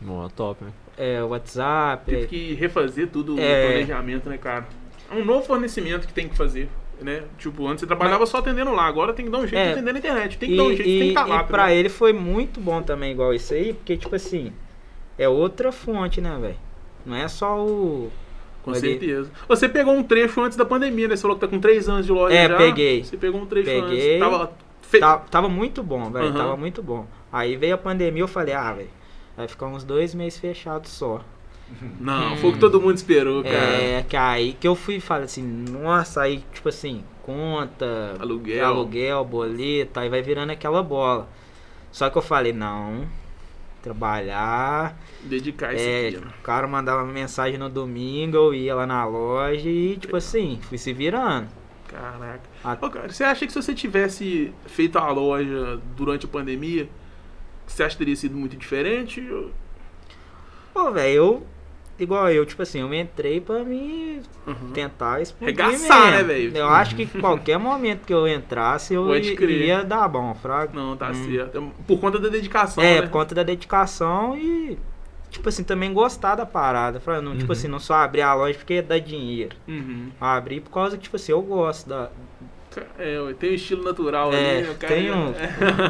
Bom, top, né?
é, WhatsApp.
Tive Tipo que refazer tudo
É.
o planejamento, né, cara? É um novo fornecimento que tem que fazer, né? Tipo, antes você trabalhava só atendendo lá, agora tem que dar um jeito
É.
de atender na internet. Tem que dar um jeito, tem que estar
e
lá.
pra
entendeu?
ele foi muito bom também, igual isso aí, porque, tipo assim, é outra fonte, né, velho? Não é só o.
Com
ele-
certeza. Você pegou um trecho antes da pandemia, né? Você falou que tá com três anos de loja
É,
já.
peguei.
Você pegou um trecho
Peguei.
antes. Tava... fe-
Tá- tava muito bom, velho.
Aham.
Tava muito bom. Aí veio a pandemia, eu falei, ah, velho, vai ficar uns dois meses fechado só.
Não, foi o que todo mundo esperou, cara.
Hum. É, que aí que eu fui e falei assim, nossa, aí, tipo assim, conta,
Aluguel.
aluguel, boleto, aí vai virando aquela bola. Só que eu falei, não, trabalhar.
Dedicar
É,
isso aqui,
o cara mandava uma mensagem no domingo, eu ia lá na loja e, tipo assim, fui se virando.
ó. Caraca.
A-
Ô, cara, você acha que se você tivesse feito a loja durante a pandemia, você acha que teria sido muito diferente?
Pô, velho, eu. Igual eu, tipo assim, eu entrei pra me
Uhum.
tentar explodir
Regaçar,
mesmo.
né, velho?
Eu acho que qualquer momento que eu entrasse, eu
Pode
i-
crer.
ia dar bom, fraco.
Não, tá certo. Por conta da dedicação,
Hum. é,
né?
por conta da dedicação e, tipo assim, também gostar da parada. Fraco. Não,
Uhum.
Tipo assim, não só abrir a loja porque dá dinheiro.
Uhum.
Abrir por causa que, tipo assim, eu gosto da...
É, ué, tem o estilo natural
é,
ali. o cara-
tem
[LAUGHS]
um...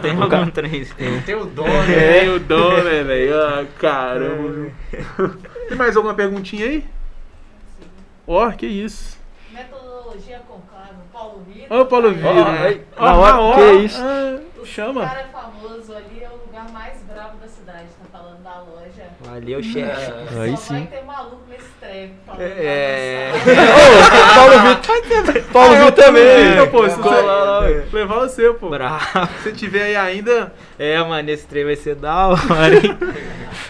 Tem algum trem.
Tem o [LAUGHS] dono,
É, tem o dom, né,
[LAUGHS]
velho? Ah, caramba. viu?
É.
Tem mais alguma perguntinha aí? Ó, que isso.
Metodologia conclave, Paulo Vitor.
Ó, o Paulo Vitor.
ai, na hora,
é
que isso?
Ah,
O
chama.
cara famoso ali é o lugar mais bravo da cidade, tá falando da loja.
Valeu, chefe.
Aí
Só
sim.
Então vai ter maluco nesse treco falando
É.
da
[LAUGHS] Ô,
nossa-
Paulo Vitor. Paulo Vitor também.
Vitor, pô, se
Ficou
você-
lá, lá, ué.
Levar você, pô.
Bravo.
Se tiver aí ainda,
É, mano, esse trem vai ser da hora,
[LAUGHS]
hein?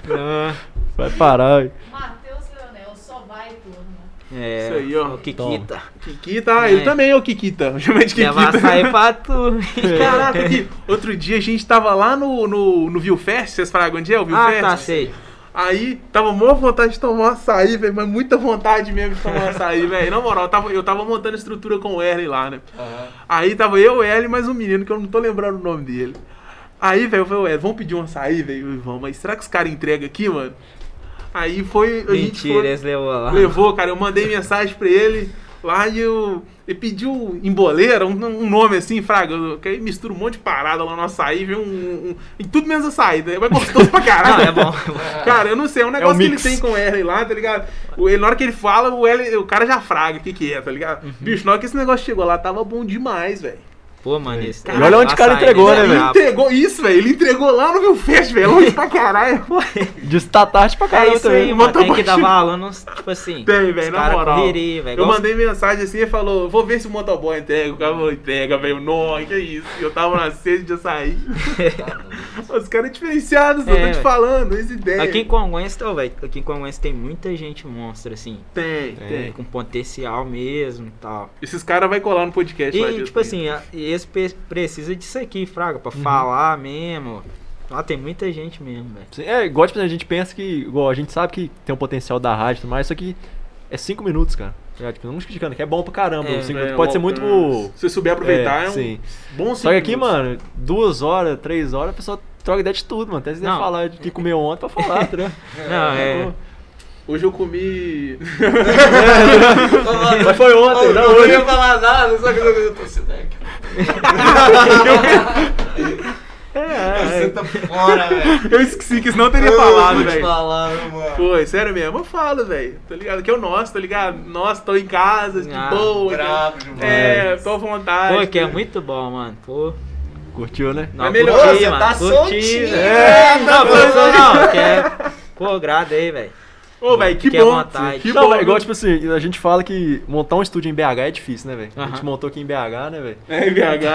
Não,
Vai parar. ué.
Matheus Leonel, só vai, turma.
é,
Isso aí, ó.
O Kikita.
Kikita, ah,
É.
eu também, ô Kikita. [LAUGHS] Eu chamo de
Levar
Kikita.
açaí pra tu.
[LAUGHS] É. Caraca, que outro dia a gente tava lá no, no, no Viu Fest, vocês falaram onde é o Viu
Ah,
Fest?
tá, sei.
Aí tava mó vontade de tomar um açaí, velho, mas muita vontade mesmo de tomar um açaí, velho. Na moral, eu tava, eu tava montando estrutura com o Erlen lá, né? Aí tava eu, o Erlen, mais um menino que eu não tô lembrando o nome dele. Aí, velho, eu falei, ué, vamos pedir um açaí, velho? Vamos, mas será que os caras entregam aqui, mano? Aí foi. A gente
Mentira, é
foi-
eles levou lá.
Levou, cara. Eu mandei mensagem pra ele lá e eu. Ele pediu em boleira, um, um nome assim, fraga. Eu- Que aí mistura um monte de parada lá no açaí, vem um. um- em tudo menos açaí. né? Mas gostoso pra caralho.
Ah, é bom.
Cara, eu não sei, é um negócio que ele
mix.
tem com o Erlen lá, tá ligado? O- ele, na hora que ele fala, o, Erlen- o cara já fraga o que que é, tá ligado?
Uhum.
Bicho, na hora que esse negócio chegou lá, tava bom demais, velho.
Pô, mano, esse
E olha onde o cara
açaí é
entregou,
desse
né,
Ele
velho?
brabo.
entregou isso, velho. Ele entregou lá no meu fest, velho. Longe pra caralho.
Diz tá tarde pra
É
caramba
isso
também.
aí,
mano.
mano.
Bota
Tem que
baixo.
dar valor nos, tipo assim.
Tem, velho, na moral.
Correria,
eu
velho. É Igual-
mandei mensagem assim e falou: vou ver se o motoboy entrega. O cara falou: entrega, velho. Nossa, que isso. Eu tava na sede de açaí. Os caras diferenciados, eu
É,
tô te
velho.
falando, essa ideia.
Aqui em Congonhas, tô, velho. Aqui em Congonhas tem muita gente monstra, assim.
tem, tem.
Com potencial mesmo e tal.
Esses caras vai colar no podcast lá
E,
disso.
tipo assim, a- e esse pe- precisa disso aqui, Fraga, pra
Uhum.
falar mesmo. Lá tem muita gente mesmo, velho.
Sim, É, igual tipo, a gente pensa que. Igual, a gente sabe que tem um potencial da rádio e tudo mais, só que é 5 minutos, cara. É, tipo, não criticando, que é bom pra caramba.
É,
os cinco
É,
minutos pode ser
uma-
muito.
Se você souber aproveitar, é,
É,
um
sim.
bom
Só que aqui,
minutos.
mano, duas horas, três horas, a pessoa troca ideia de tudo, mano. Até se quiser
Não.
[LAUGHS]
falar de que comeu ontem pra falar, tá ligado?
Não, é.
Hoje eu comi.
Mas foi ontem, não
não
hoje.
ia falar nada, só que eu tô sinético.
é,
Você tá fora, velho.
eu esqueci que isso não teria falado, velho.
falado, mano.
Foi, sério mesmo, eu falo, velho. Tá ligado? Que é o nosso, tá ligado? Nossa, tô em casa, de
Ah,
boa.
Bravo demais.
É, tô à vontade.
Pô, que é muito bom, mano. Pô.
Curtiu, né?
Não,
melhorou,
curti,
você
mano,
tá
curti,
soltinho,
velho. É,
né?
Tá
Não, professor, não. que é- Pô, gradei, velho.
Ô, velho, que
Fique à
bom.
vontade.
Que
não,
bom.
é igual, tipo assim, a gente fala que montar um estúdio em BH é difícil, né, velho? A gente
Aham.
montou aqui em BH, né, velho?
É, BH.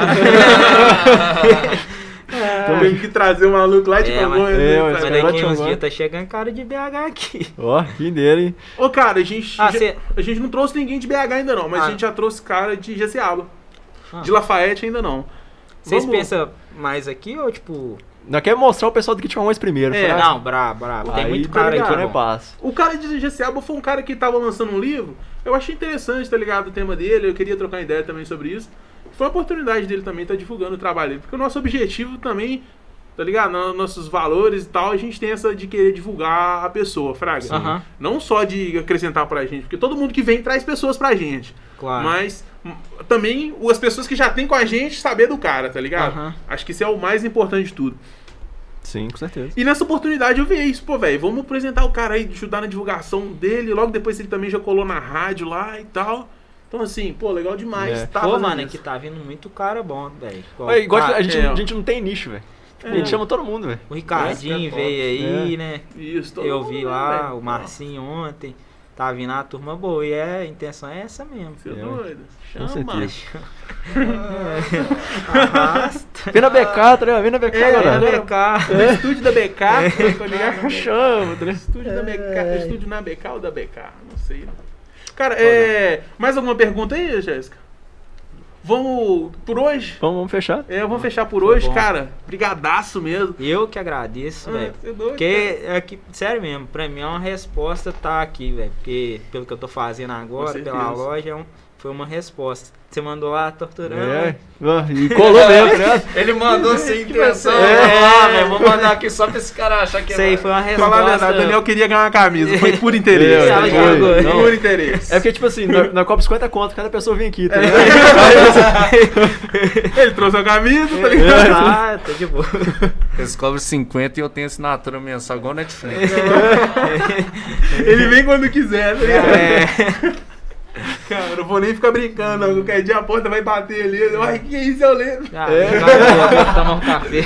Então,
Teve que trazer o maluco lá de
É, mas-
Congonhas.
É,
né,
mas
Mas
sabe?
Agora
daqui
te
uns
chamar.
dias tá chegando cara de
[LAUGHS]
BH aqui.
Ó, que dele, hein?
Ô, cara, a gente,
Ah,
já-
cê-
a gente não trouxe ninguém de BH ainda não, mas
Ah.
a gente já trouxe cara de Jaceaba.
Ah.
De Lafayette ainda não.
Vocês
Vamos-
pensam mais aqui ou tipo.
Nós queremos mostrar o pessoal do Kit Mãos primeiro.
É,
fraco.
Não, brabo, brabo. Tem
Aí
muito
tá
cara
ligado,
aqui,
né,
né,
passa.
O cara de Jaceaba foi um cara que tava lançando um livro. Eu achei interessante, tá ligado? O tema dele, eu queria trocar ideia também sobre isso. Foi uma oportunidade dele também estar divulgando o trabalho dele. Porque o nosso objetivo também, tá ligado? No- Nossos valores e tal, a gente tem essa de querer divulgar a pessoa, Fraga.
Aham.
Não só de acrescentar pra gente, porque todo mundo que vem traz pessoas pra gente.
Claro.
Mas m- também as pessoas que já tem com a gente saber do cara, tá ligado?
Aham.
Acho que isso é o mais importante de tudo.
Sim, com certeza.
E nessa oportunidade eu vi isso, pô, velho. Vamos apresentar o cara aí, ajudar na divulgação dele. Logo depois ele também já colou na rádio lá e tal. Então, assim, pô, legal demais.
É.
Tá
Pô,
fazendo
mano,
isso.
aqui tá vindo muito cara bom, velho. Igual
Mas, igual
o
que a,
Rica-
gente,
é, ó. É.
a gente não tem nicho, velho. A gente chama todo mundo, velho.
O Ricardinho
É,
veio aí, né?
Isso, todo
Eu
mundo,
vi
né,
lá
velho?
o Marcinho ontem. Tá vindo a turma boa. E é, a intenção é essa mesmo.
Você é
É,
doido.
Com
Chama.
certeza.
Tipo.
[LAUGHS]
Arrasta.
Vem na BK, tá ligado? Vem na BK,
É,
galera.
agora-
BK.
No estúdio da BK,
É.
tá ligado?
Chama, tá ligado?
Estúdio da BK. Estúdio na BK ou da BK? Não sei. Cara, é. Mais alguma pergunta aí, Jéssica? Vamos por hoje?
Vamos, vamos fechar.
É, vamos fechar por
Foi
hoje,
bom.
cara. Brigadaço mesmo.
Eu que agradeço, velho.
Ah, você é doido, cara.
Porque, é que, sério mesmo, pra mim é uma resposta tá aqui, velho. Porque pelo que eu tô fazendo agora, pela
certeza.
loja, é um- foi uma resposta. Você mandou lá torturando.
É.
né?
Ah, E colou mesmo, tá
Ele
[LAUGHS] ligado?
mandou sem intenção.
É.
Ah, velho, vou mandar aqui só pra esse cara achar que é
Isso aí foi uma resposta.
Falar a verdade, o Daniel queria ganhar uma camisa. Foi por [LAUGHS] interesse.
É,
tá
foi,
ligado?
foi.
Por
Não.
interesse.
É porque, tipo assim, na, na Copa 50 conto, cada pessoa vem aqui, tá ligado?
[LAUGHS] Ele trouxe a camisa, tá ligado?
Ah, tá de boa.
Eles cobram 50 e eu tenho assinatura mensal igual Netflix.
Ele vem quando quiser, tá ligado?
É,
Cara, eu não vou nem ficar brincando, não. Qualquer dia a porta vai bater ali. Ai, que isso, eu lembro.
ah, é. tomar um café.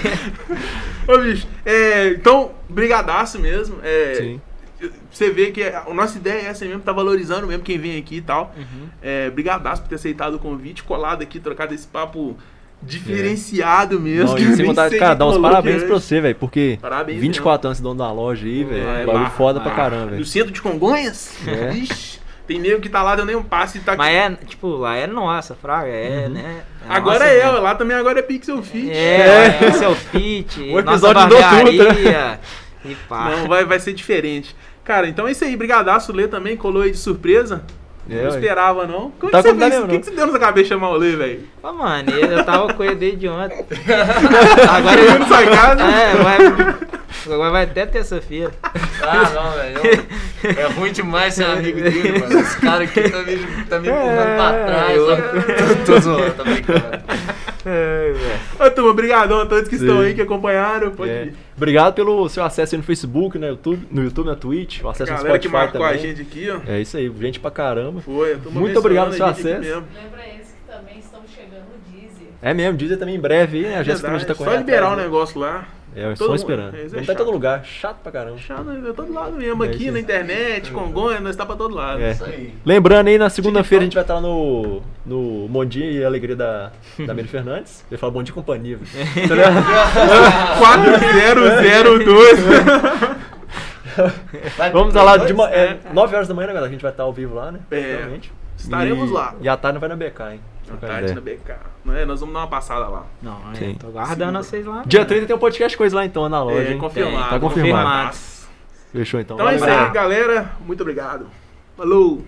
Ô, bicho, é, então, brigadaço mesmo. É,
Sim.
Você vê que a nossa ideia é essa mesmo, tá valorizando mesmo quem vem aqui e tal.
Uhum.
É, brigadaço por ter aceitado o convite, colado aqui, trocado esse papo diferenciado mesmo.
É. Não,
que
e
eu
sem
nem
vontade,
sei
cara,
quem
dá uns
colou
parabéns
aqui
pra
hoje.
você, velho, porque
Parabéns né?
24 anos dono da loja aí, velho,
É,
bagulho
barra,
foda pra
barra.
caramba,
Do
velho.
centro de Congonhas?
É.
Ixi, tem nego que tá lá, deu nem um passe e tá
Mas é, tipo, lá é nossa, fraga. É, né? É
Uhum. Agora
nossa,
é
né?
eu, lá também agora é Pixel Fit.
É, esse é
[LAUGHS]
o fit.
O
nossa
episódio deu tudo,
barbearia. E pá.
né? Não, vai, vai ser diferente. Cara, então é isso aí. Brigadaço, Lê também, colou aí de surpresa.
É,
não
ué.
esperava, não. Como é
Tá
que você
com
fez?
Daniel,
O que,
não.
que você deu na sua cabeça de chamar o Lê, velho?
Pô, mano, eu eu tava com ele desde
[LAUGHS]
ontem. Agora eu
Chegando sua casa.
É, vai. Agora vai até terça-feira.
Ah, não, velho. eu- É ruim demais ser amigo dele, mano. Esse cara aqui tá me, tá me empurrando pra trás. ó. Tô, tô zoando, tá brincando.
É,
Ai, velho.
Ô, turma, obrigadão a todos que estão
Sim.
aí, que acompanharam. Pode
É.
ir.
Obrigado pelo seu acesso aí no Facebook, no YouTube, no YouTube, na Twitch, o acesso
Galera
no
que
Tá Spotify
marcou
também.
a gente aqui, ó.
É isso aí, gente pra caramba.
Foi, a turma
Muito obrigado pelo seu
mencionando a gente aqui
acesso.
mesmo.
Lembra eles que também estão chegando no Deezer.
É mesmo, dizem também em breve aí, né? A Jéssica
Verdade,
também já tá com
Só
ela
liberar o
atrás, né?
negócio lá.
É, eu
Todo
estou
mundo-
esperando.
Isso é
Vamos tá em
chato.
todo lugar, chato pra caramba.
Chato, eu tô do lado mesmo
É,
aqui,
isso
na
aí.
internet, Congonha, nós tá pra todo lado.
É.
Isso aí.
Lembrando aí, na segunda-feira a gente vai estar lá no, no Bom Dia e Alegria da, da [LAUGHS] Mary Fernandes. Ele fala Bom Dia e Companhia. velho. Tá ligado? [LAUGHS]
4002.
Vai
Vamos
pro
estar lá de
dois?
ma- é, 9 horas da manhã, né, galera? A gente vai estar ao vivo lá, né?
É.
Realmente.
Estaremos
E-
lá.
E a tarde vai na BK, hein?
Na
Trocar
tarde
ideia.
na BK. Não é? Nós vamos dar uma passada lá.
Não,
Sim.
é, tô guardando vocês lá.
Dia
mano.
30 tem um podcast coisa lá então, na loja.
É,
hein?
confirmado.
Tá confirmado.
confirmado.
Fechou então.
Então é isso
Valeu.
aí, galera. Muito obrigado. Falou!